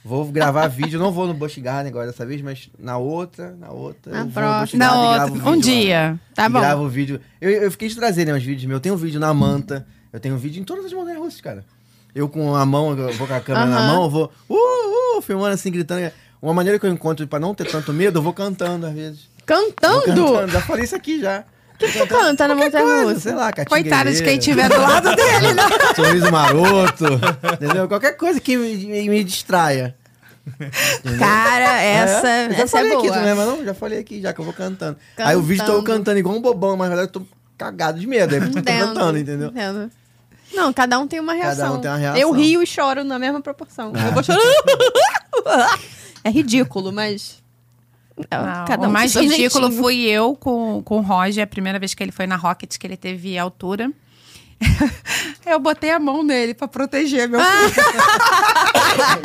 S2: Vou gravar vídeo, não vou no Busch Garden agora dessa vez, mas na outra, na outra.
S1: Na
S2: eu vou no
S1: próxima.
S2: Busch Garden e
S4: Não,
S2: gravo
S4: outro-
S2: vídeo
S4: um
S2: lá.
S4: dia.
S1: Tá
S2: E
S1: bom.
S2: Gravo o vídeo. Eu, eu fiquei de trazer, né, uns vídeos meus. Eu tenho um vídeo na manta, eu tenho um vídeo em todas as montanhas russas, cara. Eu com a mão, eu vou com a câmera na
S1: Aham.
S2: mão, eu vou uh, uh, filmando assim, gritando. Uma maneira que eu encontro pra não ter tanto medo, eu vou cantando às vezes. Vou
S1: Cantando?
S2: cantando, já falei isso aqui já.
S1: Tu canta na montanha
S2: Coisa,
S1: russa?
S2: sei lá, catinguele.
S4: Coitado de quem tiver do lado dele, né?
S2: Sorriso maroto, entendeu? Qualquer coisa que me, me distraia.
S1: Cara, essa,
S2: Eu já
S1: essa é
S2: falei aqui,
S1: boa.
S2: não lembra não? Já falei aqui já que eu vou cantando. Aí o vídeo tô eu
S1: Cantando.
S2: cantando igual um bobão, mas na verdade eu tô cagado de medo. Aí eu tô
S1: Entendo,
S2: cantando, entendeu?
S1: entendo. Não, cada um tem uma
S2: Cada um
S1: reação.
S2: tem uma reação.
S1: Eu rio e choro na mesma proporção. Eu vou chorando. é ridículo, mas.
S4: Não,
S1: cada um
S4: Ah, o mais
S1: do seu
S4: ridículo
S1: jeitinho.
S4: fui eu com, com o Roger, a primeira vez que ele foi na Rocket, que ele teve altura. eu botei a mão nele pra proteger meu filho.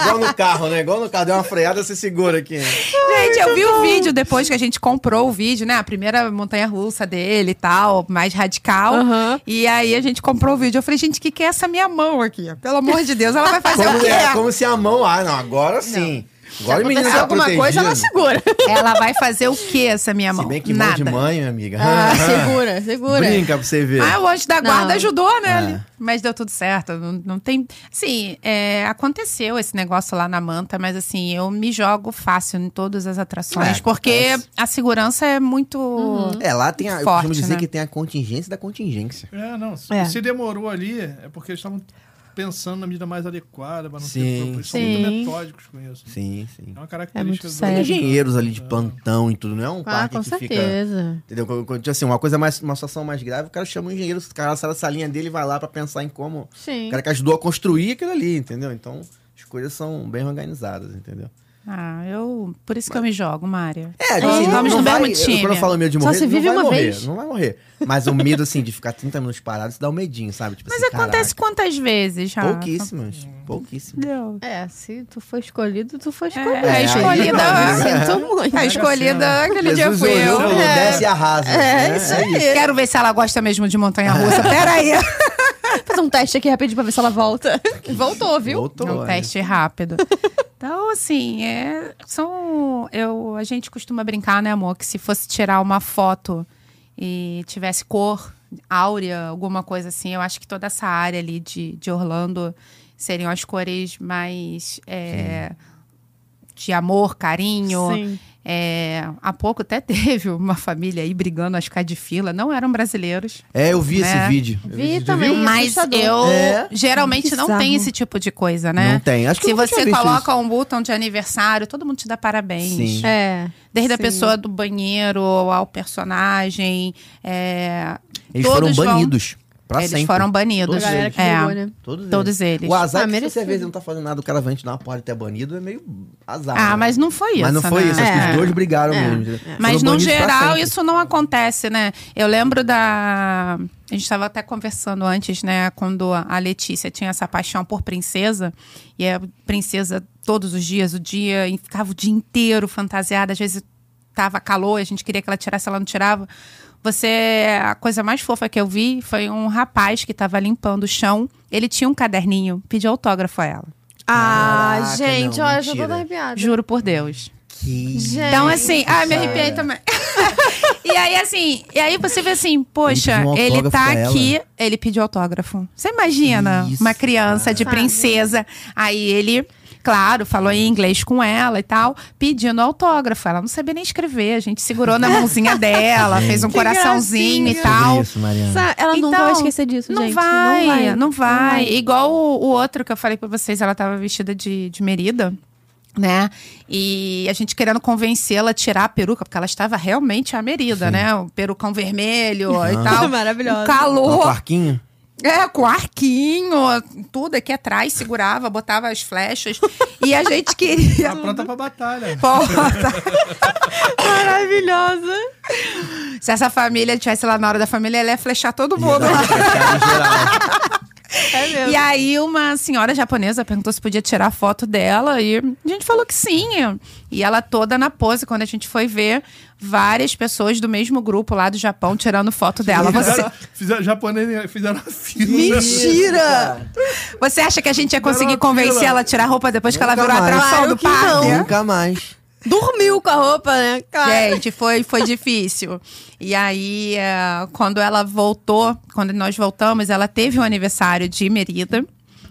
S2: Igual no carro, né? Igual no carro, deu uma freada, você segura aqui. né?
S4: gente, eu vi o vídeo depois que a gente comprou o vídeo, né? A primeira montanha russa dele e tal, mais radical.
S1: Aham.
S4: E aí a gente comprou o vídeo. Eu falei, gente, o que, que é essa minha mão aqui? Pelo amor de Deus, ela vai fazer o
S2: Como,
S4: quê?
S2: é, como se a mão. Ah, não, agora sim. Agora o menino
S1: Aconteceu
S2: tá
S1: alguma coisa, ela
S2: protegido.
S1: segura.
S4: Ela vai fazer o que essa minha mão?
S2: Se bem que mão de
S4: Nada.
S2: mãe, minha amiga.
S1: Ah, segura, segura.
S2: Brinca pra você ver.
S4: Ah, o anjo da
S1: Não.
S4: guarda ajudou, né?
S2: É.
S4: ali. Mas deu tudo certo. Não, não tem. Assim, é, aconteceu esse negócio lá na manta, mas assim, eu me jogo fácil em todas as atrações,
S2: É,
S4: porque
S2: acontece.
S4: a segurança é muito.
S2: É, lá tem a, eu
S4: Forte,
S2: costumo dizer
S4: né?
S2: que tem a contingência da contingência.
S3: É, não. Se,
S4: É.
S3: se demorou ali, é porque eles estavam pensando na medida mais adequada, pra não
S2: Sim,
S3: ter problema. Eles são
S1: sim.
S3: muito metódicos com isso.
S2: Sim, sim.
S3: É uma característica
S1: É muito
S3: do-
S2: Tem
S1: sério.
S2: engenheiros ali de plantão e tudo, não é um
S1: Ah,
S2: parque
S1: com
S2: que fica.
S1: certeza.
S2: Entendeu? Quando- quando, Assim, uma coisa mais, uma situação mais grave, o cara chama o engenheiro, o cara sai da salinha dele e vai lá pra pensar em como.
S1: Sim.
S2: O cara que ajudou a construir aquilo ali, entendeu? Então, as coisas são bem organizadas, entendeu?
S4: Ah, eu. Por isso que eu me jogo, Mária.
S2: É, assim,
S4: Nós
S2: não,
S4: estamos
S2: não
S4: no
S2: vai,
S4: mesmo
S2: eu-
S4: time.
S2: quando eu falo medo de
S1: Só
S2: morrer,
S1: se vive
S2: não vai
S1: uma
S2: morrer,
S1: vez.
S2: não vai morrer. Mas o medo, assim, de ficar 30 minutos parado, isso dá um medinho, sabe? Tipo
S4: Mas
S2: assim,
S4: acontece quantas vezes,
S2: caraca,
S4: Rafa?
S2: Pouquíssimas, pouquíssimas.
S4: Deu.
S1: É, se tu for escolhido, tu foi escolhido.
S4: É, a
S2: aí-
S4: escolhida.
S1: Sinto muito.
S4: A escolhida aquele dia
S2: Jesus
S4: fui eu.
S2: olhou,
S4: É.
S2: desce e arrasa.
S1: É,
S2: né?
S1: isso aí.
S4: Quero ver se ela gosta mesmo de montanha russa. Peraí.
S1: Fazer um teste aqui rapidinho pra ver se ela volta. Voltou, viu?
S2: Voltou,
S4: É um
S2: olha.
S4: teste rápido. Então, assim, é, são, eu, a gente costuma brincar, né, amor, que se fosse tirar uma foto e tivesse cor, áurea, alguma coisa assim, eu acho que toda essa área ali de, de Orlando seriam as cores mais é, de amor, carinho,
S1: Sim.
S4: É, há pouco até teve uma família aí brigando, acho que de fila. Não eram brasileiros.
S2: É, eu vi esse
S4: Né?
S2: vídeo. Eu
S1: Vi
S2: esse
S1: também.
S2: vídeo.
S4: Mas
S1: assustador.
S4: eu
S2: É.
S4: geralmente não
S1: Bizarro.
S4: tem esse tipo de coisa, né?
S2: Não tem. Acho que
S4: Se
S2: eu nunca tinha
S4: você
S2: visto
S4: coloca um botão de aniversário, todo mundo te dá parabéns.
S2: Sim.
S1: É.
S4: Desde a
S1: sim.
S4: pessoa do banheiro ao personagem. é,
S2: Eles foram
S4: todos vão-
S2: banidos. Pra
S4: Eles
S2: sempre.
S4: foram banidos.
S1: A galera que
S4: É,
S1: jogou, né?
S2: Todos,
S4: Todos eles.
S2: O azar
S1: Ah,
S2: é que se você
S1: merecido.
S2: às vezes não tá fazendo nada, o cara vem te dar uma porra e tu é banido, é meio azar.
S4: Ah,
S2: né?
S4: mas não foi isso.
S2: Mas não foi
S4: né?
S2: isso, acho que
S4: É.
S2: os dois brigaram
S1: É.
S2: mesmo. Foram
S4: Mas no
S2: banidos pra
S4: geral
S2: sempre.
S4: isso não acontece, né? Eu lembro da. A gente estava até conversando antes, né? Quando a a Letícia tinha essa paixão por princesa, e a princesa todos os dias, o dia, e ficava o dia inteiro fantasiada, às vezes tava calor, a gente queria que ela tirasse, ela não tirava. Você, a coisa mais fofa que eu vi foi um rapaz que estava limpando o chão. Ele tinha um caderninho, pediu autógrafo a ela.
S1: Ah,
S2: Caraca,
S1: gente,
S2: não,
S1: olha, eu já tô
S2: mentira.
S1: toda arrepiada.
S4: Juro por Deus.
S2: Que
S1: Gente.
S4: Então, assim, ah, me arrepiei
S2: cara.
S4: também. e aí, assim, e aí você vê assim, poxa,
S2: pediu um
S4: ele,
S2: autógrafo
S4: tá
S2: pra ela.
S4: aqui, ele pediu autógrafo. Você imagina
S2: Que isso,
S4: uma criança de
S1: cara.
S4: princesa. Aí ele, claro, falou em inglês com ela e tal, pedindo autógrafo. Ela não sabia nem escrever, a gente segurou na mãozinha dela, fez um
S1: Que
S4: coraçãozinho e
S1: gracinha.
S4: tal.
S2: Sobre isso, Mariana. Tá
S1: Sa- Ela nunca
S4: Então,
S1: vai esquecer disso,
S4: Não
S1: gente.
S4: vai, não vai, Igual o, o outro que eu falei pra vocês, ela tava vestida de, de merida, né? E a gente querendo convencê-la a tirar a peruca, porque ela estava realmente a merida, né? O perucão vermelho e tal.
S1: Maravilhosa.
S4: O
S2: Ó, o
S4: calor,
S2: Quarquinho.
S4: é, com arquinho, tudo aqui atrás, segurava, botava as flechas. e a gente queria.
S3: Tá pronta pra batalha.
S4: Porra,
S1: Maravilhosa.
S4: Se essa família tivesse lá na hora da família, ela ia flechar todo
S2: tá
S4: mundo.
S1: É mesmo.
S4: E aí uma senhora japonesa perguntou se podia tirar foto dela e a gente falou que sim. E ela toda na pose, quando a gente foi ver, várias pessoas do mesmo grupo lá do Japão tirando foto dela. Você,
S3: Fizeram, fizeram, japonês fizeram a fila.
S2: Mentira!
S4: você acha que a gente ia conseguir
S3: Não, não,
S4: convencer
S3: não.
S4: ela a tirar a roupa depois que ela
S2: Nunca
S4: virou a
S2: mais.
S4: atração
S1: Claro
S4: do
S1: que não.
S4: parque?
S2: Nunca mais.
S1: Dormiu com a roupa, né? Claro.
S4: Gente, foi, foi difícil. E aí, eh, quando ela voltou, quando nós voltamos, ela teve um aniversário de Merida,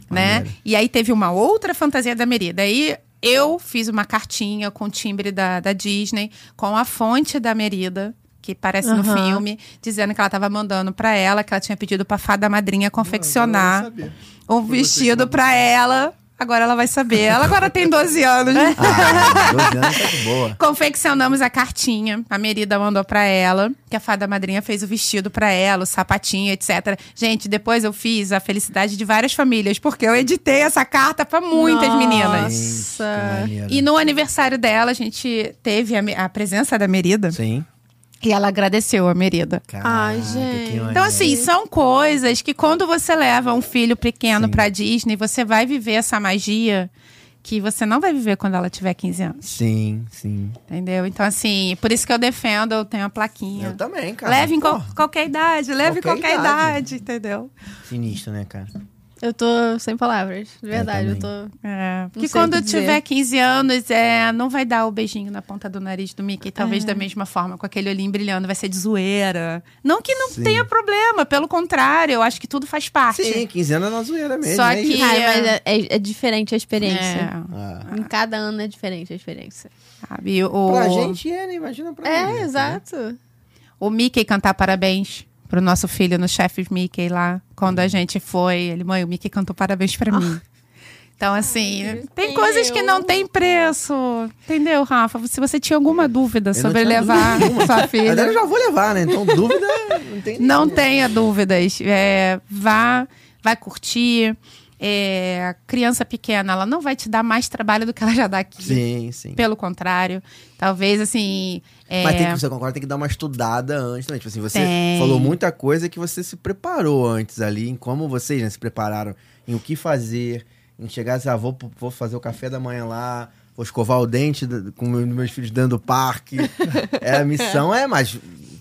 S4: né? E aí teve uma outra fantasia da Merida. Aí eu fiz uma cartinha com o timbre da, da Disney, com a fonte da Merida. Que parece no
S1: Aham.
S4: filme, dizendo que ela estava mandando para ela, que ela tinha pedido pra fada madrinha
S3: Não,
S4: confeccionar
S3: não sabia.
S4: um vestido para ela. Agora ela vai saber. Ela agora tem 12 anos.
S2: Ah, 12 anos tá de boa.
S4: Confeccionamos a cartinha. A Merida mandou pra ela, que a fada madrinha fez o vestido pra ela, o sapatinho, etc. Gente, depois eu fiz a felicidade de várias famílias, porque eu editei essa carta pra muitas meninas.
S2: Que
S1: Nossa.
S2: maneiro.
S4: E no aniversário dela, a gente teve a, me- a presença da Merida
S2: Sim.
S4: e ela agradeceu a Merida.
S1: Ai,
S2: Caraca,
S1: gente.
S2: que
S4: Então,
S2: maneiro.
S4: assim, são coisas que quando você leva um filho pequeno pra Disney, você vai viver essa magia que você não vai viver quando ela tiver 15 anos.
S2: Sim, sim.
S4: Entendeu? Então, assim, por isso que eu defendo, eu tenho a plaquinha.
S2: Eu também, cara.
S4: leve em qual-
S2: Porra,
S4: qualquer idade, leve em
S2: Qualquer
S4: qualquer
S2: idade.
S4: idade. entendeu?
S2: Sinistro, né, cara?
S1: Eu tô sem palavras. De verdade, eu,
S2: também.
S1: tô.
S4: É. Porque
S1: sei
S4: quando
S1: o que dizer.
S4: tiver 15 anos, é, não vai dar o beijinho na ponta do nariz do Mickey, talvez da mesma forma, com aquele olhinho brilhando, vai ser de zoeira. Não que não
S2: Sim.
S4: tenha problema, pelo contrário, eu acho que tudo faz parte.
S2: Sim, 15 anos é na zoeira mesmo.
S4: Só
S2: é
S4: que-
S2: isso.
S1: Cara, mas é, é- é diferente a experiência.
S4: É,
S2: Ah.
S1: Em cada ano é diferente a experiência.
S4: sabe? O,
S2: Pra gente é, né? Imagina pra
S1: é,
S2: eles, né?
S1: exato.
S4: o Mickey cantar parabéns pro nosso filho no Chefes Mickey lá, quando
S2: Uhum.
S4: a gente foi, ele, mãe, o Mickey cantou parabéns pra
S2: Ah.
S4: mim. Então, assim, tem coisas que não tem preço. Entendeu, Rafa? Se você tinha alguma dúvida
S2: não
S4: sobre
S2: tinha
S4: levar sua
S2: Na verdade, eu
S4: filha,
S2: já vou levar, né? Então, dúvida não tem
S4: não
S2: nenhuma.
S4: tenha dúvidas. É, vá, vai curtir. É, a criança pequena, ela não vai te dar mais trabalho do que ela já dá aqui.
S2: Sim, sim.
S4: Pelo contrário. Talvez, assim... é,
S2: Mas tem que, você concorda, tem que dar uma estudada antes também. Tipo assim, você
S4: Tem.
S2: falou muita coisa que você se preparou antes ali, em como vocês né, se prepararam, em o que fazer, em chegar e dizer, ah, vou, vou fazer o café da manhã lá, vou escovar o dente do- com meus- meus filhos dentro do parque. é, a missão é, mas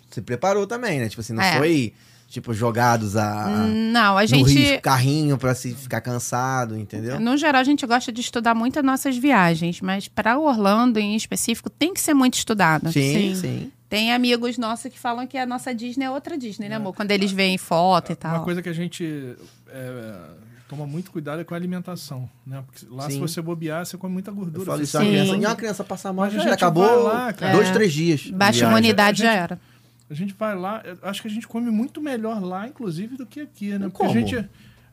S2: se preparou também, né? Tipo assim, não
S4: É.
S2: foi, tipo, jogados a...
S4: Não, a
S2: no
S4: gente...
S2: risco, carrinho pra se ficar cansado, entendeu?
S4: No geral, a gente gosta de estudar muito as nossas viagens, mas para Orlando em específico tem que ser muito estudado.
S2: Sim, sim.
S1: Sim.
S4: Tem amigos nossos que falam que a nossa Disney é outra Disney, né, amor? Quando eles veem foto e
S3: Uma
S4: tal.
S3: coisa que a gente é, Toma muito cuidado com a alimentação, né? Porque lá, se
S2: Sim.
S3: você bobear, você come muita
S2: Eu
S3: gordura.
S2: falo
S3: Você
S2: isso, é uma
S1: Sim.
S2: criança, e uma criança passa mal,
S3: Mas a
S2: já
S3: gente
S2: era, acabou
S3: vai lá, cara.
S2: dois,
S1: É.
S2: três dias.
S3: Viagem.
S4: Baixa imunidade já era.
S3: A gente vai lá, eu acho que a gente come muito melhor lá, inclusive, do que aqui, né? Porque
S2: Como?
S3: a gente.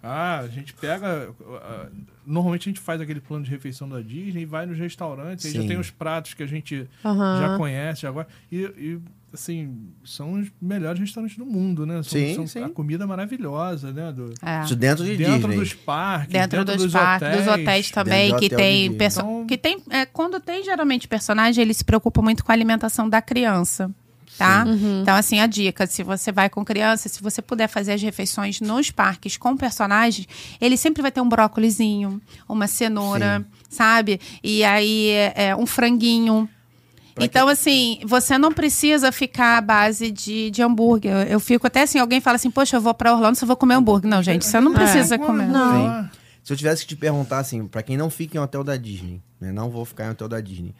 S3: Ah, a gente pega. ah, Normalmente a gente faz aquele plano de refeição da Disney, vai nos restaurantes, aí já
S2: Sim.
S3: tem os pratos que a gente
S1: Aham.
S3: já conhece agora. E, e, assim, são os melhores restaurantes do mundo, né? São,
S2: Sim,
S3: são
S2: sim.
S3: a comida maravilhosa, né? Do,
S2: Viagem.
S4: É.
S2: Isso dentro de
S3: dentro
S2: Disney.
S3: dos parques,
S4: Dentro, dos, parques, dos
S3: É,
S4: hotéis também,
S2: Dentro do
S4: que,
S2: hotel
S4: tem
S2: de-
S4: perso-
S3: Então-
S4: que tem. é, Quando tem geralmente personagem, eles se preocupam muito com a alimentação da criança. Tá? Então, assim, a dica: se você vai com criança, se você puder fazer as refeições nos parques com personagens, ele sempre vai ter um brócolizinho, uma cenoura, sabe? E aí é, é, um franguinho.
S2: Pra
S4: então, assim, você não precisa ficar à base de, de hambúrguer. Eu- Eu fico até assim, alguém fala assim, poxa, eu vou pra Orlando, só vou comer hambúrguer. Não, gente, você não
S1: É.
S4: precisa comer.
S2: Não. Se eu tivesse que te perguntar, assim, pra quem não fica em hotel da Disney, né? Não vou ficar em hotel da Disney.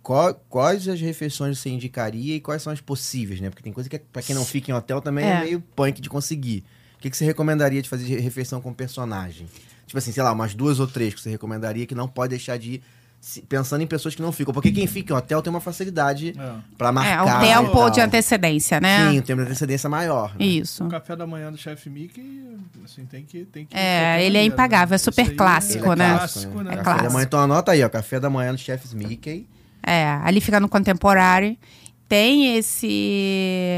S2: qual- quais as refeições você indicaria e quais são as possíveis, né? Porque tem coisa que, pra quem não fica em hotel, também é,
S4: É.
S2: meio punk de conseguir. O que, que você recomendaria de fazer de refeição com personagem? Tipo assim, sei lá, umas duas ou três que você recomendaria que não pode deixar de ir se- pensando em pessoas que não ficam. Porque quem fica em hotel tem uma facilidade
S3: É.
S2: pra
S4: É,
S2: marcar. né,
S4: o
S2: e
S4: hotel um pouco
S2: tal.
S4: de antecedência, né?
S2: Sim, o tempo de antecedência maior. né?
S4: Isso.
S3: O café da manhã do chefe Mickey, assim, tem que. Tem que né?
S4: É, ele é impagável, é super
S3: Isso aí
S4: clássico,
S2: Ele é
S4: né?
S2: Clássico, né? café
S4: É
S2: da
S4: clássico.
S2: manhã. Então anota aí, ó. Café da manhã do Chefs Mickey.
S4: É, ali fica no contemporâneo. Tem esse.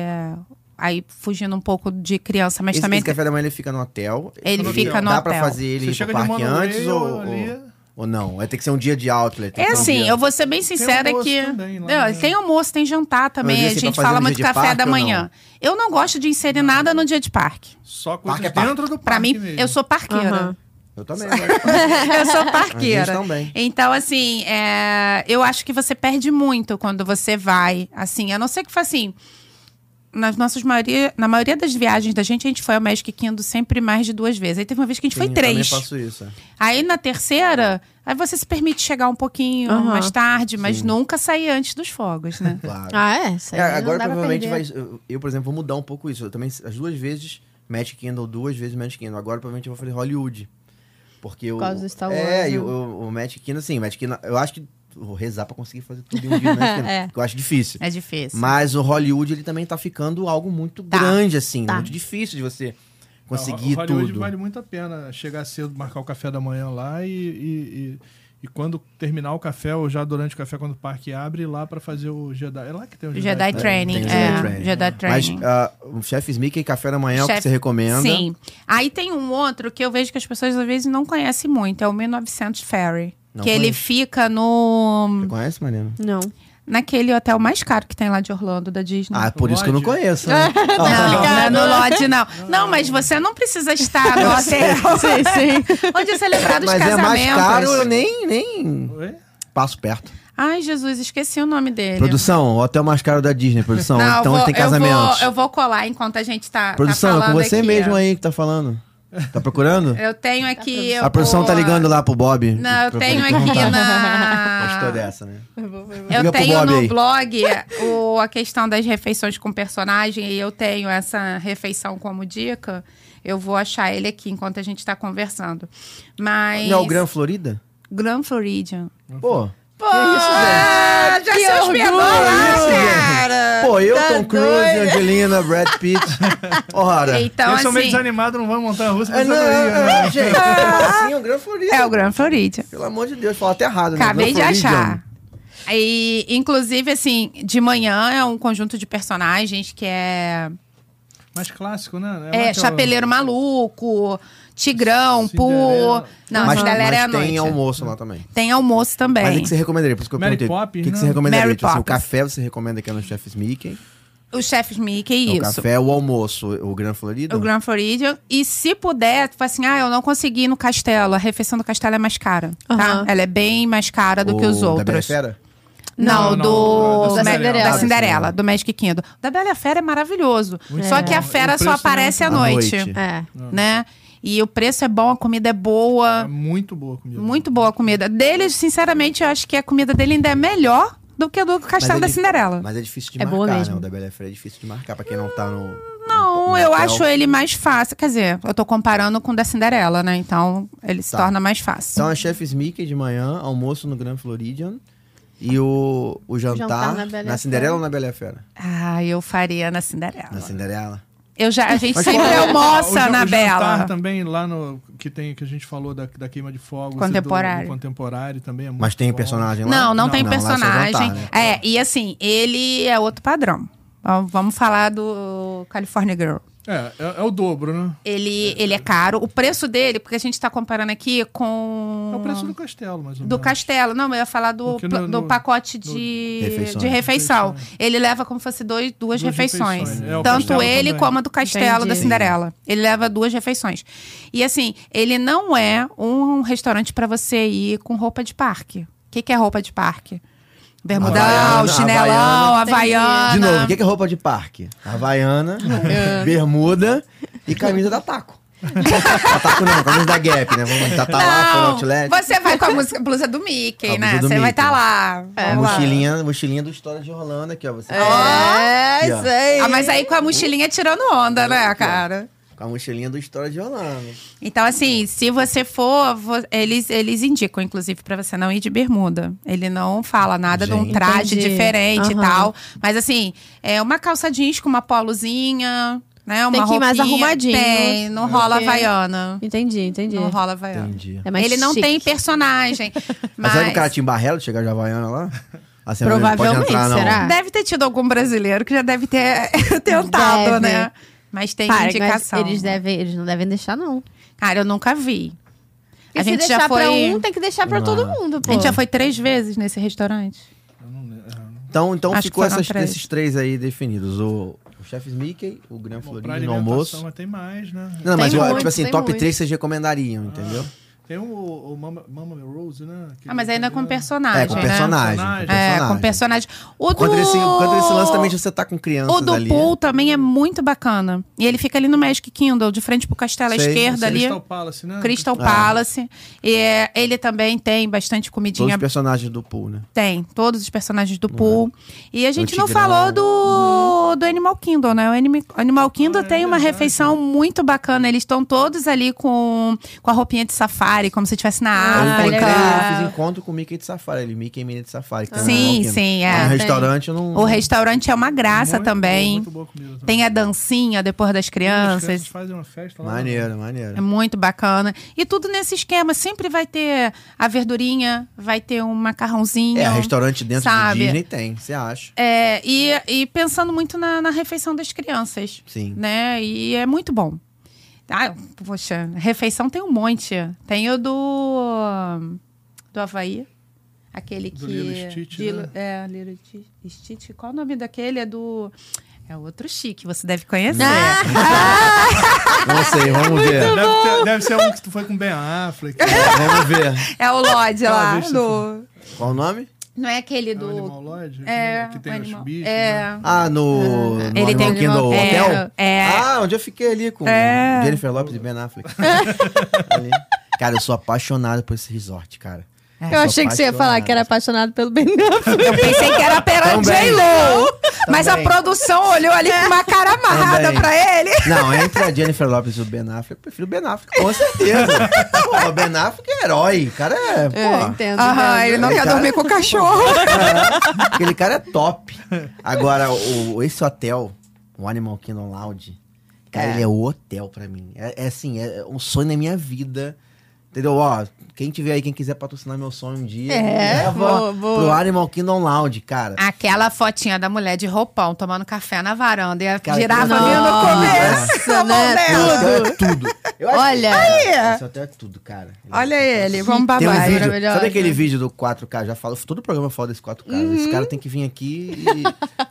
S4: Aí fugindo um pouco de criança, mas
S2: Esse,
S4: também. é
S2: esse café da manhã ele fica no hotel.
S4: Ele
S3: fica
S4: no
S2: Dá pra
S4: hotel.
S2: fazer ele
S3: Você
S2: ir pro
S3: chega de
S2: parque
S3: Manoel
S2: antes ou,
S3: ali-
S2: ou, ou não? Vai ter que ser um dia de outlet. tem
S4: É
S2: que ser um
S4: assim,
S2: dia-
S4: eu vou ser bem sincera
S3: almoço
S4: que.
S3: também lá,
S4: Não,
S3: né?
S4: Tem almoço, tem jantar também.
S2: Mas
S4: A
S2: esse é pra
S4: gente
S2: fazer
S4: fala
S2: no
S4: muito
S2: dia de
S4: café
S2: parque
S4: da
S2: ou
S4: manhã. Eu não gosto de inserir nada no dia de parque.
S3: Só coisas
S2: Parque é parque.
S3: dentro do parque.
S4: Pra mim,
S3: mesmo.
S4: eu sou parqueira.
S1: Aham.
S2: Eu também. né?
S4: eu sou
S2: A gente
S4: parqueira.
S2: também.
S4: Então, assim, é, eu acho que você perde muito quando você vai, assim, a não ser que faça assim. Nas nossas maioria, na maioria das viagens da gente, a gente foi ao Magic Kingdom sempre mais de duas vezes. Aí teve uma vez que a gente
S2: Sim,
S4: foi
S2: eu também
S4: três.
S2: faço isso. é.
S4: Aí na terceira, aí você se permite chegar um pouquinho
S1: Aham.
S4: mais tarde, mas nunca sair antes dos fogos, né?
S2: Claro.
S1: Ah, é? Isso aí
S2: É,
S1: não
S2: agora
S1: dá pra
S2: provavelmente
S1: perder.
S2: vai. Eu, eu, por exemplo, vou mudar um pouco isso. Eu também, as duas vezes, Magic Kingdom, duas vezes Magic Kingdom. Agora provavelmente eu vou fazer Hollywood. Porque eu.
S1: causa do Star Wars,
S2: É,
S1: né?
S2: e o- o, o Magic Kingdom, sim. Magic Kingdom, eu acho que. Vou rezar pra conseguir fazer tudo em um dia, né?
S1: É.
S2: Porque eu acho difícil.
S4: É difícil.
S2: Mas o Hollywood, ele também tá ficando algo muito
S4: Tá.
S2: grande, assim.
S1: Tá.
S2: Muito difícil de você
S3: Não,
S2: conseguir
S3: Ho- Hollywood
S2: tudo.
S3: vale muito a pena chegar cedo, marcar o café da manhã lá e, e, e, e quando terminar o café, ou já durante o café, quando o parque abre, ir lá pra fazer o Jedi. É lá que tem o
S4: O
S3: Jedi.
S4: Jedi Training.
S2: Tem o Jedi
S4: É,
S2: Training.
S4: Jedi
S2: Mas
S4: Training.
S2: ah, o Chef Mickey e Café da Manhã é o que
S4: Chef-
S2: você recomenda.
S4: Sim. Aí tem um outro que eu vejo que as pessoas às vezes não conhecem muito, é o 1900 Ferry.
S2: Não
S4: que ele
S2: conheço.
S4: fica no
S2: Você conhece, Mariana?
S1: Não.
S4: naquele hotel mais caro que tem lá de Orlando, da Disney.
S2: Ah, por isso que eu não
S3: Lodge.
S2: conheço. né?
S4: não, não é no Lodge, não. Não, mas você não precisa estar no hotel
S1: sim, sim.
S4: onde é celebrado os
S2: Mas é
S4: casamentos.
S2: mais caro, eu nem, nem
S3: Oi?
S2: passo perto.
S4: Ai, Jesus, esqueci o nome dele.
S2: Produção, o hotel mais caro da Disney, produção.
S4: Não, eu
S2: então
S4: vou,
S2: tem
S4: Eu
S2: casamento.
S4: vou, eu vou colar enquanto a gente tá. tá
S2: Produção, é com
S4: falando
S2: você
S4: aqui,
S2: mesmo
S4: ó.
S2: aí que tá falando. Tá procurando?
S4: Eu tenho aqui.
S2: A produção
S4: o-
S2: tá ligando lá pro Bob.
S4: Não, eu
S2: pra
S4: tenho
S2: poder
S4: aqui
S2: perguntar. Gostou
S4: na.
S2: dessa, né? Liga
S4: Eu
S2: pro
S4: tenho
S2: Bob
S4: no
S2: aí.
S4: blog o, a questão das refeições com personagem e eu tenho essa refeição como dica. Eu vou achar ele aqui enquanto a gente tá conversando. Mas.
S2: Não é o Gran Florida?
S4: Gran Floridian.
S2: Pô.
S4: Pô, já
S1: Que
S4: se hospedou
S1: orgulho
S4: lá,
S2: isso,
S4: cara.
S2: Pô, eu,
S4: Tá
S2: Tom Cruise,
S4: doido.
S2: Angelina, Brad Pitt. Ora.
S4: Então,
S3: eu sou meio
S4: assim,
S3: desanimado, não vou montar a russa,
S2: É,
S3: mas
S2: não,
S3: eu
S2: é,
S3: iria,
S2: é,
S3: né?
S2: gente. Assim, o Gran Florida.
S4: é o Gran Floridian.
S2: Pelo amor de Deus, falou até errado. né?
S4: Acabei de
S2: Gran Floridian.
S4: achar. E, inclusive, assim, de manhã é um conjunto de personagens que é,
S3: Mais clássico, né?
S4: é,
S3: lá que eu-
S4: Chapeleiro Maluco, Tigrão,
S3: Cinderela.
S4: Pu. Não,
S2: Mas,
S4: Cinderela é à
S2: mas
S4: noite.
S2: tem almoço lá também.
S4: Tem almoço também.
S2: Mas o que você recomendaria? Por isso que eu
S3: Mary
S2: perguntei.
S3: Poppins,
S2: o que, que
S3: né?
S2: você recomendaria?
S4: Mary
S2: Tipo assim, o
S4: Poppins.
S2: café você recomenda que é no Chef's Mickey?
S4: O Chef's Mickey,
S2: Então, O
S4: isso.
S2: café, o almoço, o Gran Florida?
S4: O Grand Floridian. E se puder, tipo assim, ah, eu não consegui ir no castelo. A refeição do castelo é mais cara, tá?
S1: Aham.
S4: Ela é bem mais cara do que os
S2: O da Bela
S4: outros.
S2: Fera?
S4: Não,
S3: Não, não,
S4: do...
S3: do-
S1: da
S4: Ma-
S1: Cinderela.
S4: Da Cinderela, do Magic Kingdom. O da Bela e a Fera é maravilhoso. Só que a
S3: bom.
S4: fera
S3: O
S4: só
S3: preço
S4: aparece
S3: não-
S4: à noite,
S1: É.
S4: né? E o preço é bom, a comida é
S3: É
S4: boa.
S3: muito boa a comida.
S4: Muito boa a comida. Deles, sinceramente, eu acho que a comida dele ainda é melhor do que a do
S2: Mas
S4: Castelo
S2: é
S4: da
S2: di-
S4: Cinderela.
S2: Mas é difícil de
S1: É
S2: marcar,
S1: boa
S2: né?
S1: mesmo.
S2: O da Bela Fera é difícil de marcar pra quem não tá no...
S4: Não,
S3: Né,
S4: eu acho ele mais fácil. Quer dizer, eu tô comparando com o da Cinderela, né? Então ele se
S2: Tá.
S4: torna mais fácil.
S3: Então
S2: São as chefes Mickey de manhã, almoço no Grand Floridian e o, o jantar,
S1: Jantar na
S2: na,
S1: Bela e a
S2: Cinderela
S1: Fera.
S2: ou na Bela e a Fera?
S4: Ah, eu faria na Cinderela.
S2: Na Cinderela.
S4: Eu já, a gente
S2: Mas
S4: sempre
S2: qual-
S3: é Ah, O
S4: almoça
S3: jan-
S4: na
S3: o jantar
S4: Bela.
S3: também lá no que tem que a gente falou da, da queima de fogos e do-
S4: Contemporâneo.
S3: do contemporâneo também é muito
S2: Mas tem
S3: bom.
S2: personagem lá?
S4: Não, não, tem
S2: lá é só
S4: personagem.
S2: jantar, né?
S4: É, e assim, ele é outro padrão. Ó, Vamos falar do California Girl.
S3: É, é, é o dobro, né?
S4: Ele, ele é caro. O preço dele, porque a gente tá comparando aqui com.
S3: É o preço do castelo, mais ou
S4: Ah. Do
S3: menos.
S4: castelo. Não, eu ia falar do,
S3: Uhum. Porque
S4: pla-
S3: no-
S4: do
S3: no-
S4: pacote de,
S2: Refeições.
S4: de refeição. Ele leva como se fosse dois, duas,
S3: Duas
S4: refeições.
S3: refeições. É, o
S4: Tanto
S3: castelo
S4: ele
S3: também.
S4: como a do castelo da
S1: Entendi.
S4: Cinderela. Ele leva duas refeições. E assim, ele não é um restaurante para você ir com roupa de parque. O que, que é roupa de parque? Bermudão,
S2: Havaiana,
S4: chinelão,
S1: Entendi.
S4: havaiana.
S2: De novo, o que que é roupa de parque? Havaiana, bermuda e camisa da Taco. da Taco não, camisa da Gap, né? Vamos tá, tá lá, foi no
S4: Não,
S2: Outlet.
S4: você vai com a música- blusa do Mickey,
S2: A
S4: né?
S2: blusa do
S4: Você vai
S2: Mickey.
S4: estar lá.
S2: A
S4: É, lá.
S2: mochilinha, mochilinha do História de Orlando aqui, ó. Você
S1: É,
S2: Aqui, ó.
S1: isso aí.
S4: Ah, mas aí com a mochilinha tirando onda,
S2: É.
S4: né, cara?
S2: Com a mochilinha do História de Orlando.
S4: Então, assim, se você for, vo- eles, eles indicam, inclusive, pra você não ir de bermuda. Ele não fala nada de um
S2: Gente.
S4: traje
S1: Entendi. Aham.
S4: diferente e tal. Mas, assim, é uma calça jeans com uma polozinha, né? Uma
S1: Tem que ir mais
S4: roupinha.
S1: arrumadinho.
S4: Tem, não rola
S1: Porque-
S4: havaiana.
S1: Entendi, entendi.
S4: Não rola havaiana.
S2: Entendi.
S1: É mais
S4: ele não
S1: chique.
S4: tem personagem.
S2: Mas é
S4: mas
S2: será que o cara te embarrela de chegar de Havaiana lá? Assim,
S1: Provavelmente, será?
S4: deve ter tido algum brasileiro que já deve ter
S1: Deve.
S4: tentado, né? Mas tem
S1: Para, mas
S4: indicação.
S1: eles, devem, eles não devem deixar, não.
S4: Cara, eu nunca vi.
S1: E
S4: a
S1: se
S4: gente
S1: deixar
S4: já foi.
S1: pra um, tem que deixar pra
S2: Ah.
S1: todo mundo, pô.
S4: A gente já foi três vezes nesse restaurante.
S2: Então, então
S4: Acho que
S2: ficou
S4: foram
S2: essas-
S4: três.
S2: esses três aí definidos. O, o Chef's Mickey, o Gran
S3: Bom, pra
S2: Floridian no
S3: alimentação,
S2: almoço.
S3: mas tem mais, né?
S2: Não, mas
S1: Tem
S2: ó,
S1: muito,
S2: tipo assim,
S1: tem
S2: top
S1: muito.
S2: 3 vocês recomendariam, entendeu?
S3: Tem o, o Mama, Mama Rose, né? Aquele
S4: Ah, mas ainda com
S3: italiano.
S4: personagem,
S2: é, com
S4: né?
S2: personagem.
S3: É,
S2: Com
S4: É,
S2: personagem.
S4: com personagem. O do...
S2: Quando esse, quando esse lance também você tá com crianças
S4: O do
S2: ali.
S4: Pool também é muito bacana. E ele fica ali no Magic Kingdom, de frente pro castelo à
S2: Sei,
S4: esquerda
S2: sei.
S4: ali.
S3: Crystal Palace, né?
S4: Crystal
S2: Ah.
S4: Palace. E, é, ele também tem bastante
S2: Todos
S4: comidinha.
S2: os personagens do Pool, né?
S4: Tem, todos os personagens do
S3: Uhum.
S4: Pool. E a gente não
S2: Tigrão.
S3: né?
S4: falou do, do Animal Kingdom, né? O Anim- Animal Kingdom
S3: Ah, é
S4: tem uma
S3: verdade.
S4: refeição muito bacana. Eles estão todos ali com, com a roupinha de safari, como se estivesse na
S1: Ah,
S2: eu encontrei,
S4: África.
S2: eu fiz encontro com o Mickey de Safari, ele Mickey e Minnie de Safari. que tem
S4: Sim,
S2: no Walking.
S4: sim, é.
S2: Lá No
S1: Tem.
S2: restaurante eu não.
S4: O restaurante é uma graça
S3: Muito boa,
S4: também.
S3: muito boa comida também.
S4: Tem a dancinha depois das
S3: As
S4: crianças.
S3: fazem uma festa lá. né?
S2: Maneiro,
S4: É
S2: maneiro.
S4: muito bacana. E tudo nesse esquema. Sempre vai ter a verdurinha, vai ter um macarrãozinho.
S2: É, restaurante dentro
S4: Sabe?
S2: do Disney tem, você acha?
S4: É, e, e pensando muito na, na refeição das crianças.
S2: Sim.
S4: Né? E é muito bom. Ah, poxa, refeição tem um monte. Tem o do. Do Havaí. Aquele que.
S3: Do Lilo Stitch,
S4: de-
S3: né?
S4: É, Lilo Ti- Stitch. Qual o nome daquele? É do. É outro chique, você deve conhecer.
S2: Não sei, vamos ver.
S3: É, Deve, ter- deve ser um que tu foi com Ben Affleck. né?
S2: vamos ver.
S4: É o Lodge lá.
S3: bicho,
S4: do-
S2: Qual o nome?
S4: Não é aquele
S3: Do...
S4: do.
S3: um Animal Lodge. né?
S4: É,
S3: que tem
S4: o
S3: os
S4: animal-
S3: bichos.
S4: é.
S3: né?
S2: Ah, no. no
S4: Ele tem
S2: Animal Kingdom
S4: é,
S2: Hotel?
S4: É.
S2: Ah, onde eu fiquei ali com
S4: É.
S2: Jennifer Lopez e Ben Affleck. Ali. Cara, eu sou apaixonado por esse resort, cara.
S4: É.
S1: Eu
S2: É,
S1: achei que você ia falar que era apaixonado pelo Ben Affleck.
S4: Eu pensei que era pela
S2: Também.
S4: J-Lo. Mas a
S2: Também.
S4: produção olhou ali com uma cara amarrada
S2: Também.
S4: pra ele.
S2: Não, entre a Jennifer Lopez e o Ben Affleck, eu prefiro o Ben Affleck, com certeza. Pô, o Ben Affleck é herói, o cara é,
S1: É,
S2: pô,
S1: entendo.
S4: Aham, ele não
S2: Ele
S4: quer
S2: tá-
S4: dormir com o cachorro.
S2: aquele cara é top. Agora, o, esse hotel, o Animal Kingdom Lounge, cara, ele é o hotel pra mim. É, é assim, é um sonho na minha vida. Entendeu? Ó, quem tiver aí, quem quiser patrocinar meu sonho um dia,
S1: É,
S2: me leva
S1: boa, boa. Ah,
S2: pro Animal Kingdom Lounge, cara.
S4: Aquela fotinha da mulher de roupão tomando café na varanda e a
S2: Cara,
S4: girafa
S2: que-
S4: vindo comer.
S1: Nossa, né?
S2: Esse hotel é tudo. Eu acho-
S1: Olha.
S2: Cara, esse hotel é tudo, cara.
S4: Olha ele, vamos
S2: Tem um
S4: babar.
S1: Vai,
S2: vídeo,
S1: maravilhosa.
S2: sabe aquele vídeo do 4K? Já falo, todo programa fala desse 4K. Esse
S1: Uhum.
S2: cara tem que vir aqui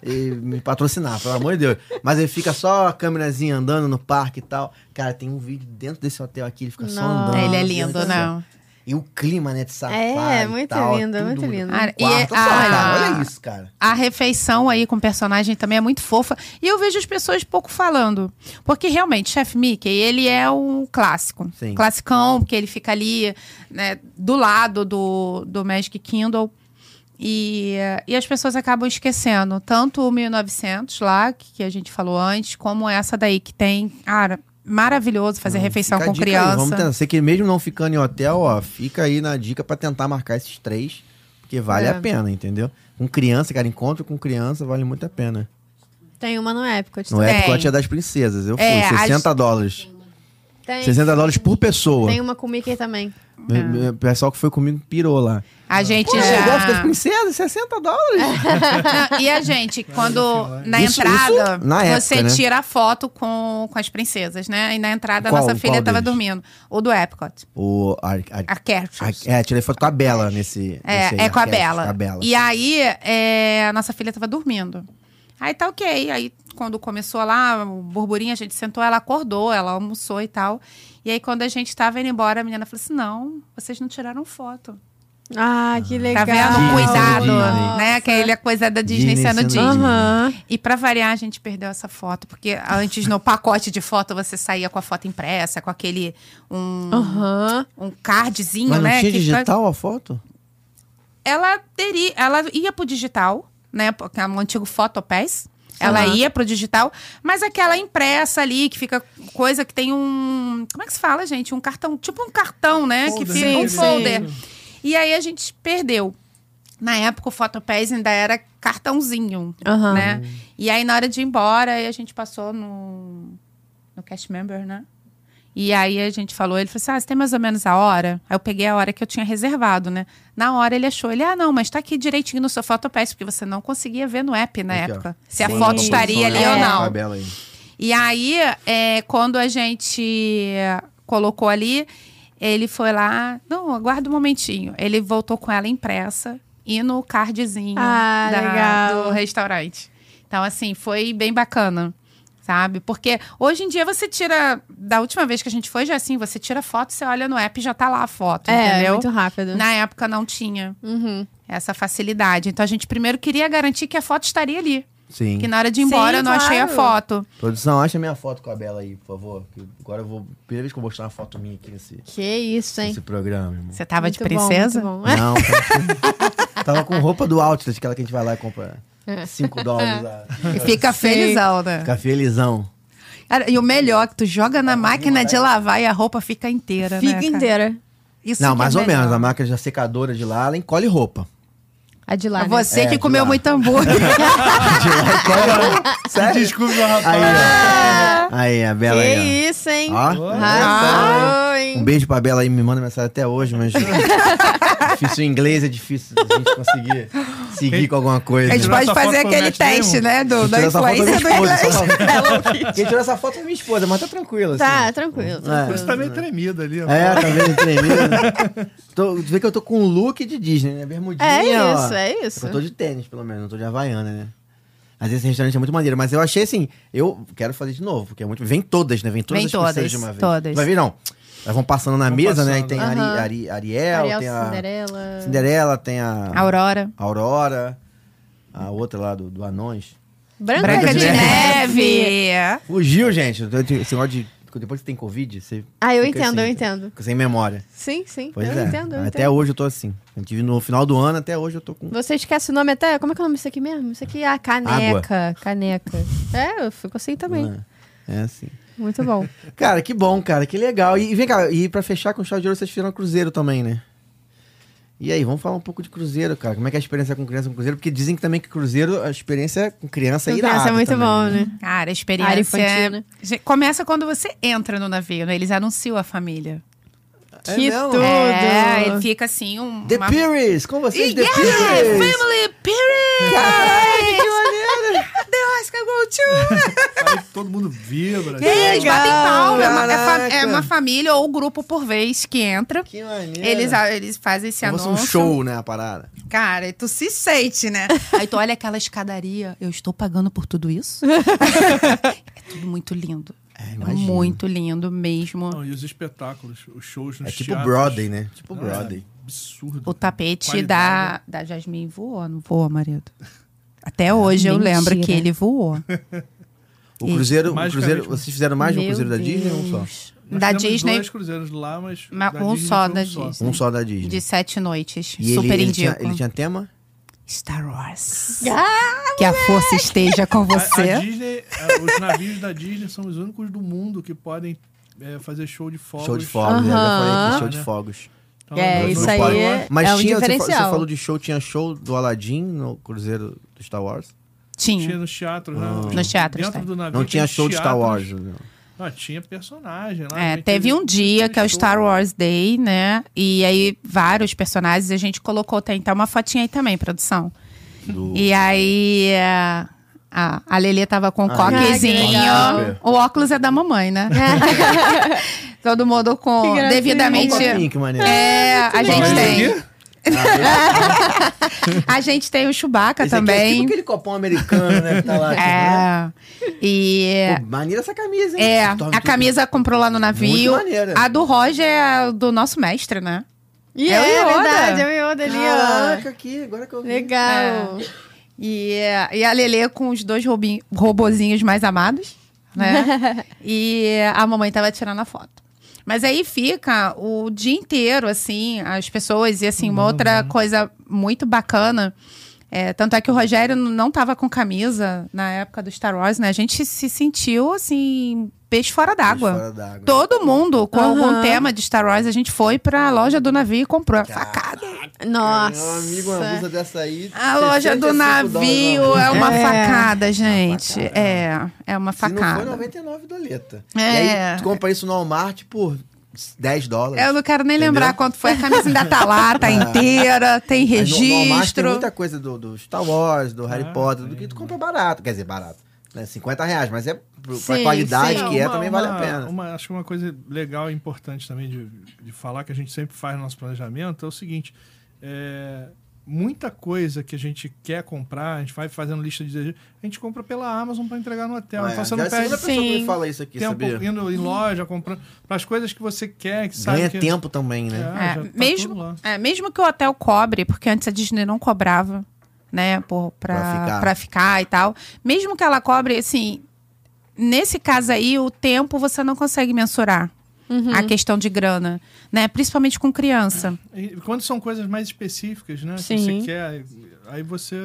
S2: e, e me patrocinar, pelo amor de Deus. Mas ele fica só a câmerazinha andando no parque e tal. Cara, tem um vídeo dentro desse hotel aqui, ele fica só
S1: Nossa.
S2: andando.
S4: Ele é
S2: Meu
S4: lindo,
S2: Deus do céu.
S4: não.
S2: E o clima, né, de safari
S1: É,
S2: e
S1: muito
S2: tal,
S1: lindo,
S2: tudo
S1: muito lindo.
S4: Ah, e
S2: Quarto,
S4: é-
S2: só,
S4: ah.
S2: cara, olha isso, cara.
S4: A refeição aí com o personagem também é muito fofa. E eu vejo as pessoas pouco falando. Porque realmente, Chef Mickey, ele é um clássico.
S2: Sim.
S4: Classicão, porque ele fica ali né, do lado do, do Magic Kindle. E, eh, e as pessoas acabam esquecendo tanto o 1900 lá, que, que a gente falou antes, como essa daí que tem. Cara, maravilhoso fazer refeição
S2: Hum, Fica a
S4: com
S2: dica aí,
S4: criança.
S2: Vamos tentar. Você que mesmo não ficando em hotel, ó, fica aí na dica pra tentar marcar esses três, porque vale
S1: É.
S2: a pena, entendeu? Com criança, cara, encontro com criança vale muito a pena.
S1: Tem uma no Epcot.
S2: No
S1: também.
S4: Tem.
S2: Epcot é das princesas, eu fui,
S4: É, as-
S2: 60 dólares.
S1: Tem,
S2: 60 dólares por pessoa.
S1: tem uma com o Mickey também.
S4: um-
S2: Me- me- O pessoal que foi comigo pirou lá.
S4: A gente
S2: Pô,
S4: já.
S2: eu gosto das princesas, 60 dólares.
S4: Não, e a gente, quando na
S2: Isso-
S4: entrada,
S2: isso na época,
S4: você
S2: né?
S4: tira a foto com, com as princesas, né? E na entrada,
S2: Qual-
S4: a nossa filha
S2: qual
S4: tava
S2: deles?
S4: dormindo. O do Epcot.
S2: O, a- a-
S4: A
S2: Ah,
S4: Kertrude.
S2: é, tirei foto com a Bela nesse. nesse aí,
S4: É, é com a
S2: arquétipo,
S4: Bela.
S2: com a Bela.
S4: E aí, é, a nossa filha tava dormindo. Aí tá ok. Aí, quando começou lá, o burburinho, a gente sentou, ela acordou, ela almoçou e tal. E aí, quando a gente tava indo embora, a menina falou assim: não, vocês não tiraram foto.
S1: Ah, que
S4: Tá
S1: legal.
S4: vendo?
S2: Disney,
S4: Cuidado,
S2: Disney.
S4: né? Aquela coisa da Disney,
S2: Disney
S4: sendo
S2: sendo
S4: Disney.
S1: Aham.
S4: E pra variar, a gente perdeu essa foto, porque antes no pacote de foto você saía com a foto impressa, com aquele um,
S1: Aham.
S4: um cardzinho,
S2: Mas não
S4: né?
S2: tinha
S4: que fica-
S2: digital a foto?
S4: Ela teria, ela ia pro digital, né? Porque é um antigo Fotopass. Ela
S1: Aham.
S4: ia pro digital, mas aquela impressa ali, que fica coisa que tem um. Como é que se fala, gente? Um cartão, tipo um cartão, né? que
S3: Folder,
S4: fica
S3: né?
S4: um
S1: Sim,
S4: folder. E aí a gente perdeu. Na época o Fotopass ainda era cartãozinho
S1: Aham.
S4: né? E aí, na hora de ir embora, aí a gente passou no, no cast member, né? E aí a gente falou, ele falou assim, ah, você tem mais ou menos a hora? Aí eu peguei a hora que eu tinha reservado, né? Na hora ele achou, ele, ah, não, mas tá aqui direitinho no seu fotopass, porque você não conseguia ver no app na
S2: Aqui, ó.
S4: época. Se a
S1: Sim.
S4: foto estaria ali ou
S1: É.
S4: não.
S2: Com a Bela aí.
S4: E aí, é, quando a gente colocou ali, ele foi lá, não, aguarda um momentinho. Ele voltou com ela impressa e no cardzinho
S1: Ah, legal.
S4: do restaurante. Então, assim, foi bem bacana. Sabe? Porque hoje em dia você tira. Da última vez que a gente foi, já assim, você tira foto, você olha no app e já tá lá a foto,
S1: É,
S4: entendeu?
S1: muito rápido.
S4: Na época não tinha
S1: Uhum.
S4: essa facilidade. Então a gente primeiro queria garantir que a foto estaria ali.
S2: Sim.
S4: Que na hora de ir
S1: Sim,
S4: embora eu não achei a
S1: claro.
S4: foto.
S2: Produção, acha minha foto com a Bela aí, por favor. que agora eu vou. Primeira vez que eu vou mostrar uma foto minha aqui nesse,
S1: Que isso, hein?
S2: nesse programa, irmão.
S4: Você tava de
S1: Muito bom,
S4: princesa?
S1: muito bom.
S2: Não, tava- tava com roupa do Outlet, aquela que a gente vai lá e compra 5 dólares. lá.
S4: E fica felizão, né?
S2: Fica felizão.
S4: Cara, E o melhor, é que tu joga na máquina de lavar e a roupa fica inteira, né?
S1: Fica
S4: cara?
S1: inteira.
S4: Isso
S2: Não,
S4: que é
S2: mais ou
S4: melhor.
S2: menos. A máquina já secadora de lá, ela encolhe roupa.
S1: A de lá. né?
S4: Você
S2: É,
S4: que
S2: de
S4: comeu
S2: lá.
S4: muito hambúrguer.
S2: Sério?
S3: Desculpa, rapaz.
S2: Aí, ó. Aí, a
S1: Que
S2: Bela aí.
S1: é isso, hein? Ah,
S2: Ó. Ah, Ó.
S1: Arrasou, hein?
S2: Um beijo pra Bela aí, me manda mensagem até hoje, mas. difícil em inglês, é difícil a gente conseguir seguir com alguma coisa.
S4: A gente
S2: né?
S4: pode
S3: essa
S4: fazer
S3: foto com o
S4: aquele
S3: Matt
S4: teste,
S3: Damon?
S4: né? Do, né?
S2: Quem
S4: da
S2: tirou essa foto é minha
S4: influência do inglês.
S2: esposa. só- Quem tirou essa foto é minha esposa, mas tá tranquila.
S1: Tá,
S2: assim.
S1: tranquilo.
S3: Você
S1: tranquilo.
S3: tá meio tremida ali, ó.
S2: É, tá vendo? Tremendo. Tô, tu vê que eu tô com um look de Disney, né? Bermudinha.
S1: É
S2: ó.
S1: isso, é isso.
S2: Eu tô de tênis, pelo menos, não tô de Havaiana, né? Mas esse restaurante é muito maneiro. Mas eu achei assim, eu quero fazer de novo, porque é muito. Vem todas, né? Vem todas
S4: Vem
S2: as princesas
S4: todas,
S2: de uma vez.
S4: todas.
S2: Vai ver, não. Elas vão passando na
S3: Vão
S2: mesa, né? E
S3: passando.
S2: tem Ari-
S1: Aham.
S2: Ari- Ariel,
S1: Ariel,
S2: tem a Cinderela,
S1: Cinderela.
S2: tem a
S4: Aurora.
S2: Aurora, a outra lá do, do Anões.
S1: Branca,
S4: Branca
S2: de
S4: de Neve.
S2: Fugiu, gente. Esse negócio de. Depois que tem Covid, você
S1: Ah, eu
S2: Fica
S1: entendo, eu
S2: assim.
S1: entendo.
S2: fica sem memória.
S1: Sim, sim.
S2: Pois
S1: eu
S2: é.
S1: entendo, eu
S2: até
S1: entendo.
S2: hoje eu tô assim. Eu tive no final do ano, até hoje eu tô com.
S1: Você esquece o nome até. Como é que é o nome disso aqui mesmo? Isso aqui é a caneca. Caneca. É, eu fico assim também.
S2: É assim.
S1: Muito bom.
S2: Cara, que bom, cara, que legal. E, e vem cá, e pra fechar com chave de ouro, vocês fizeram cruzeiro também, né? E aí, vamos falar um pouco de cruzeiro, cara. Como é que é a experiência com criança com cruzeiro? Porque dizem que também que cruzeiro, a experiência com criança é irada.
S1: Criança é muito
S2: também,
S1: bom, né?
S4: Cara, a
S1: Área
S4: experiência.
S1: infantil, né?
S4: Ge- Começa quando você entra no navio, né? Eles anunciam a família.
S2: É
S1: Que
S2: mesmo?
S1: tudo.
S4: É, e fica assim um.
S2: The
S4: uma-
S2: Pirates, com vocês,
S4: Ih,
S2: The
S4: yeah,
S2: Pirates!
S4: Family Period!
S2: Caralho, que maneiro!
S4: The Oscar go to!
S3: Aí todo mundo vibra. assim.
S4: É, eles batem palma. É uma, é fa-
S2: Caraca.
S4: é uma família ou grupo por vez que entra.
S2: Que maneiro!
S4: Eles, a- eles fazem esse
S2: Como se fosse
S4: anúncio.
S2: um show, né, a parada.
S4: Cara, e tu se sente, né? Aí tu olha aquela escadaria. Eu estou pagando por tudo isso? é tudo muito lindo.
S2: É,
S4: É
S2: imagina.
S4: muito lindo mesmo.
S3: Não, e os espetáculos, os shows nos
S2: É tipo
S3: teatros.
S2: Broadway, né? Tipo
S3: Ah,
S2: Broadway.
S3: absurdo.
S4: O tapete da,
S3: Qualidade.
S4: da Jasmine voou, não voou, marido? Até hoje eu
S1: Mentira.
S4: lembro que ele voou.
S2: O cruzeiro, o
S3: Magicamente
S2: cruzeiro,
S3: muito.
S2: vocês fizeram mais de um
S1: Meu
S2: cruzeiro da Disney ou um só?
S1: Deus.
S3: Nós
S4: da
S3: fizemos
S4: Disney,
S3: dois cruzeiros lá, mas.
S4: Mas
S3: da
S4: um
S3: Disney
S4: só
S3: foi
S4: da Disney.
S2: Um só da Disney.
S4: de sete noites.
S2: E
S4: Super
S2: ele, ele,
S4: indico.
S2: tinha, ele tinha tema?
S1: Star Wars.
S4: Ah,
S1: que a força esteja com
S3: A, a
S1: você.
S3: Disney, a- os navios da Disney são os únicos do mundo que podem é, fazer show de fogos.
S2: Show de fogos, né? Eu já falei aqui, show de
S3: Aham.
S2: fogos.
S3: Então,
S4: Ah,
S1: É,
S3: nós
S1: isso
S3: não
S1: aí
S3: podemos-
S1: é-
S2: Mas
S1: um
S2: tinha, você fa- Você,
S1: diferencial.
S2: falou de show, tinha show do Aladdin no Cruzeiro do Star Wars?
S3: Tinha
S4: Tinha.
S3: nos teatros, né?
S4: Nos teatros,
S3: Dentro
S4: tá.
S3: do navio
S2: Ah. Não
S3: tem
S2: tinha show de Star
S3: teatros.
S2: Wars. Não.
S3: Não, Ah, tinha personagem lá. né?
S4: É,
S3: mas
S4: teve um dia que é o
S3: show.
S4: Star Wars Day, né? E aí vários personagens a gente colocou, tem até uma fotinha aí também, produção.
S2: Do-
S4: E aí é, a, a Lelê tava com um
S2: Ah,
S1: que
S4: coquezinho.
S2: legal.
S4: o óculos é da mamãe, né? Todo mundo com
S1: Que gracinha.
S4: devidamente
S2: Olha o copinho, que maneiro.
S4: É, a gente
S2: bom.
S4: tem.
S2: Ah,
S4: A gente tem o Chewbacca
S2: esse aqui é tipo
S4: também.
S2: aquele copão americano, né? Que tá lá. tipo, né?
S4: É. E
S2: Pô, maneira essa camisa, hein?
S4: é,
S2: Toma
S4: a
S2: tudo.
S4: camisa comprou lá no navio.
S2: Muito maneira.
S4: A do Roger é a do nosso mestre, né?
S1: E
S4: É o
S1: é,
S4: Yoda.
S1: verdade, é o Yoda ali, ó.
S2: Caraca, aqui, agora que eu vi.
S1: Legal.
S4: E, eh, e a Lelê com os dois robin, robozinhos mais amados, né? e a mamãe tava tirando a foto. Mas aí fica o dia inteiro, assim, as pessoas. E, assim, uma outra coisa muito bacana. eh, tanto é que o Rogério n- não tava com camisa na época do Star Wars, né? A gente se sentiu, assim, peixe fora d'água.
S2: Fora d'água.
S4: Todo mundo com algum
S1: Aham.
S4: tema de Star Wars, a gente foi pra loja do navio e comprou. Facada.
S1: Nossa.
S2: Meu É, amigo, uma blusa dessa aí.
S4: A loja do
S2: 65
S4: navio
S2: dólares,
S4: é uma
S1: É.
S4: facada, gente. É, é uma
S2: Se não for
S4: facada.
S2: 99 doleta.
S4: É. É
S2: E aí, tu compra isso no Walmart por 10 dólares.
S4: Eu não quero nem
S2: Entendeu?
S4: lembrar quanto foi. A camisa ainda tá lá, tá inteira, tem
S2: Aí no- No Walmart tem
S4: registro.
S2: muita coisa do, do Star Wars, do Harry
S3: Ah,
S2: Potter, do
S3: tem.
S2: que tu compra barato. Quer dizer, barato. Né? 50 reais, mas é pro- pra
S1: Sim,
S2: qualidade
S1: sim.
S2: que é,
S3: Uma-
S2: também vale a
S3: uma-
S2: pena.
S3: uma- acho que uma coisa legal e importante também de, de falar, que a gente sempre faz no nosso planejamento, é o seguinte: é, muita coisa que a gente quer comprar, a gente vai fazendo lista de desejos, a gente compra pela Amazon para entregar no um hotel.
S2: Ah, é.
S3: então você
S2: Já
S3: não
S2: é a segunda
S3: perde
S2: pessoa que me
S1: Sim.
S2: fala isso aqui,
S3: tempo
S2: sabia?
S3: indo em loja, comprando. Para as coisas que você quer, que sabe.
S2: Ganha
S3: que,
S2: tempo também, né?
S3: Ah,
S4: É,
S3: já tá tudo
S4: mesmo,
S3: lá.
S4: é, mesmo que o hotel cobre, porque antes a Disney não cobrava, né, por, pra,
S2: Pra
S4: pra,
S2: ficar.
S4: ficar. e tal. Mesmo que ela cobre, assim, nesse caso aí, o tempo você não consegue mensurar
S1: Uhum.
S4: a questão de grana, né? Principalmente com criança.
S3: E quando são coisas mais específicas, né? Que
S1: Sim.
S3: você quer, aí você.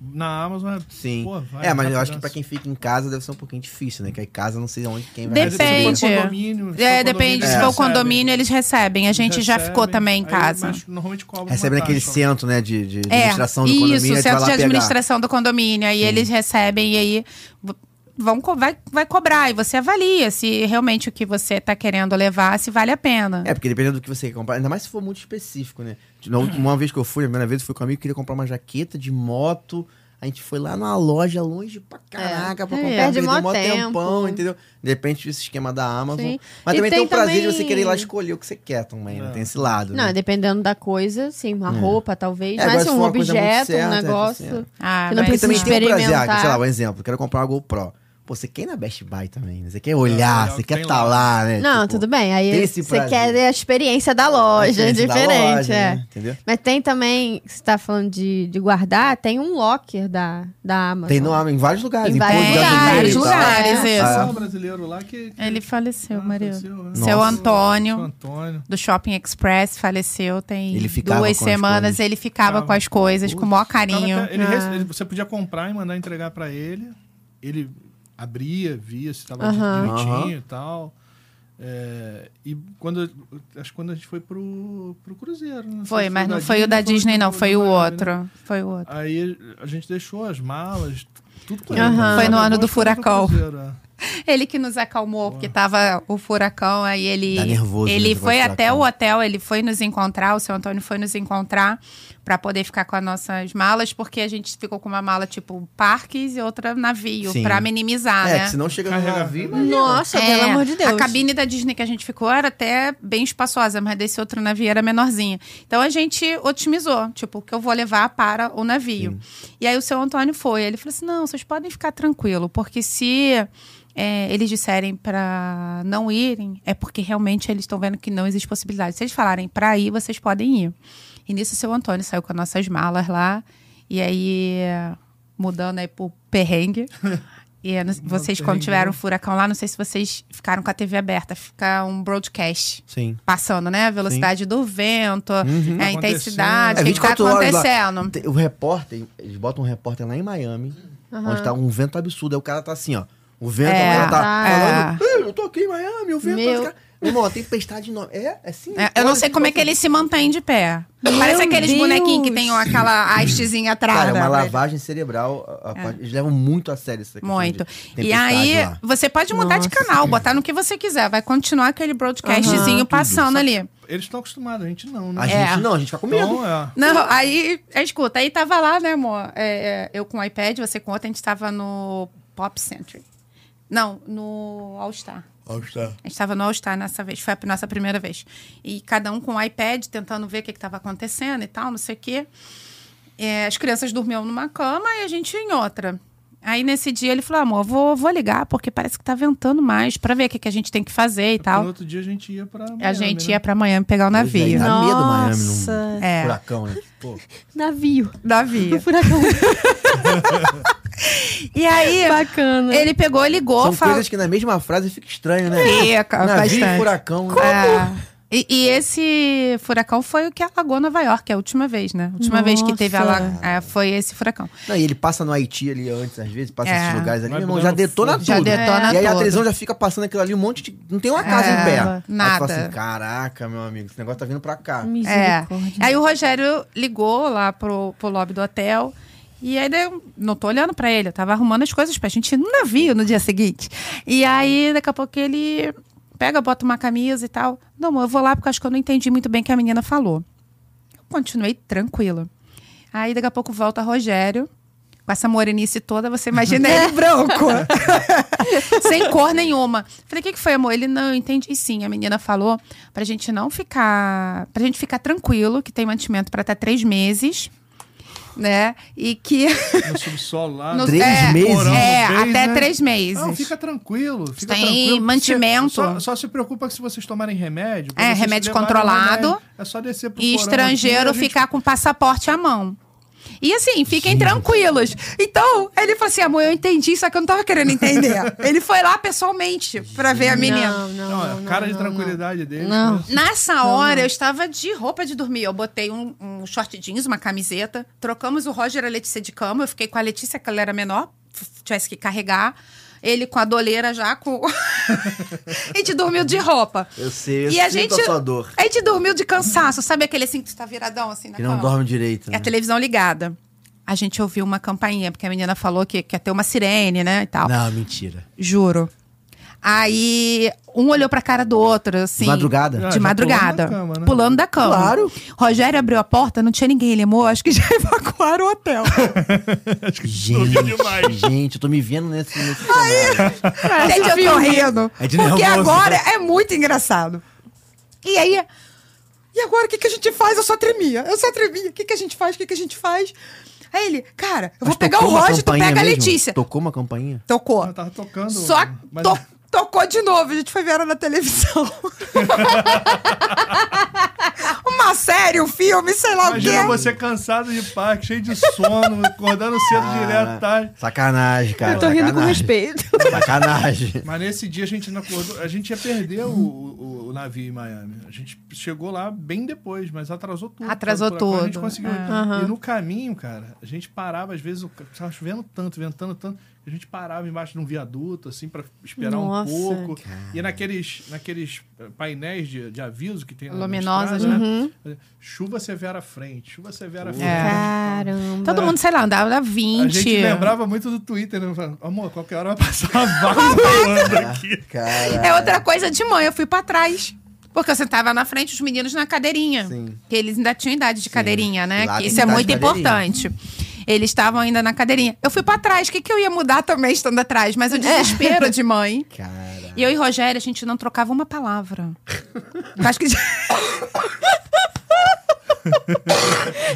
S3: Na Amazon é.
S2: Sim.
S3: Pô, vai,
S2: é, mas
S3: vai
S2: eu acho que
S3: criança.
S2: pra quem fica em casa deve ser um pouquinho difícil, né? Que aí casa não sei onde quem vai
S3: Mas se for
S2: receber.
S4: Depende.
S3: um condomínio, se
S4: É,
S3: for
S4: depende.
S3: condomínio,
S4: Se for o
S3: recebe.
S4: condomínio, eles recebem. A gente já
S3: Recebem,
S4: ficou também em
S3: aí,
S4: casa.
S3: mas normalmente cobra
S2: Recebe
S3: uma
S2: naquele
S3: taxa.
S2: centro, né, de, de
S4: É,
S2: administração do condomínio.
S4: isso,
S2: a gente vai
S4: centro
S2: lá
S4: de
S2: pegar.
S4: administração do condomínio. Aí eles recebem e aí v- vão, co- vai, vai cobrar. E você avalia se realmente o que você está querendo levar, se vale a pena.
S2: É, porque dependendo do que você quer comprar, ainda mais se for muito específico, né? De novo, Uma vez que eu fui, a primeira vez eu fui com um amigo, queria comprar uma jaqueta de moto. A gente foi lá numa loja longe pra caraca pra
S1: É,
S2: comprar.
S1: perde
S2: perdeu
S1: mó
S2: mó tempão,
S1: tempo.
S2: entendeu? De repente, esse esquema da Amazon.
S1: Sim.
S2: Mas
S1: E
S2: também tem,
S1: tem
S2: o prazer de
S1: também-
S2: você querer ir lá escolher o que você quer também, né?
S3: É.
S2: Tem esse lado. né?
S1: Não, dependendo da coisa, sim, uma roupa talvez,
S2: É, agora
S1: mas
S2: se
S1: um
S2: for uma coisa muito
S1: objeto,
S2: certa,
S1: um
S2: é,
S1: negócio. Você
S4: Ah,
S1: não
S4: mas-
S2: Porque também
S1: Sim.
S2: tem o prazer, ah,
S1: Experimentar.
S2: sei lá, um exemplo, quero comprar uma GoPro. Pô, você quer ir na Best Buy também, né? Você quer olhar,
S3: olhar o
S2: você
S3: é que
S2: quer
S3: tem
S2: tá
S3: lá.
S2: lá, né?
S1: Não,
S2: Tipo,
S1: tudo bem. Aí
S2: tem esse
S1: você
S2: prazer.
S1: quer a experiência da loja, é
S2: diferente da
S1: diferente,
S2: loja,
S1: é.
S2: né? Entendeu?
S1: Mas tem também, você tá falando de, de guardar, tem um locker da, da Amazon.
S2: Tem no, em vários lugares.
S1: Em
S2: posto
S1: vários
S2: de
S1: lugares, vários
S2: gasolina e tal.
S4: lugares,
S2: É.
S4: isso.
S3: Só um brasileiro lá que. que-
S4: Ele faleceu,
S3: Ah,
S4: Maria.
S3: faleceu, né?
S4: Seu
S2: Nossa.
S3: Seu
S4: Antônio,
S3: Antônio.
S4: do Shopping Express, faleceu tem
S2: Ele ficava
S4: duas
S2: com as
S4: semanas.
S2: coisas.
S4: Ele ficava
S3: Ficava.
S4: com as coisas, com o maior
S3: Ficava
S4: carinho.
S3: até- ele rece-
S1: Ah.
S3: ele- você podia comprar e mandar entregar pra ele. Ele abria, via se tava
S1: Aham.
S3: direitinho
S2: Aham.
S3: e tal. É, e quando. Acho que quando a gente foi pro, pro Cruzeiro. sei
S4: Foi,
S3: se
S4: mas não foi o da Disney,
S3: do-
S4: não.
S3: do
S4: Foi o
S3: Miami, né?
S4: outro. Foi o outro.
S3: Aí a gente deixou as malas, tudo com
S1: Aham.
S3: né?
S1: Foi
S4: no
S3: Cada
S4: ano
S3: dois
S4: do
S3: foi pro
S4: furacão.
S3: Cruzeiro, é.
S4: Ele que nos acalmou, porque tava o furacão, aí ele.
S2: Dá nervoso, né,
S4: ele
S2: esse
S4: foi
S2: negócio de
S4: até o
S2: furacão.
S4: hotel, ele foi nos encontrar, o seu Antônio foi nos encontrar pra poder ficar com as nossas malas, porque a gente ficou com uma mala tipo parques e outra navio,
S2: Sim.
S4: pra minimizar,
S2: É,
S4: né?
S2: que se não chega no
S3: Carrega.
S2: navio, imagina.
S1: Nossa,
S4: É,
S1: pelo amor de Deus.
S4: A cabine da Disney que a gente ficou era até bem espaçosa, mas desse outro navio era menorzinha. Então a gente otimizou, tipo, o que eu vou levar para o navio. E aí o seu Antônio foi. Ele falou assim: não, vocês podem ficar tranquilo, porque se. é, eles disserem para não irem, é porque realmente eles estão vendo que não existe possibilidade. Se eles falarem para ir, vocês podem ir. E nisso, o seu Antônio saiu com as nossas malas lá, e aí mudando aí pro perrengue. E E não- vocês, quando tiveram o furacão lá, não sei se vocês ficaram com a TV aberta. Fica um broadcast
S2: Sim.
S4: passando, né? A velocidade do vento, a intensidade,
S2: É,
S4: o que que tá
S2: 24 horas lá.
S4: acontecendo.
S2: Tem- O repórter, eles botam um repórter lá em Miami, onde tá um vento absurdo. Aí o cara tá assim, ó. O vento,
S4: É,
S2: o cara tá
S4: tá.
S2: falando, "Ei, eu tô aqui em Miami, o vento.
S1: Meu-
S2: Cara... Meu irmão, a tempestade enorme. É, é assim.
S4: É, eu não sei como é que ele se mantém de pé. Parece aqueles
S1: Deus.
S4: bonequinhos que tem aquela hastezinha atrás.
S2: Cara, é uma
S4: né? É.
S2: lavagem cerebral. a- a parte- Eles levam muito a sério isso aqui.
S4: Muito. E aí, você pode mudar de canal, botar no que você quiser. Vai continuar aquele broadcastzinho passando ali.
S3: Eles estão acostumados, a gente não, né?
S2: A
S4: É.
S2: gente não, a gente fica com medo.
S3: Então, é.
S4: Não, aí, é, escuta, aí tava lá, né, amor? É, é, eu com o iPad, você com outro, a gente tava no Pop Century. Não, no All Star. A gente estava no All-Star nessa vez, foi a nossa primeira vez. E cada um com o iPad, tentando ver o que estava acontecendo e tal, não sei o quê. É, as crianças dormiam numa cama e a gente em outra. Aí nesse dia ele falou: amor, vou, vou ligar, porque parece que tá ventando mais, para ver o que, que a gente tem que fazer e
S3: No
S4: tal.
S3: outro dia a gente ia pra.
S4: A
S3: Miami,
S4: gente
S3: né?
S4: ia para Miami pegar o
S2: Pois é,
S4: navio.
S2: Dá medo Miami num
S1: Nossa.
S4: É.
S2: furacão, né? Pô,
S1: Navio.
S4: Navio.
S1: Furacão.
S4: E aí
S1: Bacana.
S4: ele pegou, ligou,
S2: são
S4: falou.
S2: coisas que na mesma frase fica estranho, né?
S4: Fica,
S2: Navio e
S4: bastante.
S2: furacão. né?
S4: É. E, e esse furacão foi o que alagou Nova York, a última vez, né? A última vez que teve
S1: Nossa.
S4: alaga, é, foi esse furacão.
S2: Não, e ele passa no Haiti ali antes, às vezes, passa
S4: É.
S2: esses lugares ali,
S3: Vai
S2: meu irmão, já
S3: botando
S2: detona tudo.
S4: Já detona
S2: E aí a
S4: tudo. É,
S2: televisão já fica passando aquilo ali, um monte de... Não tem uma casa em pé. Aí tu
S4: nada.
S2: fala assim, caraca, meu amigo, esse negócio tá vindo pra cá.
S4: É.
S1: Misericórdia.
S4: Aí o Rogério ligou lá pro, pro lobby do hotel. E aí eu não tô olhando pra ele, eu tava arrumando as coisas pra gente ir no navio no dia seguinte. E aí, daqui a pouco, ele pega, bota uma camisa e tal. Não, amor, eu vou lá porque eu acho que eu não entendi muito bem o que a menina falou. Eu continuei tranquila. Aí daqui a pouco volta Rogério. Com essa morenice toda, você imagina ele branco. Sem cor nenhuma. Falei, o que, que foi, amor? Ele, não, eu entendi sim. A menina falou pra gente não ficar... Pra gente ficar tranquilo, que tem mantimento pra até três meses. Né? E que...
S3: No subsolo lá.
S4: no-
S2: Três
S4: é,
S2: meses?
S4: É,
S3: Três,
S4: até
S3: né?
S4: três meses.
S3: Não, fica tranquilo. Fica
S4: Tem
S3: tranquilo. Você-
S4: mantimento.
S3: só, só se preocupa se vocês tomarem remédio. pra
S4: É,
S3: vocês
S4: remédio
S3: levarem o
S4: controlado.
S3: remédio. É só descer pro
S4: e
S3: porão
S4: estrangeiro
S3: aqui, a gente-
S4: ficar com passaporte à mão. E assim, fiquem tranquilos. Então, ele falou assim: amor, eu entendi, só que eu não tava querendo entender. ele foi lá pessoalmente pra ver a menina.
S1: Não, não,
S3: Não, é,
S1: não,
S3: cara de
S1: não,
S3: tranquilidade dele.
S1: Não.
S3: né?
S4: Nessa hora, eu estava de roupa de dormir. Eu botei um, um short jeans, uma camiseta. Trocamos o Roger e a Letícia de cama. Eu fiquei com a Letícia, que ela era menor, f- tivesse que carregar. Ele com a doleira já, com. a gente dormiu de roupa.
S2: Eu sei, eu
S4: E a
S2: sinto
S4: gente-
S2: a sua dor.
S4: A gente dormiu de cansaço. Sabe aquele assim que tu tá viradão assim na
S2: Que não
S4: cama?
S2: dorme direito,
S4: E
S2: né?
S4: a televisão ligada. A gente ouviu uma campainha, porque a menina falou que que ia ter uma sirene, né? E tal.
S2: Não, mentira.
S4: Juro. Aí um olhou pra cara do outro, assim.
S2: De madrugada?
S3: Ah,
S4: De
S3: já
S4: madrugada.
S3: pulando da cama, né?
S4: Pulando da cama.
S2: Claro.
S4: Rogério abriu a porta, não tinha ninguém. Ele, amor, acho que já evacuaram o hotel.
S2: Gente, gente, eu tô me vendo nesse... nesse
S4: É,
S2: cenário.
S4: Gente, eu tô rindo.
S2: É de
S4: porque
S2: nervoso.
S4: agora é muito engraçado. E aí. E agora o que, que a gente faz? Eu só tremia. Eu só tremia. O que, que a gente faz? O que, que a gente faz? Aí ele, cara, eu vou
S2: Mas
S4: pegar o
S2: tocou uma
S4: Roger, tu
S2: campainha
S4: pega a
S2: mesmo?
S4: Letícia.
S2: Tocou uma campainha?
S4: Tocou.
S3: Ela tava tocando. né?
S4: Só
S3: mas- é.
S4: to- tocou de novo. A gente foi ver ela na televisão. Uma série, um filme, sei lá o
S3: Imagina
S4: quê.
S3: você cansado de parque, cheio de sono, acordando cedo direto, tarde.
S2: Sacanagem, cara.
S1: Eu tô rindo com
S2: sacanagem.
S1: respeito.
S2: Sacanagem.
S3: Mas nesse dia a gente não acordou. A gente ia perder o, o- o navio em Miami. A gente chegou lá bem depois, mas atrasou tudo.
S4: Atrasou
S3: Por- por acaso A gente
S4: tudo,
S3: conseguiu.
S4: é.
S3: E no caminho, cara, a gente parava, às vezes, o ca- tava chovendo tanto, ventando tanto, a gente parava embaixo de um viaduto, assim, pra esperar
S1: Nossa,
S3: um pouco. E naqueles, naqueles eh, painéis de, de aviso que tem na- na
S4: Luminosos,
S3: estrada, né? Chuva severa à frente, chuva
S4: É.
S3: severa à frente.
S1: Caramba.
S4: Todo mundo, sei lá, andava
S3: A gente
S4: 20.
S3: lembrava muito do Twitter, né? Falava, Amor, qualquer hora vai passar uma vaca voando aqui.
S2: Cara,
S4: É outra coisa de mãe, eu fui pra trás. Porque eu sentava na frente, os meninos na cadeirinha.
S2: Sim.
S4: Que eles ainda tinham idade de cadeirinha, né?
S2: Lá
S4: Que
S2: tem
S4: isso é
S2: idade
S4: muito
S2: de cadeirinha.
S4: importante. Eles estavam ainda na cadeirinha. Eu fui pra trás, o que, que eu ia mudar também estando atrás? Mas o desespero de mãe.
S2: cara.
S4: É. E eu e Rogério, a gente não trocava uma palavra. Eu Acho que.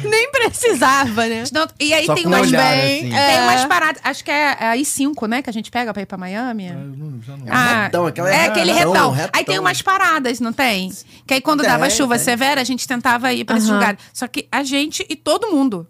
S1: nem precisava, né?
S4: Não, e aí
S2: Só
S4: tem
S2: com
S4: umas,
S2: olhar,
S4: bem,
S2: assim.
S1: é.
S4: tem umas paradas. Acho que é a I5, né? Que a gente pega pra ir pra Miami.
S3: Eu não- já não-
S4: Ah,
S2: retão, aquela
S4: é
S2: é
S4: aquele
S2: retão,
S4: retão. Aí
S2: retão.
S4: tem umas paradas, não tem? Que aí quando dava
S2: Tem,
S4: chuva
S2: tem.
S4: severa, a gente tentava ir pra esse
S1: Aham.
S4: lugar. Só que a gente e todo mundo.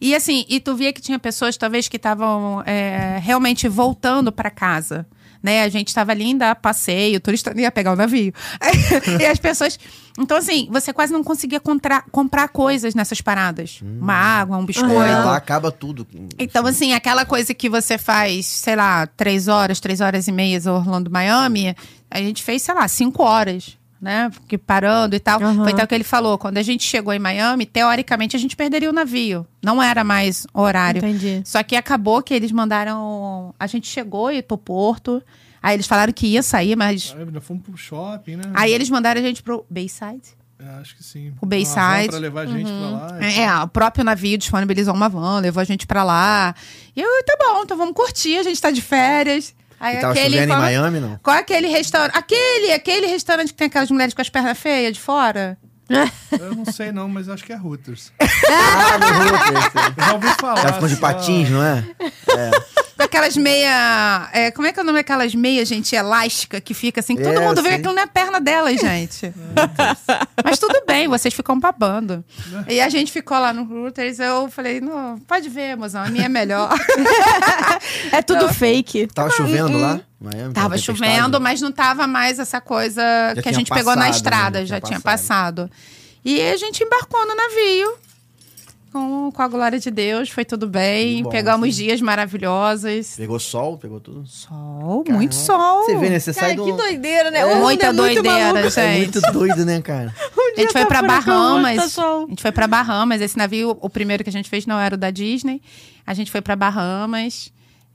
S4: E assim, e tu via que tinha pessoas talvez que estavam é, realmente voltando para casa. Né? A gente estava ali ainda a passeio, o turista ia pegar o navio. e as pessoas. Então, assim, você quase não conseguia contra- comprar coisas nessas paradas. Uma água, um biscoito.
S2: Lá É, acaba tudo.
S4: Então, assim, aquela coisa que você faz, sei lá, três horas, três horas e meia Orlando, Miami, a gente fez, sei lá, cinco horas, né? Porque parando e tal.
S1: Aham.
S4: Foi tal que ele falou. Quando a gente chegou em Miami, teoricamente a gente perderia o navio. Não era mais horário.
S1: Entendi.
S4: Só que acabou que eles mandaram. A gente chegou e pro porto. Aí eles falaram que ia sair, mas.
S3: Aí, nós fomos pro shopping,
S1: Uhum.
S3: né?
S4: Aí eles mandaram a gente pro Bayside.
S3: É, acho que sim.
S4: O Bayside.
S3: Pra levar a gente pra lá.
S4: É, o próprio navio disponibilizou uma van, levou a gente pra lá. E eu, tá bom, então vamos curtir, a gente tá de férias. Aí
S2: E tava
S4: aquele.
S2: chovendo em
S4: qual-
S2: Miami, não?
S4: Qual é aquele restaurante? Aquele, aquele restaurante que tem aquelas mulheres com as pernas feias de fora?
S3: Eu não sei não, mas acho que é Hooters.
S2: Ah, não vou
S3: Eu já ouvi falar.
S2: Ela ficou de
S3: assim, ó.
S2: patins, não é?
S4: Com aquelas meia. é, como é que é o nome daquelas meias, gente? Elástica, que fica assim. que Todo
S2: É,
S4: mundo vê que
S2: sim.
S4: aquilo não é perna dela, gente. Mas tudo bem, vocês ficam babando.
S2: Né?
S4: E a gente ficou lá no Hooters, eu falei, não, pode ver, mozão, a minha é melhor.
S1: É tudo fake.
S2: Tava chovendo lá? Miami,
S4: Tava
S2: tempestade. né?
S4: chovendo, mas não tava mais essa coisa que a
S2: tinha
S4: gente pegou na
S2: passado,
S4: estrada,
S2: né?
S4: já
S2: Já
S4: tinha
S2: tinha
S4: passado. E a gente embarcou no navio. Com, com a glória de Deus, foi tudo bem.
S2: Que bom,
S4: Pegamos
S2: sim.
S4: dias maravilhosos.
S2: Pegou sol, pegou tudo.
S4: Sol, muito sol.
S2: Você vê, né? Você
S1: Cara,
S2: sai do...
S1: que doideira, né?
S4: É
S1: O mundo
S4: muita
S1: é muito
S4: doideira,
S1: maluco.
S2: É
S4: gente.
S2: muito doido, né, cara?
S1: Um
S4: A gente
S1: dia
S4: foi
S1: tá
S4: pra
S1: furacão, outro tá
S4: Bahamas.
S1: sol.
S4: A gente foi pra Bahamas. Esse navio, o primeiro que a gente fez não era o da Disney. A gente foi pra Bahamas.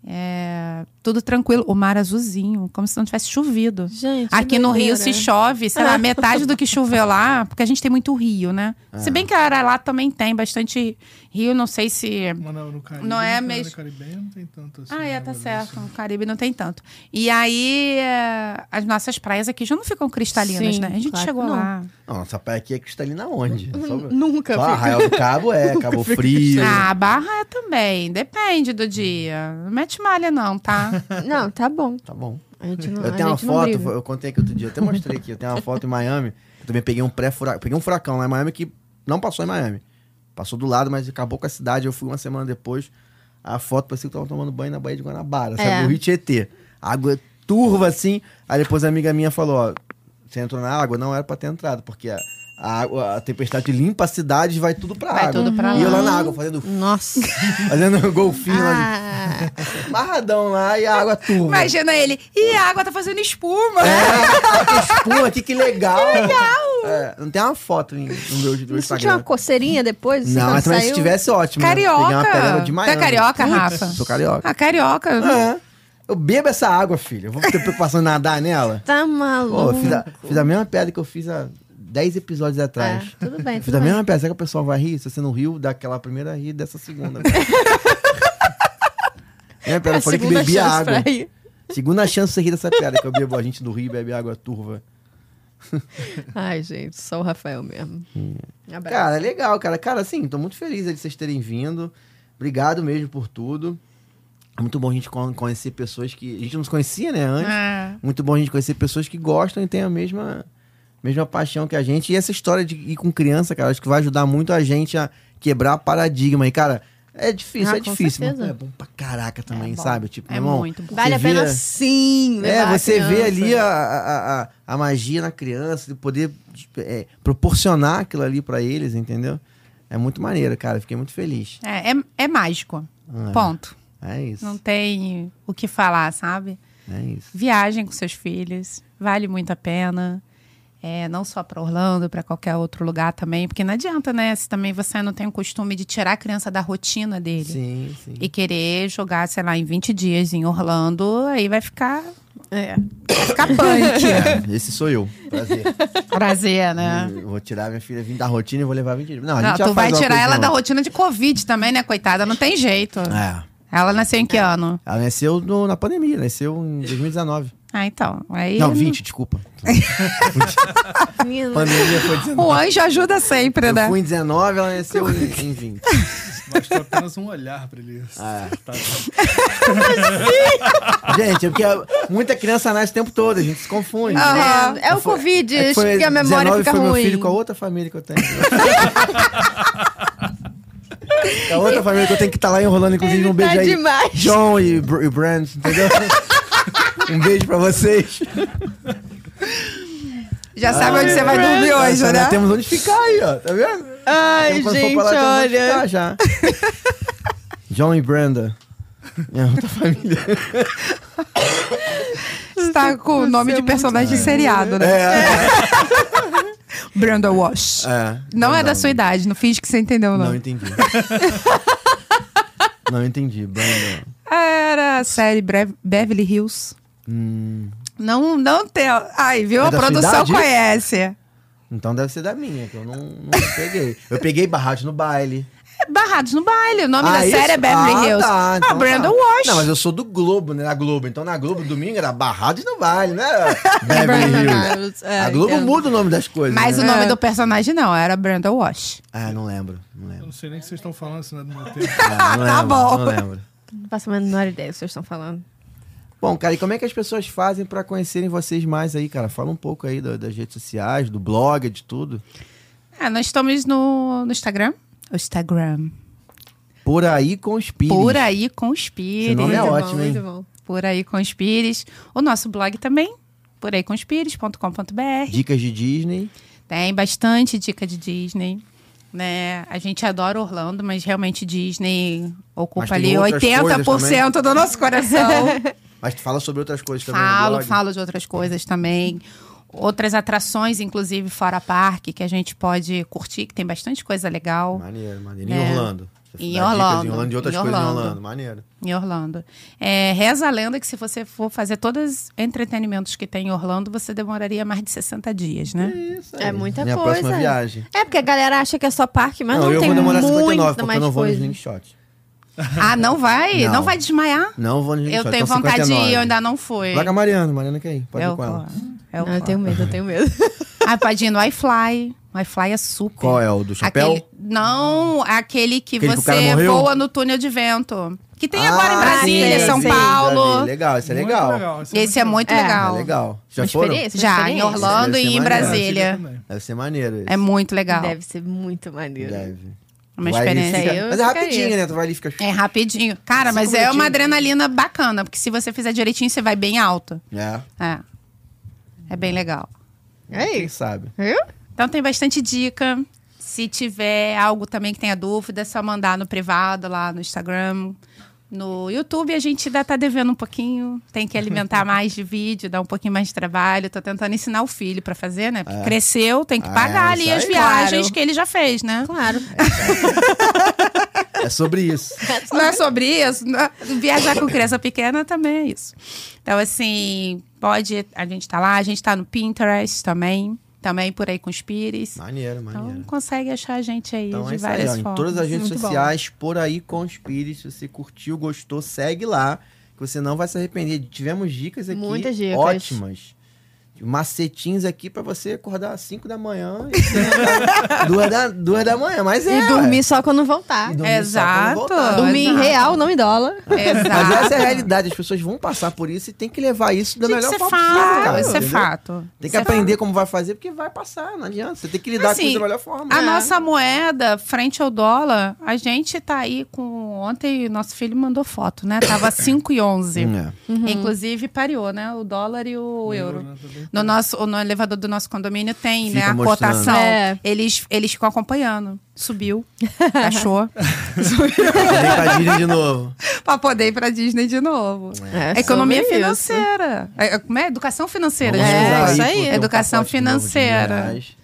S4: É, tudo tranquilo. O mar azulzinho, como se não tivesse chovido.
S1: Gente, que
S4: Aqui no Rio né? É.
S1: doideira.
S4: se chove, sei lá, metade do que choveu lá, porque a gente tem muito rio, né?
S2: É.
S4: Se bem que Arará também tem bastante rio, não sei se.
S3: Mas não, no Caribe,
S4: Não é
S3: no
S4: mesmo.
S3: Caribe não tem tanto assim.
S4: Ah, é, tá
S3: negócio
S4: certo.
S3: assim.
S4: No Caribe não tem tanto. E aí, é, as nossas praias aqui já não ficam cristalinas,
S1: Sim,
S4: né? A gente
S1: claro
S4: chegou
S1: que não.
S4: lá.
S2: Não, essa praia aqui é cristalina onde? Só...
S1: Nunca
S2: Só
S1: fui.
S2: Arraial do Cabo é, Cabo Frio.
S4: Ah, Barra é também, depende do dia. Não mete malha, não, tá?
S1: Não, tá bom.
S2: Tá bom.
S1: A gente não,
S2: Eu
S1: a
S2: tenho uma
S1: gente não
S2: foto,
S1: briga.
S2: eu contei aqui outro dia, eu até mostrei aqui, eu tenho uma foto em Miami. Eu também peguei um pré-furacão, peguei um furacão lá em Miami que não passou em Miami. Passou do lado, mas acabou com a cidade. Eu fui uma semana depois. A foto parecia que eu tava tomando banho na Baía de Guanabara, sabe?
S1: É.
S2: No Rio Tietê. Água é turva assim. Aí depois a amiga minha falou: ó, você entrou na água? Não era pra ter entrado, porque a, a água, a tempestade limpa a cidade e vai tudo pra
S4: Vai
S2: água.
S4: tudo pra
S2: e eu
S4: lá.
S2: lá na água, fazendo,
S1: Nossa.
S2: fazendo golfinho lá,
S1: Ah,
S2: marradão lá e a água turva.
S4: Imagina ele. Ih, a água tá fazendo espuma.
S2: É, espuma aqui, que legal. Que legal. não tem uma foto em- no meu, no meu
S1: não sentiu
S2: Instagram.
S1: uma coceirinha depois? assim,
S2: não,
S1: quando
S2: mas também se
S1: saiu?
S2: tivesse, ótimo. né? Peguei uma
S4: Carioca.
S2: pereba de
S4: Tu é
S2: Miami.
S4: carioca,
S2: Putz,
S4: Rafa?
S2: Sou carioca.
S4: A carioca.
S1: Ah.
S2: É. Eu bebo essa água, filho. Eu vou ter preocupação em nadar nela.
S1: Tá
S2: Pô,
S1: maluco.
S2: eu fiz, a, fiz a mesma piada que eu fiz há 10 episódios atrás.
S1: É, tudo bem,
S2: Eu Fiz
S1: tudo
S2: a
S1: bem.
S2: mesma piada. Será que o pessoal vai rir? Se você não riu daquela primeira, ri dessa segunda. É,
S1: É
S2: eu
S1: a
S2: falei que
S1: segunda
S2: bebia
S1: chance
S2: água.
S1: pra ir.
S2: Segunda chance de você rir dessa piada que eu bebo. A gente do Rio bebe água turva.
S1: Ai, gente, só o Rafael mesmo.
S2: Hum.
S1: Um abraço.
S2: Cara, é legal, cara. Cara, assim, tô muito feliz de vocês terem vindo. Obrigado mesmo por tudo. É muito bom a gente con- conhecer pessoas que. A gente não se conhecia, né, antes.
S4: É.
S2: Muito bom a gente conhecer pessoas que gostam e têm a mesma, mesma paixão que a gente. E essa história de ir com criança, cara, acho que vai ajudar muito a gente a quebrar paradigma. E, cara, é difícil,
S1: Ah,
S2: é
S1: com
S2: difícil. mas
S1: certeza.
S2: é bom pra caraca também,
S4: É bom.
S2: sabe? Tipo,
S4: É
S2: meu irmão,
S4: muito bom.
S1: Vale a
S2: você
S1: pena
S2: vira-
S1: sim.
S2: é,
S1: levar a
S2: você vê
S1: criança.
S4: né?
S2: ali a, a, a, a magia na criança, de poder tipo, é, proporcionar aquilo ali pra eles, entendeu? É muito maneiro, cara. Fiquei muito feliz.
S4: É, é- é mágico.
S2: Ah,
S4: Ponto.
S2: É isso.
S4: Não tem o que falar, sabe?
S2: É isso.
S4: Viagem com seus filhos. Vale muito a pena. É, não só pra Orlando, pra qualquer outro lugar também. Porque não adianta, né? Se também você não tem o costume de tirar a criança da rotina dele.
S2: Sim, sim.
S4: E querer jogar, sei lá, em 20 dias em Orlando, aí vai ficar,
S1: É.
S4: vai ficar punk.
S2: É, esse sou eu. Prazer.
S4: Prazer, né?
S2: Eu Vou tirar minha filha vim da rotina e vou levar 20 Não, a gente
S4: Não,
S2: já
S4: Ah, tu
S2: faz
S4: vai
S2: uma
S4: tirar
S2: coisa
S4: ela da
S2: ou outra.
S4: rotina de Covid também, né, coitada? Não tem jeito.
S2: É.
S4: Ela nasceu em que ano?
S2: Ela nasceu no- na pandemia, nasceu em 2019.
S4: Ah, então. Aí.
S2: Não, 20, desculpa.
S1: Menina,
S2: pandemia foi 19.
S4: O anjo ajuda sempre, né?
S2: Eu fui em 19, ela nasceu em, em 20.
S3: Bastou apenas um olhar pra ele.
S2: Ah,
S3: Tá, tá.
S2: Gente, é porque muita criança nasce o tempo todo, a gente se confunde.
S4: Ah,
S1: é, é o
S2: Né? Foi-
S1: Covid,
S2: É que foi
S1: acho que a memória
S2: 19
S1: fica
S2: foi
S1: ruim.
S2: meu filho com a outra família que eu tenho. É a outra família que eu tenho que estar lá enrolando, inclusive,
S1: Ele
S2: um beijo
S1: tá
S2: aí.
S1: demais.
S2: John e, Br e Brent, entendeu? um beijo pra vocês.
S1: Já sabe onde você vai dormir hoje,
S2: Nós
S1: né?
S2: temos onde ficar aí, ó. Tá vendo?
S1: Ai,
S2: Então, quando for
S1: gente,
S2: pra lá, temos onde
S1: olha.
S2: ficar já. John e Brenda. Minha outra família.
S4: Está tá
S2: tá
S4: com o nome de personagem de seriado, né?
S2: É.
S4: Brenda Walsh.
S2: é.
S4: Não é da sua idade, não finge que você entendeu o
S2: Não
S4: nome.
S2: entendi. não entendi, Brenda.
S4: Era a série Bre- Beverly Hills.
S2: Hum,
S4: Não, não tem. Ai, viu?
S2: É
S4: a
S2: da sua
S4: produção
S2: idade?
S4: conhece.
S2: então deve ser da minha, que eu não, não peguei. Eu peguei barragem no baile.
S4: É Barrados no baile. O nome
S2: Ah,
S4: da série
S2: isso?
S4: é Beverly
S2: Ah,
S4: Hills.
S2: tá,
S4: a
S2: então
S4: Brenda
S2: tá.
S4: Walsh.
S2: Não, mas eu sou do Globo, né? Na Globo. Então na Globo, domingo era barrados no baile, né? Beverly Hills.
S1: É,
S2: a Globo
S1: entendo.
S2: muda o nome das coisas.
S4: Mas
S2: né?
S4: o nome do personagem não, era Brenda Walsh.
S2: Ah, não lembro. Não
S3: Eu
S2: lembro.
S3: não sei nem o que vocês estão falando, se não é do meu tempo.
S2: Ah, não
S4: Tá
S2: lembro,
S4: bom.
S2: Não lembro.
S1: Não faço a menor ideia do que vocês estão falando.
S2: Bom, cara, e como é que as pessoas fazem pra conhecerem vocês mais aí, cara? Fala um pouco aí da- das redes sociais, do blog, de tudo.
S4: Ah, nós estamos no, no Instagram. O Instagram.
S2: Por aí com os pires.
S4: Por aí com os
S2: Esse nome é
S4: Pires.
S1: bom,
S2: ótimo, hein?
S1: muito bom.
S4: Por aí com os Pires. O nosso blog também. Por aí com os Pires.com.br.
S2: Dicas de Disney.
S4: Tem bastante dica de Disney. Né? A gente adora Orlando, mas realmente Disney
S2: Mas
S4: ocupa
S2: tem
S4: ali
S2: outras
S4: 80% do nosso coração.
S2: Mas tu fala sobre outras coisas também no
S4: falo,
S2: blog.
S4: falo de outras coisas também. Outras atrações, inclusive, fora parque, que a gente pode curtir, que tem bastante coisa legal
S2: Maneiro, maneiro. Em
S4: É.
S2: Orlando. Você
S4: Em
S2: dá dicas
S4: Orlando,
S2: Em Orlando e outras
S4: em
S2: coisas em
S4: Orlando.
S2: Orlando. Maneiro.
S4: em Orlando. É, reza a lenda que se você for fazer todos os entretenimentos que tem em Orlando, você demoraria mais de 60 dias, né?
S1: É muita
S2: Minha
S1: coisa.
S2: próxima viagem.
S1: É porque a galera acha que é só parque, mas não,
S2: eu
S1: tem
S2: vou demorar
S1: muito
S2: 59, porque
S1: mais
S2: eu não vou no
S1: coisa.
S2: slingshot.
S4: Ah, não vai?
S2: Não.
S4: Não, vai desmaiar?
S2: Não vou no
S4: Eu
S2: slingshot.
S4: tenho
S2: então
S4: vontade de ir,
S2: 59.
S4: eu ainda não fui.
S2: Vai com a Mariana, Mariana quer ir. Pode
S4: eu
S2: ir com ela.
S4: vou, eu
S1: Não, eu
S4: vou.
S1: tenho medo, eu tenho medo.
S4: Ah, pode ir no iFly. O iFly é super.
S2: Qual é? O do chapéu?
S4: Aquele, não, aquele que
S2: Aquele que o cara
S4: você
S2: morreu?
S4: voa no túnel de vento. Que tem
S2: Ah,
S4: agora em Brasília,
S1: sim,
S4: São
S1: sim.
S2: já vi.
S4: Paulo.
S2: Legal, isso é
S3: Muito
S2: legal.
S3: esse
S4: Esse é muito
S1: É.
S2: Ah,
S4: legal.
S2: legal. Já
S1: Uma
S2: foram?
S1: experiência, uma
S4: Já, em
S1: experiência.
S4: Orlando
S2: Deve ser
S4: e em
S2: maneiro.
S4: Brasília.
S2: Deve ser maneiro isso.
S4: É muito legal.
S1: Deve ser muito maneiro.
S2: Deve.
S4: Uma
S2: Vai ali,
S4: experiência.
S2: fica-
S1: Aí eu
S2: Mas é
S1: ficaria.
S2: rapidinho, né? Tu vai ali e fica...
S4: É rapidinho. Cara, mas é uma adrenalina bacana, porque se você fizer direitinho, você vai bem alto.
S2: É,
S4: É. É bem legal.
S1: É
S2: quem
S1: isso.
S2: sabe.
S1: Viu?
S4: Então tem bastante dica. Se tiver algo também que tenha dúvida, é só mandar no privado, lá no Instagram. No YouTube a gente ainda tá devendo um pouquinho, tem que alimentar mais de vídeo, dar um pouquinho mais de trabalho. Tô tentando ensinar o filho para fazer, né? Porque cresceu, tem que
S2: Ah,
S4: pagar
S2: é,
S4: ali
S2: isso
S4: as
S2: aí.
S4: viagens
S1: Claro.
S4: que ele já fez, né?
S1: Claro.
S2: É sobre isso.
S4: Não é sobre isso. não é- Viajar com criança pequena também é isso. Então, assim, pode. A gente tá lá, a gente tá no Pinterest também. Também por aí com os pires.
S2: Maneiro, maneiro.
S4: Então, consegue achar a gente aí
S2: Então
S4: de
S2: é isso aí,
S4: várias
S2: ó. Em
S4: formas.
S2: todas as redes
S4: Muito bom.
S2: sociais, por aí com os Pires. Se você curtiu, gostou, segue lá. Que você não vai se arrepender. Tivemos dicas aqui
S1: Muitas dicas.
S2: ótimas. Macetinhos aqui pra você acordar às 5 da manhã e duas, da, duas da manhã, mas é.
S1: E dormir só quando voltar.
S2: ué. E dormir só quando
S4: Exato.
S2: voltar.
S1: Dormir em
S4: Exato.
S1: real, não em dólar.
S2: Mas
S4: Exato.
S2: essa é a realidade, as pessoas vão passar por isso e tem que levar isso da
S4: Gente,
S2: melhor
S4: isso é
S2: forma possível,
S4: fato.
S2: cara,
S4: Isso é
S2: entendeu?
S4: fato.
S2: Tem
S4: Isso
S2: que
S4: é
S2: aprender como vai fazer, porque vai passar, não adianta. Você tem que lidar com
S4: Assim,
S2: isso da melhor forma.
S4: A nossa moeda, frente ao dólar, a gente tá aí com. Ontem nosso filho mandou foto, né? Tava 5 e 11.
S2: É.
S4: Uhum. Inclusive, pareou, né? O dólar e
S2: Uhum.
S4: o euro.
S3: né, também.
S4: No, nosso, no elevador do nosso condomínio tem,
S2: Fica
S4: né? A
S2: mostrando.
S4: cotação.
S1: É.
S4: Eles, eles ficam acompanhando. Subiu. Achou. Subiu.
S2: Vem pra Disney de novo.
S4: pra poder ir pra Disney de novo.
S2: É.
S4: Economia
S1: É sobre isso.
S4: financeira. É, como é? Educação financeira.
S2: Vamos
S4: desculpa.
S2: usar
S1: é isso
S2: pro
S1: aí. É.
S2: teu
S4: Educação
S2: um pacote novo de mil
S4: financeira.
S2: reais.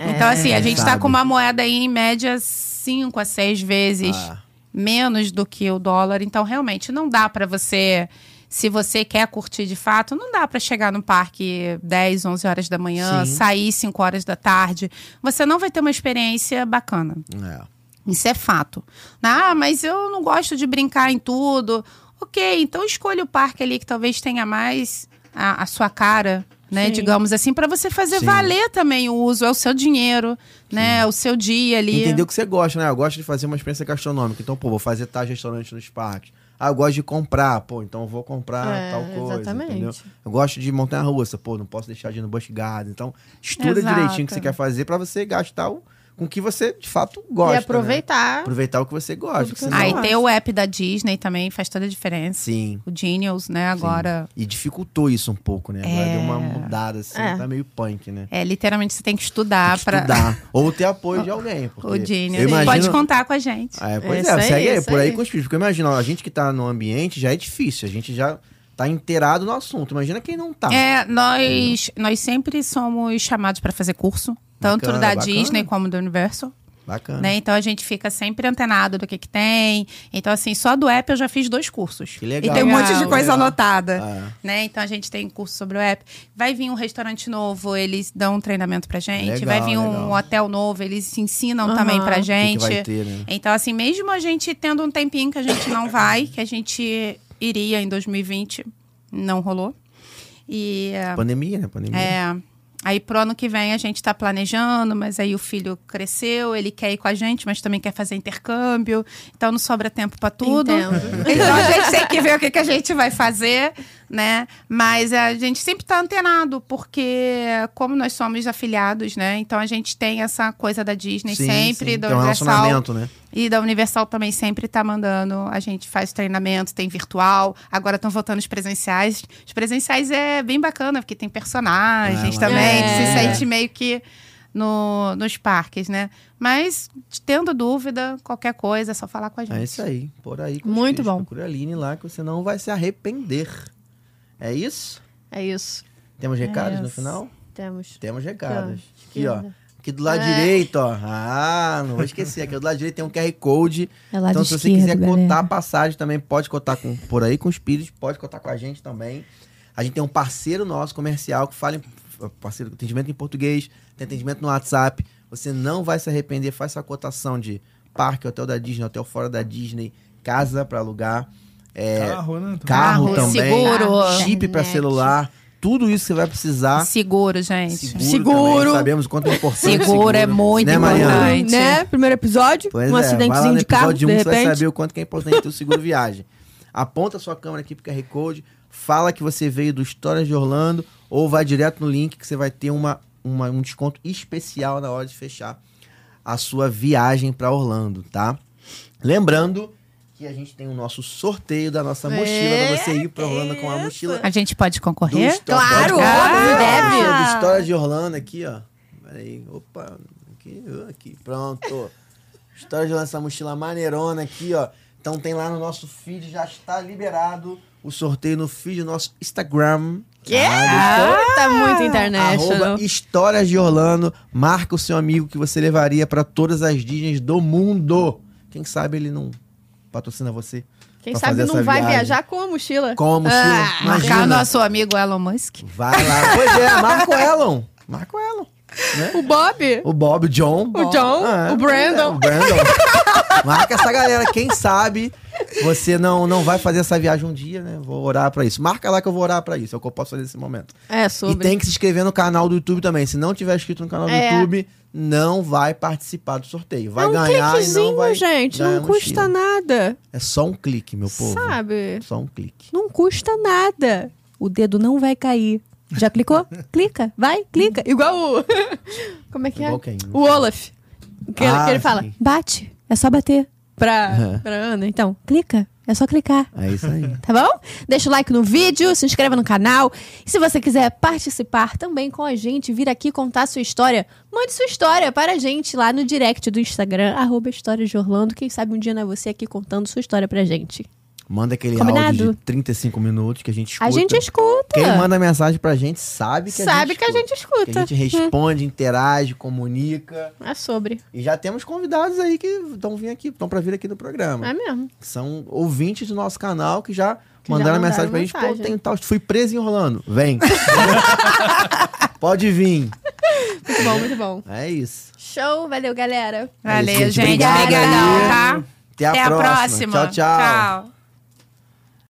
S4: Então, assim, a gente tá
S2: Sabe.
S4: com uma moeda aí em média cinco a seis vezes
S2: Ah.
S4: menos do que o dólar. Então, realmente, não dá pra você. Se você quer curtir de fato, não dá pra chegar no parque 10, 11 horas da manhã,
S2: Sim.
S4: sair 5 horas da tarde. Você não vai ter uma experiência bacana.
S2: É.
S4: Isso é fato. Ah, mas eu não gosto de brincar em tudo. Ok, então escolha o parque ali que talvez tenha mais a, a sua cara, né?
S1: Sim.
S4: Digamos assim, para você fazer
S2: Sim.
S4: valer também o uso, é o seu dinheiro, né? É O seu dia ali.
S2: Entender o que você gosta, né? Eu gosto de fazer uma experiência gastronômica. Então, pô, vou fazer tais restaurantes nos parques. Ah, eu gosto de comprar, pô, então eu vou comprar
S1: É,
S2: tal coisa.
S1: exatamente.
S2: Entendeu? Eu gosto de montanha russa, pô, não posso deixar de ir no Busch Garden. Então, estuda
S4: Exato.
S2: direitinho o que você quer fazer pra você gastar o, com o que você de fato gosta.
S1: e
S2: né?
S1: aproveitar.
S2: Aproveitar o que você gosta.
S1: Tudo
S2: que
S1: que
S2: você
S1: você
S2: não-
S4: Aí
S1: gosta.
S4: tem Ah, o app da Disney também, faz toda a diferença.
S2: Sim.
S4: O Genius, né? Agora.
S2: E dificultou isso um pouco, né? Agora deu uma mudada, assim,
S1: É.
S2: tá meio punk, né?
S4: É, literalmente você tem que estudar,
S2: Tem que
S4: pra.
S2: estudar. Ou ter apoio de alguém. Porque
S4: O Genius.
S2: eu imagino-
S4: Pode contar com a gente.
S2: É, pois
S1: Isso
S2: é,
S1: aí,
S2: segue aí,
S1: isso
S2: por aí,
S1: aí.
S2: com os filhos. Porque imagina, a gente que tá no ambiente já é difícil, a gente já tá inteirado no assunto. Imagina quem não tá.
S4: É, nós, nós sempre somos chamados para fazer curso, tanto
S2: Bacana,
S4: da
S2: bacana.
S4: Disney como do Universal,
S2: Bacana.
S4: né? Então a gente fica sempre antenado do que que tem. Então assim, só do app eu já fiz dois cursos.
S2: Que legal.
S4: E tem um monte de
S2: Legal.
S4: coisa anotada,
S2: Ah,
S4: né? Então a gente tem curso sobre o app. Vai vir um restaurante novo, eles dão um treinamento pra gente.
S2: Legal,
S4: vai vir
S2: legal.
S4: um hotel novo, eles ensinam
S1: Aham.
S4: também pra
S2: o que que
S4: gente.
S2: vai ter, né?
S4: Então, assim, mesmo a gente tendo um tempinho que a gente não vai, que a gente iria em 2020, não rolou. E
S2: Pandemia, né? Pandemia.
S4: é, aí pro ano que vem a gente tá planejando, mas aí o filho cresceu, ele quer ir com a gente, mas também quer fazer intercâmbio, então não sobra tempo pra tudo.
S1: Entendo.
S4: Então a gente tem que ver o que, que a gente vai fazer, né? Mas a gente sempre tá antenado, porque como nós somos afiliados, né? Então a gente tem essa coisa da Disney
S2: Sim,
S4: sempre,
S2: sim.
S4: da
S2: Tem um
S4: Universal.
S2: relacionamento, né?
S4: E da Universal também sempre tá mandando. A gente faz treinamento, tem virtual. Agora estão voltando os presenciais. Os presenciais é bem bacana, porque tem personagens
S2: É,
S4: também.
S1: maneiro.
S4: que se
S1: É.
S4: sente meio que no, nos parques, né? Mas, tendo dúvida, qualquer coisa, é só falar com a gente.
S2: É isso aí, por aí. com os
S1: Muito
S2: filhos.
S1: bom.
S2: Procura a Aline lá que você não vai se arrepender. É isso?
S1: É isso.
S2: Temos recados no
S4: isso.
S2: final?
S1: Temos.
S2: Temos recados. Aqui, ó.
S1: esquerda.
S2: Aqui do lado direito, ó. Ah, não vou esquecer. Aqui do lado direito tem um QR Code.
S1: É lado
S2: então, se você
S1: esquerdo,
S2: quiser
S1: galera.
S2: cotar a passagem também, pode cotar com, por aí com os Pires, pode cotar com a gente também. A gente tem um parceiro nosso comercial que fala em, eh, parceiro, atendimento em português, tem atendimento no WhatsApp. Você não vai se arrepender, faz sua cotação de parque, hotel da Disney, hotel fora da Disney, casa pra alugar,
S3: Carro, né?
S2: É, carro,
S4: Carro,
S2: também,
S4: seguro.
S2: chip pra
S1: Internet.
S2: celular, tudo isso que você vai precisar.
S4: Tá? Seguro, gente.
S2: Seguro. também, sabemos o quanto é importante.
S4: Seguro é muito
S2: né, Mariana?
S4: importante.
S1: Né? Primeiro episódio,
S2: Pois
S1: um
S2: é, vai lá
S1: acidentezinho
S2: no
S1: de carro,
S2: episódio
S1: de
S2: um que Você vai
S1: repente.
S2: saber o quanto que é importante ter o seguro viagem. Aponta sua câmera aqui pro QR Code, fala que você veio do Histórias de Orlando ou vai direto no link que você vai ter uma, uma- um desconto especial na hora de fechar a sua viagem para Orlando, tá? Lembrando que a gente tem o nosso sorteio da nossa mochila,
S1: É,
S2: pra você ir para Orlando com a mochila
S4: A gente pode
S2: do
S4: concorrer?
S2: Histó- pode-
S1: Claro, óbvio, né? deve.
S2: Mochila do História de Orlando aqui, ó. Peraí, opa, aqui, ó, aqui, pronto. História de Orlando, essa mochila maneirona aqui, ó. Então tem lá no nosso feed, já está liberado o sorteio no feed do nosso Instagram. Que?
S1: Ah, tá muito international.
S2: Arroba Histórias de Orlando. Marca o seu amigo que você levaria para todas as Disneys do mundo. Quem sabe ele não patrocina você
S1: Quem
S2: pra
S1: sabe
S2: fazer
S1: não
S2: essa
S1: vai
S2: viagem.
S1: viajar com a mochila.
S2: com a mochila.
S4: Marcar o
S2: Imagina. É
S4: nosso amigo Elon Musk.
S2: Vai lá. Pois é, marca o Elon. Marca o Elon.
S1: O Bob?
S2: né? O Bob, o John. É,
S1: O John, o Brandon.
S2: o Brandon. Marca essa galera. Quem sabe você não, não vai fazer essa viagem um dia, né? Vou orar pra isso. Marca lá que eu vou orar pra isso. É o que eu posso fazer nesse momento.
S1: É,
S2: E
S1: sobre.
S2: tem que se inscrever no canal do YouTube também. Se não tiver inscrito no canal do
S1: É.
S2: YouTube, não vai participar do sorteio. Vai
S1: é um
S2: ganhar e
S1: cliquezinho,
S2: não vai
S1: gente.
S2: ganhar
S1: Não custa
S2: mochila.
S1: nada.
S2: É só um clique, meu povo.
S1: Sabe?
S2: Só um clique.
S1: Não custa nada. O dedo não vai cair. Já clicou? clica, vai, clica. Igual o. Como é que
S2: Igual
S1: é?
S2: quem?
S1: O Olaf. Que,
S2: Ah,
S1: que ele fala:
S2: sim.
S1: bate, é só bater. Pra,
S2: É.
S1: pra Ana. Então, clica, é só clicar.
S2: É isso aí.
S1: Tá bom? Deixa o like no vídeo, se inscreva no canal. E se você quiser participar também com a gente, vir aqui contar sua história, mande sua história para a gente lá no direct do Instagram, arroba História de Orlando. Quem sabe um dia não é você aqui contando sua história pra gente.
S2: Manda aquele áudio
S1: Combinado?
S2: de 35 minutos que a gente escuta.
S1: A gente escuta.
S2: Quem manda mensagem pra gente sabe que a gente
S1: Ah. Sabe que a
S2: escuta.
S1: gente escuta.
S2: Que a gente responde, interage, comunica.
S1: É sobre.
S2: E já temos convidados aí que estão vir aqui, estão para vir aqui no programa.
S1: É mesmo.
S2: São ouvintes do nosso canal que já
S1: já mandaram
S2: mandaram mensagem pra gente. Pô,
S1: mensagem.
S2: tem tal, fui preso em Orlando. Vem. Pode vir.
S1: Muito bom, muito bom.
S2: É isso.
S1: Show, valeu, galera.
S2: É isso,
S4: Valeu, gente.
S2: obrigado
S4: Obrigadão,
S2: aí.
S4: tá?
S2: Até a,
S4: Até
S2: próxima. Tchau, tchau.
S4: tchau.